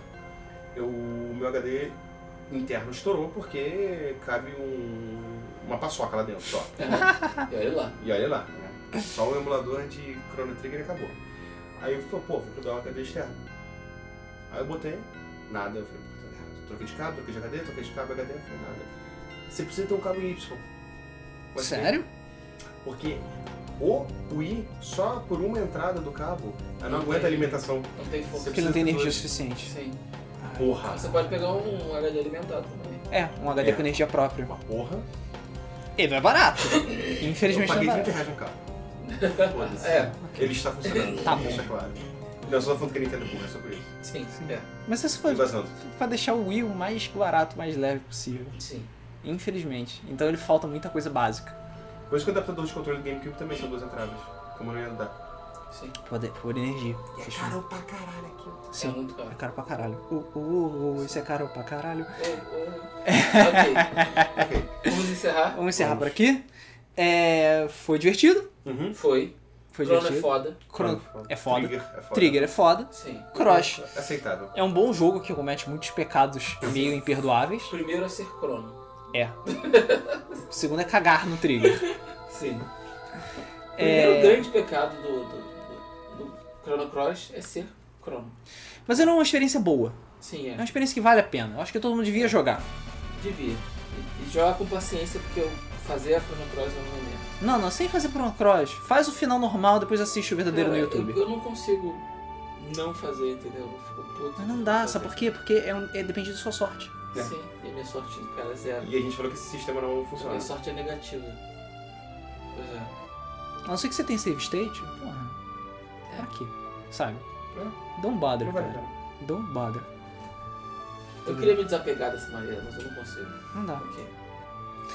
Eu, o meu HD interno estourou porque cabe um, uma paçoca lá dentro só. E olha lá. E olha lá, né? só o emulador de Chrono Trigger e acabou. Aí eu falei, pô, vou mudar o HD externo. Aí eu botei, nada. Eu falei, puta merda. Troquei de cabo, troquei de HD, troquei de cabo, HD, eu falei, nada. Você precisa ter um cabo Y. Mas Sério? Porque o Wii, só por uma entrada do cabo, ela não Não aguenta tem. alimentação. Não tem força. Porque não tem precisa de energia dois. suficiente. Sim. Porra. Você pode pegar um HD alimentado também. É, um HD É. com energia própria. Uma porra. E não é barato. Eu Infelizmente não é paguei barato. 30 reais no carro. Foda-se. É. Ele está funcionando. Tá bom. Deixa claro. Não, só tô falando que a Nintendo é burra, é só por isso. Sim. Sim. É. Mas isso Tô foi vazando. pra deixar o Wii o mais barato, o mais leve possível. Sim. Infelizmente. Então ele falta muita coisa básica. Por isso que o adaptador de controle do GameCube também são duas entradas. Como não ia dar. Sim. Por, de- por energia. é pra caralho aqui. É Sim. muito É caro. caro pra caralho. Uh, uh, uh, uh, isso é caro pra caralho. Ô, ô. ok. Ok. Vamos encerrar. Vamos encerrar por aqui. É, foi divertido. Uhum. Foi. Foi Crono é divertido. foda. Crono é foda. Trigger. Trigger é foda. é foda. Sim. Cross Aceitável. é um bom jogo que comete muitos pecados meio imperdoáveis. Primeiro a ser Crono. É. O segundo é cagar no Trigger. Sim. Primeiro É, grande pecado do, do, do, do Chrono Cross é ser Crono. mas é uma experiência boa. Sim, É é. uma experiência que vale a pena. Eu acho que todo mundo devia jogar. Devia. E, e joga com paciência porque eu fazer a Chrono Cross é eu não lembro. Não, não, sem fazer por um cross. Faz o final normal, depois assiste o verdadeiro no YouTube. Eu, eu não consigo não fazer, entendeu? Eu fico puto. Mas não dá, essa sabe por quê? Porque é, um, é depende da sua sorte. É. Sim, e minha sorte, cara, é zero. E a gente falou que esse sistema não funciona. Minha sorte é negativa. Pois é. A não ser que você tenha save state, porra. Pra quê? Sabe? Don't Não bother, vai cara. dar. Don't bother. Eu queria me desapegar dessa maneira, mas eu não consigo. Não dá. Ok.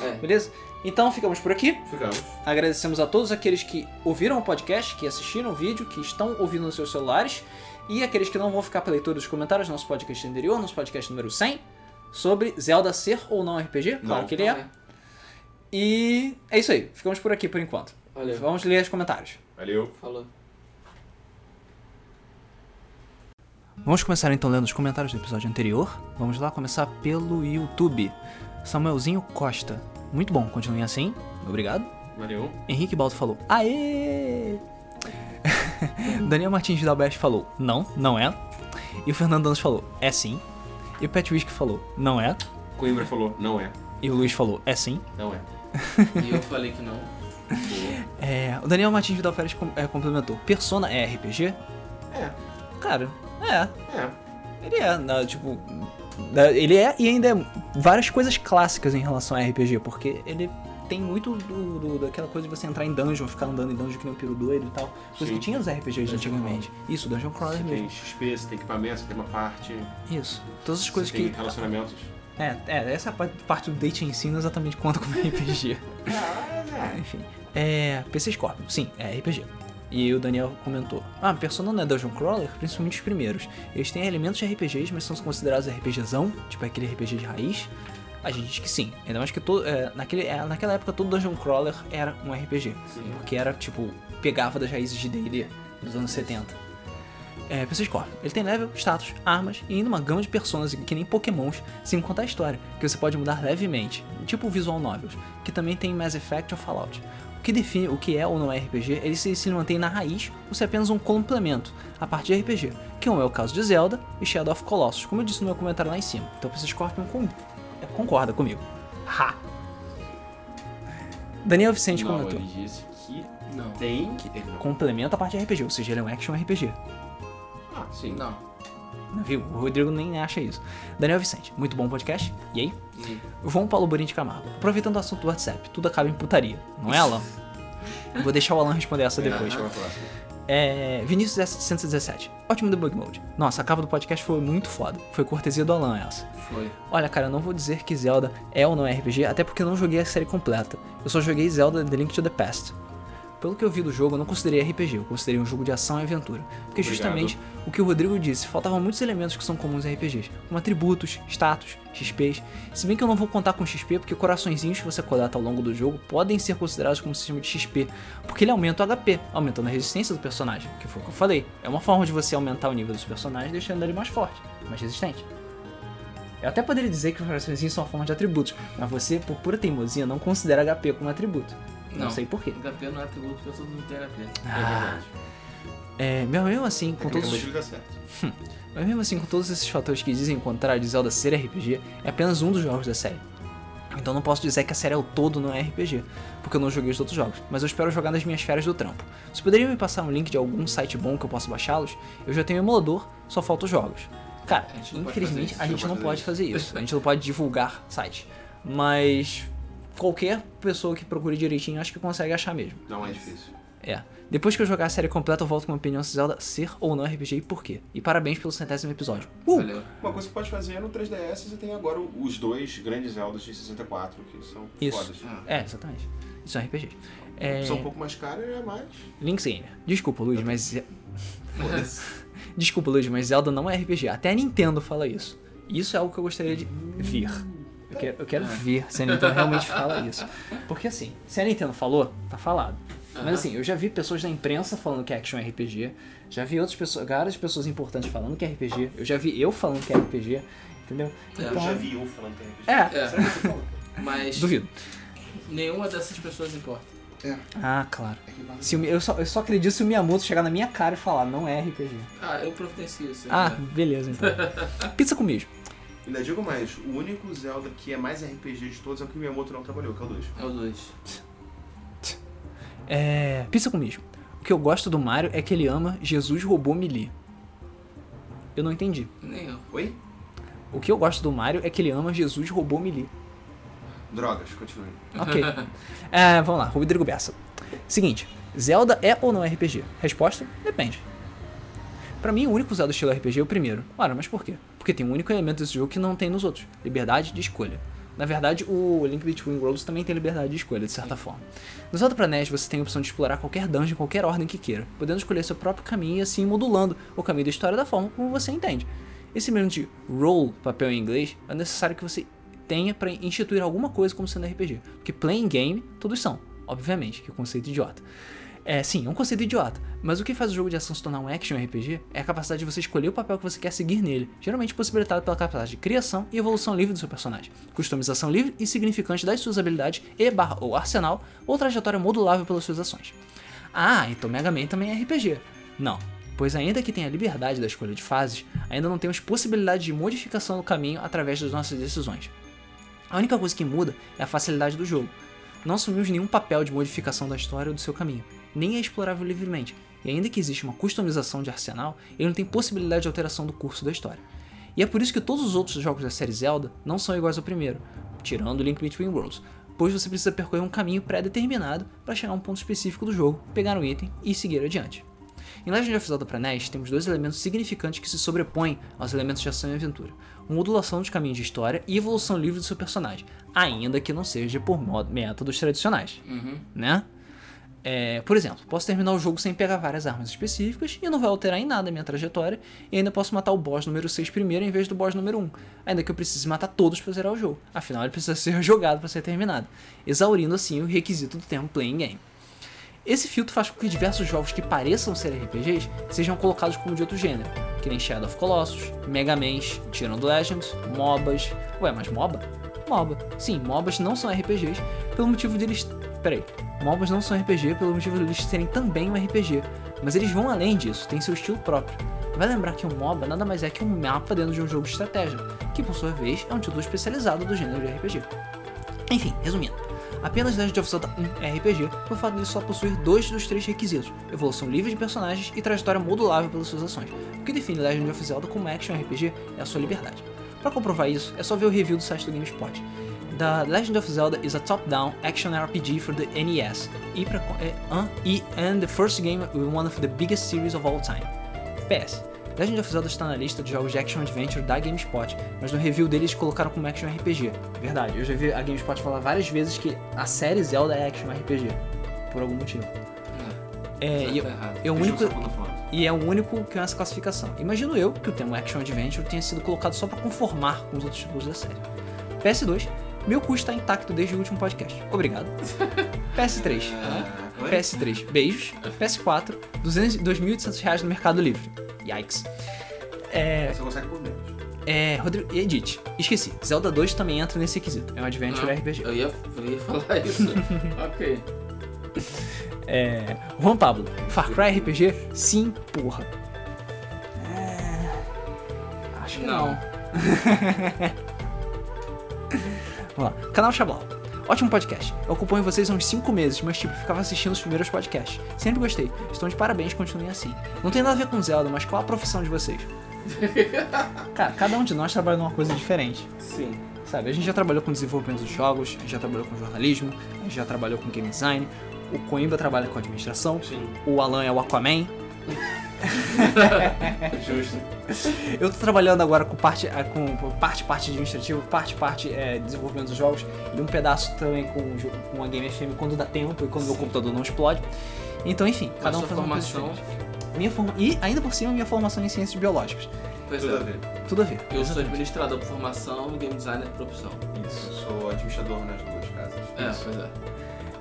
É. Beleza? Então ficamos por aqui. Ficamos. Agradecemos a todos aqueles que ouviram o podcast, que assistiram o vídeo, que estão ouvindo nos seus celulares e aqueles que não vão ficar pela leitura dos comentários do nosso podcast anterior, nosso podcast número 100, sobre Zelda ser ou não RPG. Claro Não. que ele é. Não E é isso aí. Ficamos por aqui por enquanto. Valeu. Vamos ler os comentários. Valeu. Falou. Vamos começar então lendo os comentários do episódio anterior. Vamos lá começar pelo YouTube. Samuelzinho Costa. Muito bom, continuem assim. Obrigado. Valeu. Henrique Baldo falou, aê! Daniel Martins Dalbest falou, não, não é. E o Fernando Danos falou, é sim. E o Pat Whisky falou, não é. Coimbra falou, não é. E o Luiz falou, é sim. Não é. E eu falei que não. É, o Daniel Martins Vidal Pérez com- é, complementou, Persona é RPG? É. Cara, é, É. ele é, né, tipo... né, Ele é e ainda é várias coisas clássicas em relação a RPG, porque ele tem muito do, do- daquela coisa de você entrar em dungeon, ficar andando em dungeon que nem o Piro doido e tal. Coisa Sim. que tinha nos RPGs Dungeon antigamente. Isso, Dungeon Crawler Você é mesmo. tem XP, você tem equipamento, você tem uma parte, Isso. Todas as coisas você tem que. relacionamentos. É, é, essa pa- parte do dating ensina é exatamente quanto como RPG. Ah, Enfim. É. PC Scorpion, sim, é RPG. E o Daniel comentou: Ah, Persona não é Dungeon Crawler? Principalmente os primeiros. Eles têm elementos de RPGs, mas são considerados RPGzão, tipo aquele RPG de raiz. A gente diz que sim. Ainda mais que todo, é, naquele, é, naquela época todo Dungeon Crawler era um RPG. Sim. Porque era, tipo, pegava das raízes de D&D dos anos 70. É, PC Scorpion. Ele tem level, status, armas e ainda uma gama de personas que nem pokémons, sem contar a história, que você pode mudar levemente, tipo visual novels, que também tem Mass Effect ou Fallout. O que define o que é ou não é RPG, ele se, se mantém na raiz ou se é apenas um complemento, a parte de RPG, que é o caso de Zelda e Shadow of Colossus, como eu disse no meu comentário lá em cima. Então PC Scorpion com- concorda comigo. Ha! Daniel Vicente não, comentou. ele disse que Não. tem... Complementa a parte de RPG, ou seja, ele é um action RPG. Ah, sim. Não. Viu? é O Rodrigo nem acha isso. Daniel Vicente, muito bom podcast. E aí? E- João Paulo Borin de Camargo. Aproveitando o assunto do WhatsApp, tudo acaba em putaria, não é, Alan? Vou deixar o Alan responder essa Então depois. Deixa eu próxima. É, Vinícius S117. Ótimo debug mode. Nossa, a capa do podcast foi muito foda. Foi cortesia do Alan essa. Foi. Olha, cara, eu não vou dizer que Zelda é ou não é RPG, até porque eu não joguei a série completa. Eu só joguei Zelda The Link to the Past. Pelo que eu vi do jogo, eu não considerei RPG, eu considerei um jogo de ação e aventura. Porque Obrigado. justamente o que o Rodrigo disse, faltavam muitos elementos que são comuns em RPGs, como atributos, status, XPs. Se bem que eu não vou contar com XP, porque coraçõezinhos que você coleta ao longo do jogo podem ser considerados como um sistema de XP, porque ele aumenta o HP, aumentando a resistência do personagem, que foi o que eu falei. É uma forma de você aumentar o nível dos personagens, deixando ele mais forte, mais resistente. Eu até poderia dizer que os coraçõezinhos são uma forma de atributos, mas você, por pura teimosia, não considera HP como um atributo. Não, Não. sei porquê. HP não é atributo porque todo mundo tem HP. É verdade. É, mas mesmo assim, com todos os Tecnicamente ele dá certo. Mas mesmo assim, com todos esses fatores que dizem o contrário de Zelda ser RPG, é apenas um dos jogos da série. Então não posso dizer que a série ao todo não é RPG, porque eu não joguei os outros jogos, mas eu espero jogar nas minhas férias do trampo. Se poderiam me passar um link de algum site bom que eu possa baixá-los, eu já tenho o emulador, só faltam os jogos. Cara, A gente não pode infelizmente fazer a isso, gente não não pode pode fazer isso, a gente não pode divulgar sites, mas qualquer pessoa que procure direitinho acho que consegue achar mesmo. Não é difícil. É. Depois que eu jogar a série completa, eu volto com uma opinião se Zelda ser ou não RPG e por quê. E parabéns pelo centésimo episódio. Uh! É Valeu. Uma coisa que pode fazer é no 3DS você tem agora os dois grandes Zeldas de 64, que são Isso. fodas. Ah, É, exatamente. Isso é RPG. É... São um pouco mais caras, né, mas... Link's Gamer. Desculpa, Luiz, mas... Ze- foda-se. Desculpa, Luiz, mas Zelda não é RPG. Até a Nintendo fala isso. E Isso é algo que eu gostaria de ver. Eu quero, eu quero ver se a Nintendo realmente fala isso. Porque assim, se a Nintendo falou, tá falado. Mas Aham. assim, eu já vi pessoas da imprensa falando que é action RPG, já vi outras pessoas, várias pessoas importantes falando que é RPG, eu já vi eu falando que é RPG, entendeu? É, eu Então- vi o falando que RPG. É, É, mas duvido. nenhuma dessas pessoas importa. Ah, claro. Se o Mi- eu, só, eu só acredito se o Miyamoto chegar na minha cara e falar, não é RPG. Ah, eu providencio isso. Ah, né? beleza então. Pizza com mijo. Ainda digo mais, o único Zelda que é mais RPG de todos é o que o Miyamoto não trabalhou, que é o 2. É o 2. É. Pizza com mijo. O que eu gosto do Mario é que ele ama Jesus roubou Melee. Eu não entendi. Nem eu. Oi? O que eu gosto do Mario é que ele ama Jesus roubou Melee. Drogas, continue. Ok. É, vamos lá, Rodrigo Bessa. Seguinte, Zelda é ou não é RPG? Resposta: depende. Pra mim, o único Zelda estilo RPG é o primeiro. Ora, mas por quê? Porque tem um único elemento desse jogo que não tem nos outros: liberdade de escolha. Na verdade, o Link Between Worlds também tem liberdade de escolha, de certa forma. No Zelda pra NES, você tem a opção de explorar qualquer dungeon, qualquer ordem que queira, podendo escolher seu próprio caminho e assim modulando o caminho da história da forma como você entende. Esse mesmo de roll, papel em inglês, é necessário que você tenha para instituir alguma coisa como sendo RPG. Porque playing game, todos são, obviamente, que é um conceito idiota. É, sim, é um conceito idiota, mas o que faz o jogo de ação se tornar um action RPG é a capacidade de você escolher o papel que você quer seguir nele, geralmente possibilitado pela capacidade de criação e evolução livre do seu personagem, customização livre e significante das suas habilidades e barra ou arsenal, ou trajetória modulável pelas suas ações. Ah, então Mega Man também é RPG. Não, pois ainda que tenha liberdade da escolha de fases, ainda não temos possibilidade de modificação do caminho através das nossas decisões. A única coisa que muda é a facilidade do jogo. Não assumimos nenhum papel de modificação da história ou do seu caminho, nem é explorável livremente, e ainda que exista uma customização de arsenal, ele não tem possibilidade de alteração do curso da história. E é por isso que todos os outros jogos da série Zelda não são iguais ao primeiro, tirando Link Between Worlds, pois você precisa percorrer um caminho pré-determinado para chegar a um ponto específico do jogo, pegar um item e seguir adiante. Em Legend of Zelda para NES, temos dois elementos significantes que se sobrepõem aos elementos de ação e aventura: uma modulação de caminho de história e evolução livre do seu personagem, ainda que não seja por modo- métodos tradicionais Uhum. né? É, por exemplo, posso terminar o jogo sem pegar várias armas específicas e não vai alterar em nada a minha trajetória, e ainda posso matar o boss número 6 primeiro em vez do boss número 1, ainda que eu precise matar todos para zerar o jogo, afinal ele precisa ser jogado para ser terminado, exaurindo assim o requisito do termo playing game. Esse filtro faz com que diversos jogos que pareçam ser RPGs sejam colocados como de outro gênero, que nem Shadow of Colossus, Mega Man's, Tirando Legends, MOBAs. Ué, mas MOBA? MOBA. Sim, MOBAs não são RPGs pelo motivo deles. Peraí. MOBAs não são RPG pelo motivo deles serem também um RPG, mas eles vão além disso, têm seu estilo próprio. Vai lembrar que um MOBA nada mais é que um mapa dentro de um jogo de estratégia, que por sua vez é um título especializado do gênero de RPG. Enfim, resumindo. Apenas Legend of Zelda 1 é RPG, por fato dele só possuir dois dos três requisitos, evolução livre de personagens e trajetória modulável pelas suas ações. O que define Legend of Zelda como action RPG é a sua liberdade. Para comprovar isso, é só ver o review do site do GameSpot. da Legend of Zelda is a top-down action RPG for the NES e, pra, co- é, an- e- and the first game in one of the biggest series of all time. PS. Legend of Zelda está na lista de jogos de Action Adventure da GameSpot, mas no review deles colocaram como Action RPG. Verdade, eu já vi a GameSpot falar várias vezes que a série Zelda é Action RPG, por algum motivo. É, e, tá errado. e é Deixa eu o único, ver se eu tô falando. e é o único que é essa classificação. Imagino eu que o termo Action Adventure tenha sido colocado só para conformar com os outros títulos da série. PS2, meu cu está intacto desde o último podcast. Obrigado. PS3, Ah, oi? PS3, beijos. PS4, 200 e 2.800 reais no Mercado Livre. Yikes. É, Você consegue por menos. é, Rodrigo, e Edith, esqueci, Zelda 2 também entra nesse quesito. É um Adventure Ah, RPG. Eu ia, eu ia falar isso. ok. É, Juan Pablo, Far Cry RPG? Sim, porra. É... Acho Não. Vamos lá. Canal Xablau. Ótimo podcast. Eu acompanho vocês há uns 5 meses, mas tipo, ficava assistindo os primeiros podcasts. Sempre gostei. Estão de parabéns, continuem assim. Não tem nada a ver com Zelda, mas qual a profissão de vocês? Cara, cada um de nós trabalha numa coisa diferente. Sim. Sabe, a gente já trabalhou com desenvolvimento de jogos, a gente já trabalhou com jornalismo, a gente já trabalhou com game design, o Coimbra trabalha com administração, Sim. o Alan é o Aquaman, É, Justo. Eu tô trabalhando agora com parte, ah, com parte, parte administrativa, parte, parte é, desenvolvimento dos jogos e um pedaço também com, o jo- com a Game FM quando dá tempo e quando meu computador não explode. Então, enfim, cada um Nossa faz uma coisa formação. diferente. minha forma E ainda por cima, minha formação em ciências biológicas. Pois Tudo a é. ver. Tudo a ver. Eu sou administrador por formação e game designer por opção. Isso. Eu sou administrador nas duas casas. É, Isso. pois é.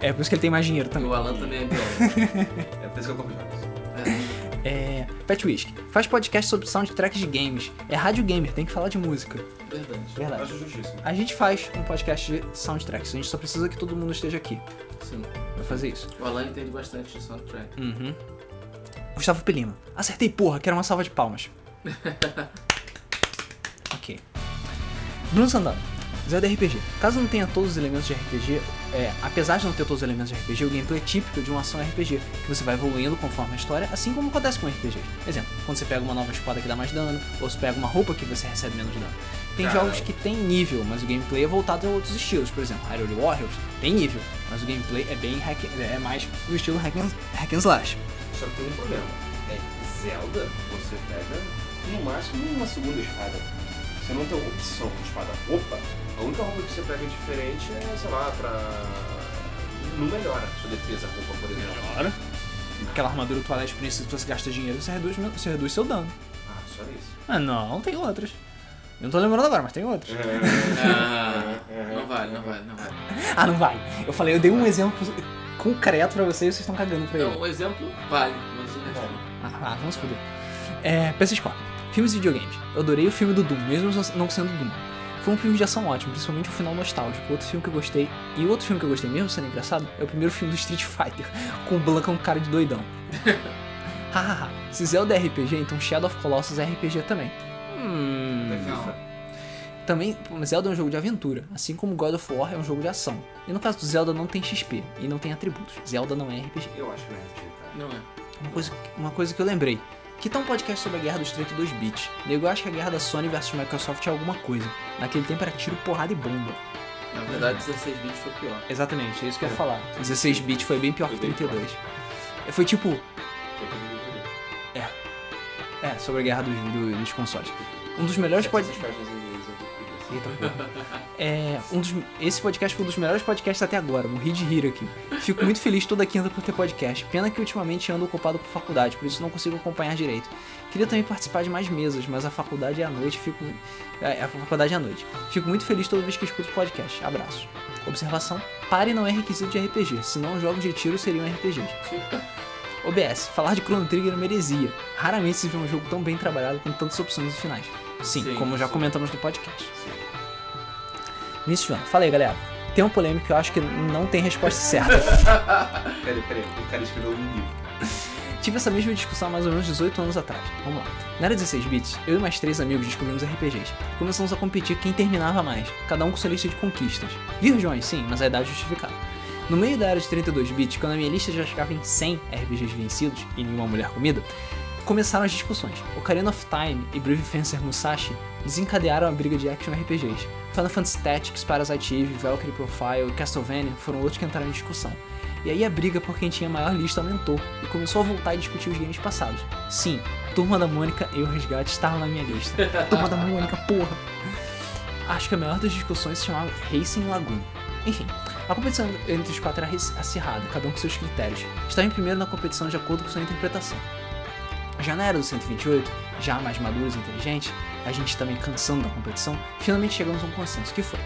É por isso que ele tem mais dinheiro E também. o Alan também é biólogo. É por isso que eu compro jogos. É. É. Pet Whisk, faz podcast sobre soundtracks de games. É rádio gamer, tem que falar de música. Verdade. Verdade. Acho justíssimo. A gente faz um podcast de soundtracks, a gente só precisa que todo mundo esteja aqui Sim. pra fazer isso. O Alan entende bastante de soundtrack. Uhum. Gustavo Pelima. Acertei, porra, quero uma salva de palmas. ok. Bruno Sandano. Zelda RPG. Caso não tenha todos os elementos de RPG, é, apesar de não ter todos os elementos de RPG, o gameplay é típico de uma ação RPG, que você vai evoluindo conforme a história, assim como acontece com RPG. Exemplo, quando você pega uma nova espada que dá mais dano, ou se pega uma roupa que você recebe menos dano. Tem Caralho. jogos que tem nível, mas o gameplay é voltado a outros estilos. Por exemplo, Hyrule Warriors tem nível, mas o gameplay é bem hack, é mais do estilo hack and, hack and slash. Só que tem um problema. É que Zelda, você pega no máximo uma segunda espada. Você não tem opção de espada roupa. A única roupa que você pega diferente é, sei lá, pra. Não melhora a sua defesa a roupa, por exemplo. Melhora. Aquela armadura toalete princípio, você gasta dinheiro, você reduz, você reduz seu dano. Ah, só isso. Ah, não, tem outras. Eu não tô lembrando agora, mas tem outras. Ah, não vale, não vale, não vale. Ah, não vai. Eu falei, eu dei um exemplo concreto pra vocês e vocês estão cagando pra ele. Então, o exemplo vale, mas o resto não. Ah, ah, vamos foder. É, PS4. Filmes e videogames. Eu adorei o filme do Doom, mesmo não sendo Doom. Foi um filme de ação ótimo, principalmente o final nostálgico. Outro filme que eu gostei, e outro filme que eu gostei mesmo sendo engraçado, é o primeiro filme do Street Fighter, com o Blanca um cara de doidão. Hahaha, se Zelda é RPG, então Shadow of Colossus é RPG também. Hum. Não. Também, pô, Zelda é um jogo de aventura, assim como God of War é um jogo de ação. E no caso do Zelda não tem XP e não tem atributos. Zelda não é RPG. Eu acho que não é RPG, cara. Não é. Uma coisa, uma coisa que eu lembrei. Que tal um podcast sobre a guerra dos 32 bits? Nego acha que a guerra da Sony versus Microsoft é alguma coisa. Naquele tempo era tiro, porrada e bomba. Na verdade, 16 bits foi pior. Exatamente, é isso que eu ia falar. 16 bits foi bem pior que Foi bem 32. Foi tipo, é, sobre a guerra dos, do- dos consoles. Um dos melhores podcasts. Essas páginas em inglês, eu fico Eita porra. É, um dos, esse podcast foi um dos melhores podcasts até agora, morri de rir aqui. Fico muito feliz toda quinta por ter podcast. Pena que ultimamente ando ocupado por faculdade, por isso não consigo acompanhar direito. Queria também participar de mais mesas, mas a faculdade é à noite, fico. mu- é, a faculdade é à noite. Fico muito feliz toda vez que escuto o podcast. Abraço. Observação: pare não é requisito de RPG, senão os jogos de tiro seriam RPGs. OBS, falar de Chrono Trigger é uma heresia. Raramente se vê um jogo tão bem trabalhado com tantas opções e finais. Sim, Sim, como já sim. comentamos no podcast. Nisso, João, fala aí, galera. Tem um polêmico que eu acho que não tem resposta certa. Peraí, peraí, o cara escreveu um livro. Tive essa mesma discussão há mais ou menos 18 anos atrás. Vamos lá. Na era 16 bits, eu e mais três amigos descobrimos RPGs. Começamos a competir quem terminava mais, cada um com sua lista de conquistas. Virgões, sim, mas a idade justificava. No meio da era de 32 bits, quando a minha lista já chegava em 100 RPGs vencidos e nenhuma mulher comida, começaram as discussões. Ocarina of Time e Brave Fencer Musashi desencadearam a briga de action RPGs. Final Fantasy Tactics, Parasite Eve, Valkyrie Profile e Castlevania foram outros que entraram em discussão. E aí a briga por quem tinha a maior lista aumentou e começou a voltar e discutir os games passados. Sim, Turma da Mônica e o Resgate estavam na minha lista. Turma da Mônica, porra! Acho que a maior das discussões se chamava Racing Lagoon. Enfim, a competição entre os quatro era acirrada, cada um com seus critérios. Estava em primeiro na competição de acordo com sua interpretação. Já na era do 128, já mais maduros e inteligentes, a gente também cansando da competição, finalmente chegamos a um consenso que foi.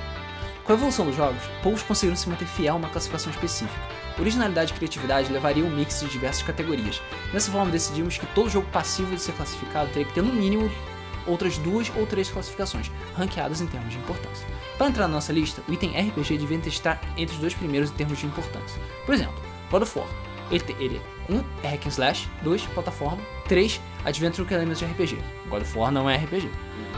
Com a evolução dos jogos, poucos conseguiram se manter fiel a uma classificação específica. Originalidade e criatividade levariam um mix de diversas categorias. Dessa forma, decidimos que todo jogo passivo de ser classificado teria que ter no mínimo outras duas ou três classificações, ranqueadas em termos de importância. Para entrar na nossa lista, o item RPG devia estar entre os dois primeiros em termos de importância. Por exemplo, God of War. Ele, te- ele é 1 um, é hack and slash, 2 plataforma, 3 adventure com elementos de RPG. God of War não é RPG.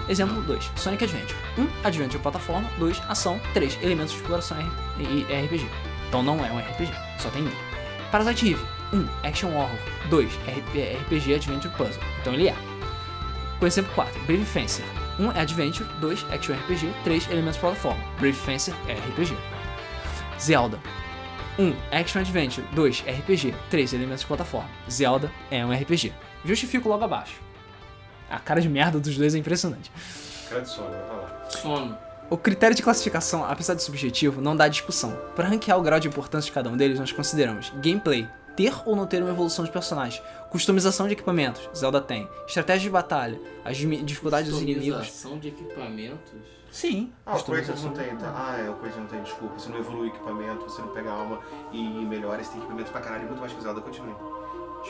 Exemplo 2, Sonic Adventure. 1 um, adventure plataforma, 2 ação, 3 elementos de exploração e e RPG. Então não é um RPG, só tem um. Parasite Eve. 1 um, action horror, 2 RPG adventure puzzle. Então ele é. Com exemplo 4, Brave Fencer. 1 é Adventure, 2 Action RPG, 3 Elementos Plataforma. Brave Fencer é RPG. Zelda. 1 Action Adventure, 2 RPG, 3 Elementos Plataforma. Zelda é um RPG. Justifico logo abaixo. A cara de merda dos dois é impressionante. Cara de sono, vai lá. Sono. O critério de classificação, apesar de subjetivo, não dá discussão. Para ranquear o grau de importância de cada um deles, nós consideramos gameplay, ter ou não ter uma evolução de personagens, customização de equipamentos, Zelda tem, estratégia de batalha, as dimi- dificuldades dos inimigos. Customização de equipamentos. Sim, Ah, o customização. Kratos não tem, tá? Ah, é, o Coisa não tem desculpa. Você não evolui o equipamento, você não pega a alma e melhora, você tem equipamento pra caralho, muito mais que o Zelda continue.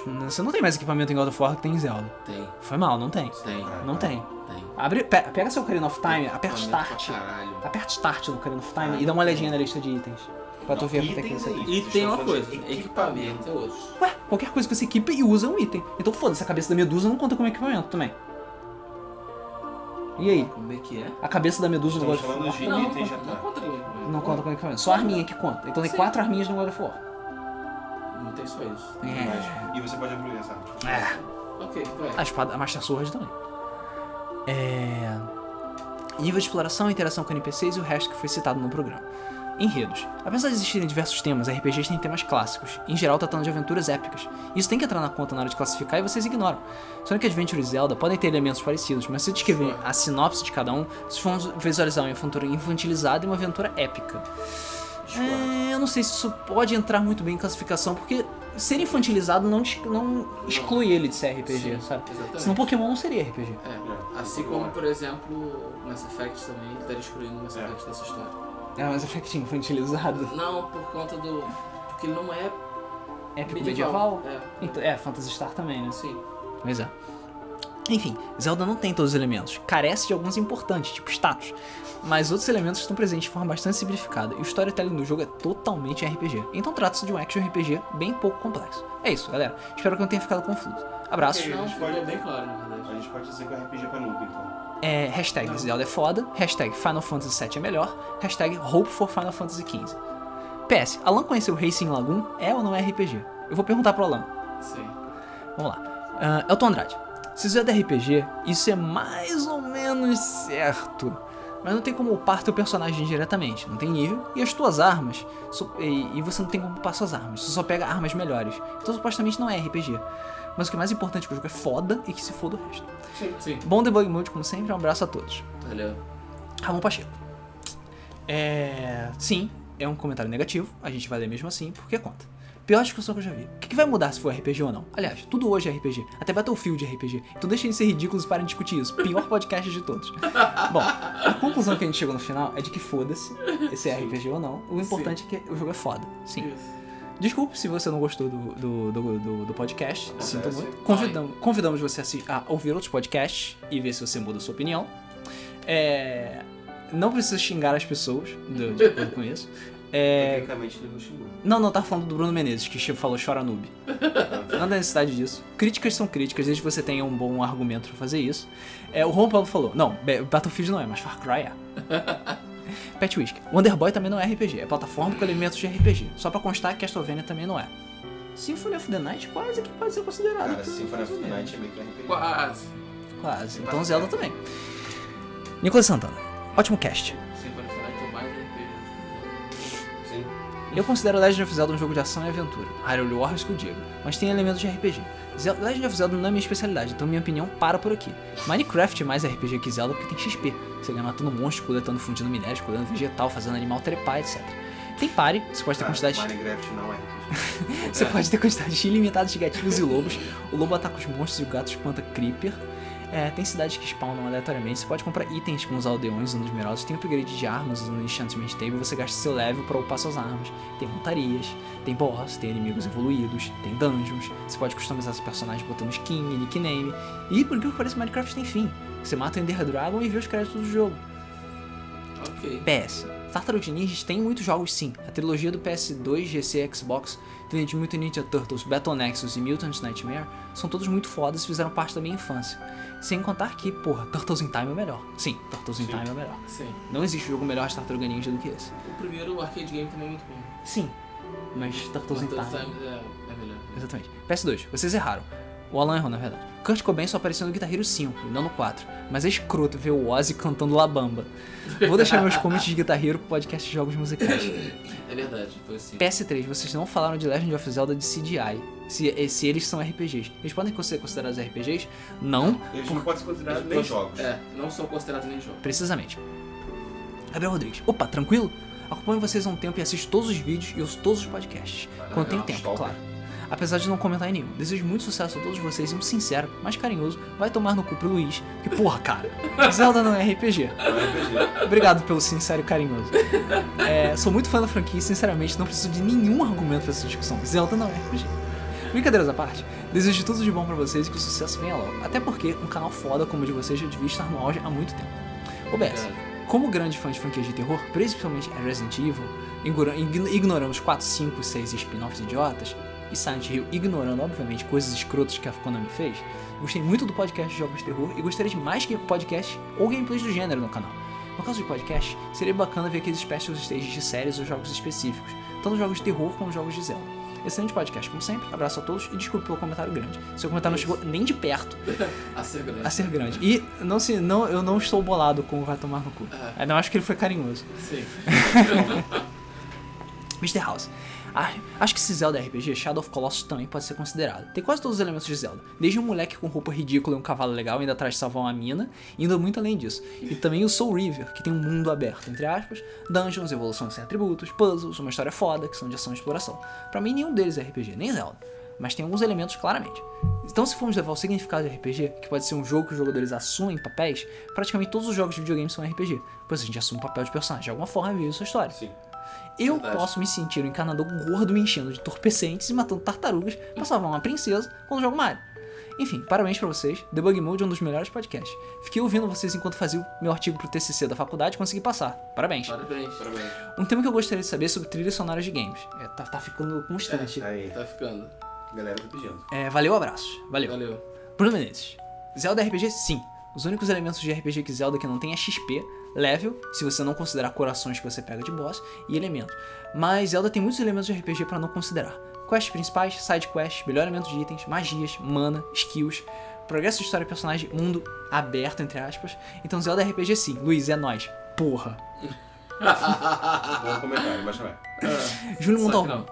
Não, Você não tem mais equipamento em God of War que tem em Zelda. Tem, Foi mal, não tem. tem, Não tem. tem. Abre, pe- pega seu Ocarina of Time, Ah, aperta Equipamento Start. pra caralho. Aperta Start no Ocarina of Time e dá uma olhadinha na lista de itens. Pra tu ver o que tem que itens você aí. tem. E Vocês tem estão uma falando de coisa, equipamento é outro. Ué, qualquer coisa que você equipa e usa é um item. Então foda-se, a cabeça da medusa não conta como é equipamento também. E aí? Como é que é? A cabeça da medusa no God Estamos of War. falando de Não, itens já não tá. conta ninguém. Não conta como equipamento. Só a arminha que conta. Então tem Sim. quatro arminhas no God of War. Não tem só isso. É. E você pode evoluir essa. Ok, vai. A espada, a Master Sword também. É. Nível de exploração, interação com NPCs e o resto que foi citado no programa. Enredos. Apesar de existirem diversos temas, RPGs têm temas clássicos, em geral tratando de aventuras épicas. Isso tem que entrar na conta na hora de classificar e vocês ignoram. Sonic Adventure e Zelda podem ter elementos parecidos, mas se descrever a sinopse de cada um, se for visualizar uma aventura infantilizada e uma aventura épica. É, eu não sei se isso pode entrar muito bem em classificação, porque ser infantilizado não, te- não exclui ele de ser RPG, Sim, sabe? Exatamente. Senão Pokémon não seria RPG. É. Assim como, por exemplo, Mass Effect também, ele tá excluindo o Mass Effect dessa história. Ah, mas Effect infantilizado. Não, por conta do. Porque ele não é Épico medieval? medieval. É, Então, é, Phantasy Star também, né? sim. Pois é. Enfim, Zelda não tem todos os elementos, carece de alguns importantes, tipo status, mas outros elementos estão presentes de forma bastante simplificada e o storytelling do jogo é totalmente RPG. Então trata-se de um action RPG bem pouco complexo. É isso, galera. Espero que não tenha ficado confuso. Abraço. Ok. Não, Eles ficou podem- bem claro, na verdade. A gente pode dizer que é um RPG pra noob, então. É, hashtag Zelda é foda, hashtag Final Fantasy VII é melhor, hashtag Hope for Final Fantasy XV. PS, Alan conheceu Racing Lagoon? É ou não é RPG? Eu vou perguntar pro Alan. Sim. Vamos lá. Ah, Elton Andrade. Se isso é de RPG, isso é mais ou menos certo. Mas não tem como upar teu personagem diretamente, não tem nível, e as tuas armas, so- e, e você não tem como upar suas armas, você só pega armas melhores. Então supostamente não é RPG. Mas o que é mais importante que o jogo é foda e que se foda o resto. Sim, sim. Bom debug mode, como sempre, um abraço a todos. Valeu. Ramon Pacheco. É. Sim, é um comentário negativo, a gente vai ler mesmo assim, porque conta. Pior discussão que eu já vi. O que que vai mudar se for RPG ou não? Aliás, tudo hoje é RPG. Até Battlefield é RPG. Então deixem de ser ridículos e parem de discutir isso. Pior podcast de todos. Bom, a conclusão que a gente chegou no final é de que foda-se se é RPG ou não. O importante é que o jogo é foda. Sim. Isso. Desculpe se você não gostou do, do, do, do- do podcast. Sinto Acontece. muito. Convidam, convidamos você a, assi- a ouvir outros podcasts e ver se você muda a sua opinião. É, não precisa xingar as pessoas, de, de acordo com isso. É, Tecnicamente ele não xingou. não, não, tá falando do Bruno Menezes, que che- falou chora noob. Não tem é necessidade disso. Críticas são críticas, desde que você tenha um bom argumento pra fazer isso. É, o Ron Paulo falou, não, Be- Battlefield não é, mas Far Cry é. Pet Whisky. Wonderboy também não é RPG, é plataforma com elementos de RPG. Só pra constar que Castlevania também não é. Symphony of the Night quase que pode ser considerado. Cara, que- Symphony of the mais ou Night é meio que RPG. Quase. Quase. Então Zelda também. Nicolas Santana. Ótimo cast. Symphony of the Night é o mais RPG. Sim. Eu considero Legend of Zelda um jogo de ação e aventura, Hyrule Warriors que eu digo, mas tem elementos de RPG. Zel- Legend of Zelda não é minha especialidade, então minha opinião para por aqui. Minecraft é mais RPG que Zelda porque tem XP, você ganha matando monstros, coletando fundindo minérios, coletando vegetal, fazendo animal trepar, etc. Tem pare, você pode ter Cara, quantidade Ah, Minecraft não é RPG. você pode ter quantidades ilimitadas de gatinhos e lobos. O lobo ataca os monstros e o gato espanta creeper. É, tem cidades que spawnam aleatoriamente. Você pode comprar itens com os aldeões usando esmeraldas. Tem upgrade de armas usando o enchantment table. Você gasta seu level para upar suas armas. Tem montarias, tem boss, tem inimigos evoluídos, tem dungeons. Você pode customizar seu personagem botando skin, nickname. E por incrível que pareça, Minecraft tem fim. Você mata o Ender Dragon e vê os créditos do jogo. Ok. PS. Tartaruga Ninjas tem muitos jogos sim. A trilogia do PS2, GC e Xbox, Teenage Mutant Ninja Turtles, Battle Nexus e Mutant Nightmare são todos muito fodas e fizeram parte da minha infância. Sem contar que, porra, Turtles in Time é o melhor. Sim, Turtles in Sim. Time é o melhor. Sim. Não existe jogo melhor de Tartaruga Ninja do que esse. O primeiro arcade game também é muito bom. Sim, mas Turtles in Mas Time... Time é, é melhor. Exatamente. PS2, vocês erraram. O Alan errou, na verdade. Kurt Cobain só apareceu no Guitar Hero 5, e não no 4. Mas é escroto ver o Ozzy cantando Labamba. Vou deixar meus comments de Guitar Hero pro podcast de jogos musicais. É verdade, foi assim. PS3, vocês não falaram de Legend of Zelda de CGI. Se, eh, se eles são RPGs. Eles podem ser considerados RPGs? Não, Eles não podem ser considerados nem jogos. É, não são considerados nem jogos. precisamente. Gabriel Rodrigues. Opa, tranquilo? Acompanho vocês há um tempo e assisto todos os vídeos e ouço todos os podcasts. Quando tem Legal, tempo, stalker. claro. Apesar de não comentar em nenhum, desejo muito sucesso a todos vocês e um sincero, mais carinhoso, vai tomar no cu pro Luiz, que porra, cara, Zelda não é RPG. Não é RPG. Obrigado pelo sincero e carinhoso. É, sou muito fã da franquia e, sinceramente, não preciso de nenhum argumento pra essa discussão. Zelda não é RPG. Brincadeiras à parte, desejo tudo de bom pra vocês e que o sucesso venha logo. Até porque um canal foda como o de vocês já devia estar no auge há muito tempo. É. OBS, Obrigado. como grande fã de franquias de terror, principalmente a Resident Evil, igora- ign- ignoramos 4, 5, 6 e spin-offs idiotas, e Silent Hill ignorando, obviamente, coisas escrotas que a Konami fez, gostei muito do podcast de jogos de terror e gostaria de mais que podcasts ou gameplays do gênero no canal. No caso de podcast, seria bacana ver aqueles special stages de séries ou jogos específicos, tanto jogos de terror como jogos de Zelda. Excelente podcast, como sempre, abraço a todos e desculpe pelo comentário grande. Seu comentário não chegou nem de perto A ser grande. a ser grande. E não se, não, eu não estou bolado com o Vai Tomar no Cu. Ah. Ainda acho que ele foi carinhoso. Sim. Mr. House. Ah, acho que esse Zelda RPG, Shadow of Colossus, também pode ser considerado. Tem quase todos os elementos de Zelda. Desde um moleque com roupa ridícula e um cavalo legal indo atrás de salvar uma mina, indo muito além disso. E também o Soul River, que tem um mundo aberto, entre aspas, dungeons, evolução sem atributos, puzzles, uma história foda, que são de ação e exploração. Pra mim, nenhum deles é RPG, nem Zelda. Mas tem alguns elementos claramente. Então, se formos levar o significado de RPG, que pode ser um jogo que os jogadores assumem papéis, praticamente todos os jogos de videogame são RPG, pois a gente assume o papel de personagem de alguma forma e vive sua história. Sim. Eu Verdade. posso me sentir um encanador gordo me enchendo de torpecentes e matando tartarugas pra salvar uma princesa quando jogo Mario. Enfim, parabéns pra vocês. Debug Mode é um dos melhores podcasts. Fiquei ouvindo vocês enquanto fazia o meu artigo pro TCC da faculdade e consegui passar. Parabéns. Parabéns. Parabéns. Um tema que eu gostaria de saber é sobre trilhas sonoras de games. É, tá, tá ficando É, constante. Aí, Tá ficando. galera tá pedindo. É, valeu, abraço. Valeu. Valeu. Bruno Menezes. Zelda RPG, sim. Os únicos elementos de RPG que Zelda que não tem é XP, level, se você não considerar corações que você pega de boss, e elemento. Mas Zelda tem muitos elementos de RPG pra não considerar. Quests principais, side quests, melhoramento de itens, magias, mana, skills, Progresso, história, personagem, mundo aberto, entre aspas. Então Zelda RPG sim. Luiz, é nóis. Porra. Ah. Ah, Bom comentário, mas não é. Júlio Só que Montalvão.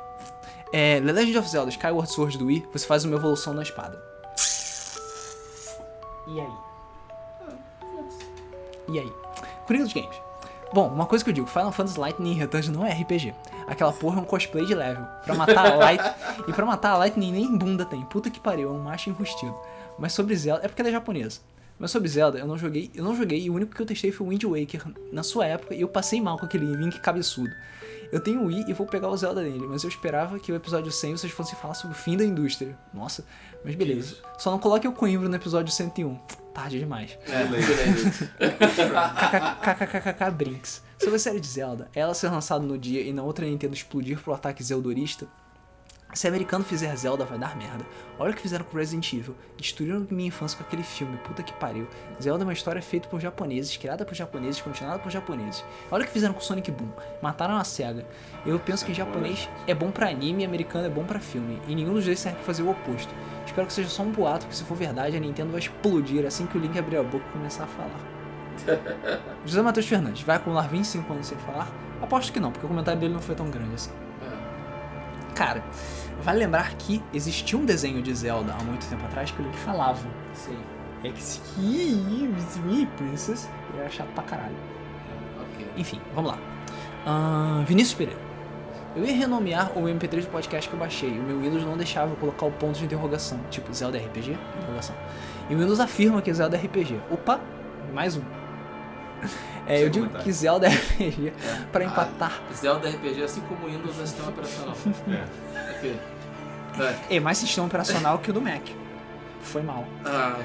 É, The Legend of Zelda Skyward Sword do Wii, você faz uma evolução na espada. E aí? E aí? Coringa dos Games. Bom, uma coisa que eu digo, Final Fantasy Lightning Returns não é RPG. Aquela porra é um cosplay de level. Pra matar a Light... e pra matar a Lightning nem bunda tem. Puta que pariu, é um macho enrustido. Mas sobre Zelda... É porque ela é japonesa. Mas sobre Zelda, eu não joguei, eu não joguei e o único que eu testei foi o Wind Waker na sua época e eu passei mal com aquele Link cabeçudo. Eu tenho o Wii e vou pegar o Zelda nele, mas eu esperava que o episódio 100 vocês fossem falar sobre o fim da indústria. Nossa, mas beleza. Só não coloque o Coimbra no episódio 101. Tarde demais. É, KKKKK Brinks. Sobre a série de Zelda, ela ser lançada no dia e na outra Nintendo explodir pro ataque zeldorista, se americano fizer Zelda, vai dar merda. Olha o que fizeram com Resident Evil. Destruíram minha infância com aquele filme, puta que pariu. Zelda é uma história feita por japoneses, criada por japoneses, continuada por japoneses. Olha o que fizeram com Sonic Boom. Mataram a SEGA. Eu penso que japonês é bom pra anime, americano é bom pra filme. E nenhum dos dois serve pra fazer o oposto. Espero que seja só um boato, porque se for verdade, a Nintendo vai explodir assim que o Link abrir a boca e começar a falar. José Matheus Fernandes, vai acumular 25 anos sem falar? Aposto que não, porque o comentário dele não foi tão grande assim. É, Cara, vale lembrar que existia um desenho de Zelda há muito tempo atrás que o Link falava. É, sim. Excuse me, princess. Ele era chato pra caralho. Ok. Enfim, vamos lá. Ahn, Vinícius Pereira. Eu ia renomear o MP3 do podcast que eu baixei. O meu Windows não deixava eu colocar o ponto de interrogação. Tipo, Zelda RPG? Interrogação. E o Windows afirma que é Zelda RPG. Opa, mais um. É, Sem eu digo comentário. que Zelda RPG pra empatar. Zelda RPG, assim como Windows é sistema operacional. É. Ok. Vai. É mais sistema operacional que o do Mac. Foi mal. Ah,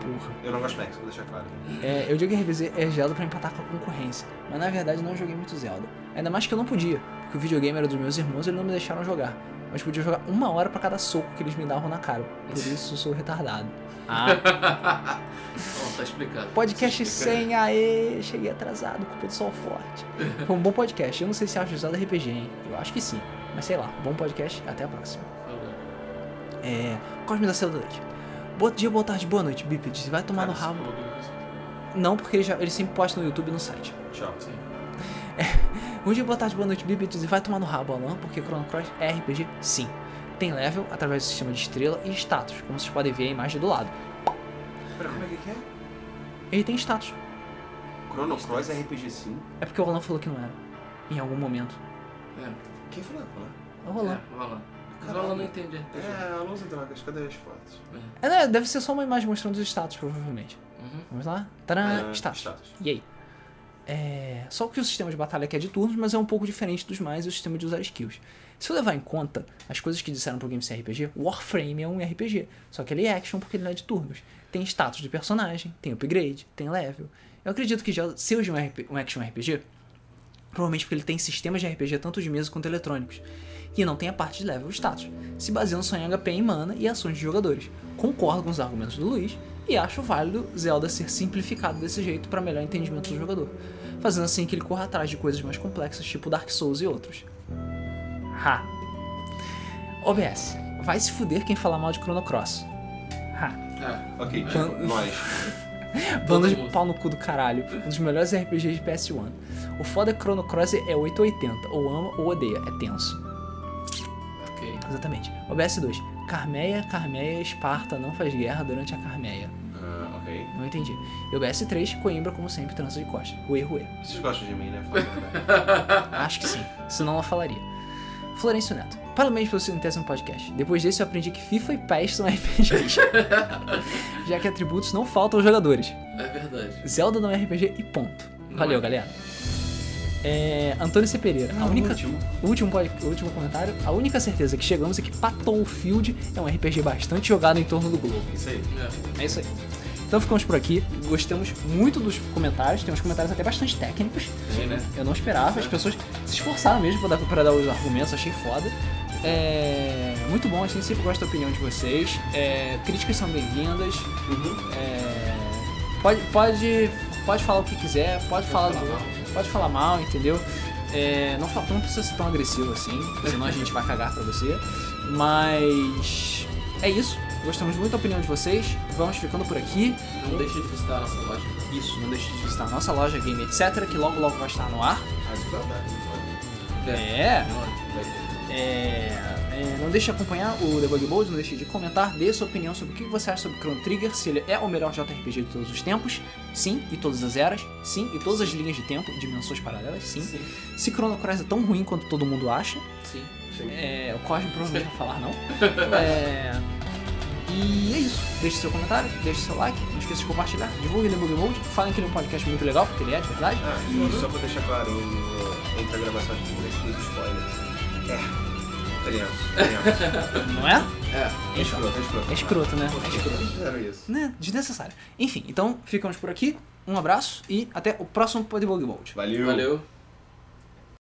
Porra. Eu não gosto de Max, vou deixar claro. É, eu digo que RBZ é Zelda pra empatar com a concorrência, mas na verdade não joguei muito Zelda. Ainda mais que eu não podia, porque o videogame era dos meus irmãos e eles não me deixaram jogar. Mas podia jogar uma hora pra cada soco que eles me davam na cara. Por isso eu sou retardado. Ah. bom, tá explicado. Podcast 100, aê! Cheguei atrasado, culpa do sol forte. Foi um bom podcast. Eu não sei se acho Zelda RPG, hein? Eu acho que sim. Mas sei lá, bom podcast, até a próxima. Falou. É. Cosme da Célula Leite. Bom dia, boa tarde, boa noite, Bípedes. Vai tomar no rabo. Não, porque ele, já, ele sempre posta no YouTube e no site. Tchau. Sim. Bom Um dia, boa tarde, boa noite, Bípedes. E vai tomar no rabo, Alan, porque Chrono Cross é RPG, sim. Tem level através do sistema de estrela e status, como vocês podem ver a imagem do lado. Pera, como é que é? Ele tem status. Chrono Cross RPG sim. É porque o Alan falou que não era. Em algum momento. É, Quem falou? Falou? É o Alan. é, rola. Mas rola não entende RPG. É, Alonso Drogas, cadê as fotos? É, né, deve ser só uma imagem mostrando os status, provavelmente. Uhum. Vamos lá? Tadã, É, Ah, status. status. E aí? É... Só que o sistema de batalha aqui é de turnos, mas é um pouco diferente dos mais e o sistema de usar skills. Se eu levar em conta as coisas que disseram pro game ser RPG, Warframe é um RPG, só que ele é action porque ele não é de turnos. Tem status de personagem, tem upgrade, tem level. Eu acredito que já seja um, RP um action RPG, provavelmente porque ele tem sistemas de RPG tanto de mesa quanto eletrônicos, e não tem a parte de level e status, se baseando só em HP e mana e ações de jogadores. Concordo com os argumentos do Luiz e acho válido Zelda ser simplificado desse jeito para melhor entendimento do jogador, fazendo assim que ele corra atrás de coisas mais complexas, tipo Dark Souls e outros. Ha. OBS, vai se fuder quem falar mal de Chrono Cross. Ha. É, Ok, Então, tipo, nós. Bando de mundo. pau no cu do caralho, um dos melhores RPGs de PS1. O foda é que Chrono Cross é 880, ou ama ou odeia, é tenso. ok. Exatamente. OBS 2. Carmeia, Carmeia, Esparta não faz guerra durante a Carmeia. Ah, ok. Não entendi. E OBS 3, Coimbra, como sempre, trança de costa. Uê, uê. Vocês gostam de mim, né? Fala a verdade. é. Acho que sim, senão ela falaria. Florencio Neto. Parabéns pelo seu centésimo podcast. Depois desse eu aprendi que FIFA e PES são RPGs. Já que atributos não faltam aos jogadores. É verdade. Zelda não é RPG e ponto. Não Valeu, é. Ah, galera. É, Antônio C. Pereira. a única... último. O último, pod- o último comentário. A única certeza que chegamos é que Battlefield é um RPG bastante jogado em torno do globo. Isso aí. É. É isso aí. Então ficamos por aqui. Gostamos muito dos comentários. Tem uns comentários até bastante técnicos. Sim, né? Eu não esperava. As pessoas se esforçaram mesmo pra dar, pra dar os argumentos. Achei foda. É... Muito bom. A gente sempre gosta da opinião de vocês. É, Críticas são bem-vindas. Uhum. É, Pode, pode, pode falar o que quiser. Pode falar, falar do- mal. pode falar mal, entendeu? É, não, fa- não precisa ser tão agressivo assim, senão a gente vai cagar pra você. Mas é isso. Gostamos muito da opinião de vocês. Vamos ficando por aqui. Não deixe de visitar a nossa loja. Isso, não deixe de visitar a nossa loja Game Etc, que logo logo vai estar no ar. Ah, Mas o Dadá, É. Vai ter. É, é, não deixe de acompanhar o Debug Mode, não deixe de comentar, dê sua opinião sobre o que você acha sobre Chrono Trigger, se ele é o melhor JRPG de todos os tempos, sim, e todas as eras, sim, e todas as linhas de tempo, dimensões paralelas, sim. Sim, Se Chrono Cross é tão ruim quanto todo mundo acha, sim. é, o Cosmo provavelmente vai falar não. É, e é isso, deixe seu comentário, deixe seu like, não esqueça de compartilhar, divulgue o Debug Mode, falem que ele é um podcast muito legal, porque ele é de verdade. Ah, e só pra deixar claro, o- entre a gravação de inglês e os spoilers. É. Criança, criança. Não é? É, é escroto, é escroto. É escroto, né? É Por que escroto. que fizeram isso? né, desnecessário. Enfim, então ficamos por aqui. Um abraço e até o próximo Podbug Bolt. Valeu. Valeu.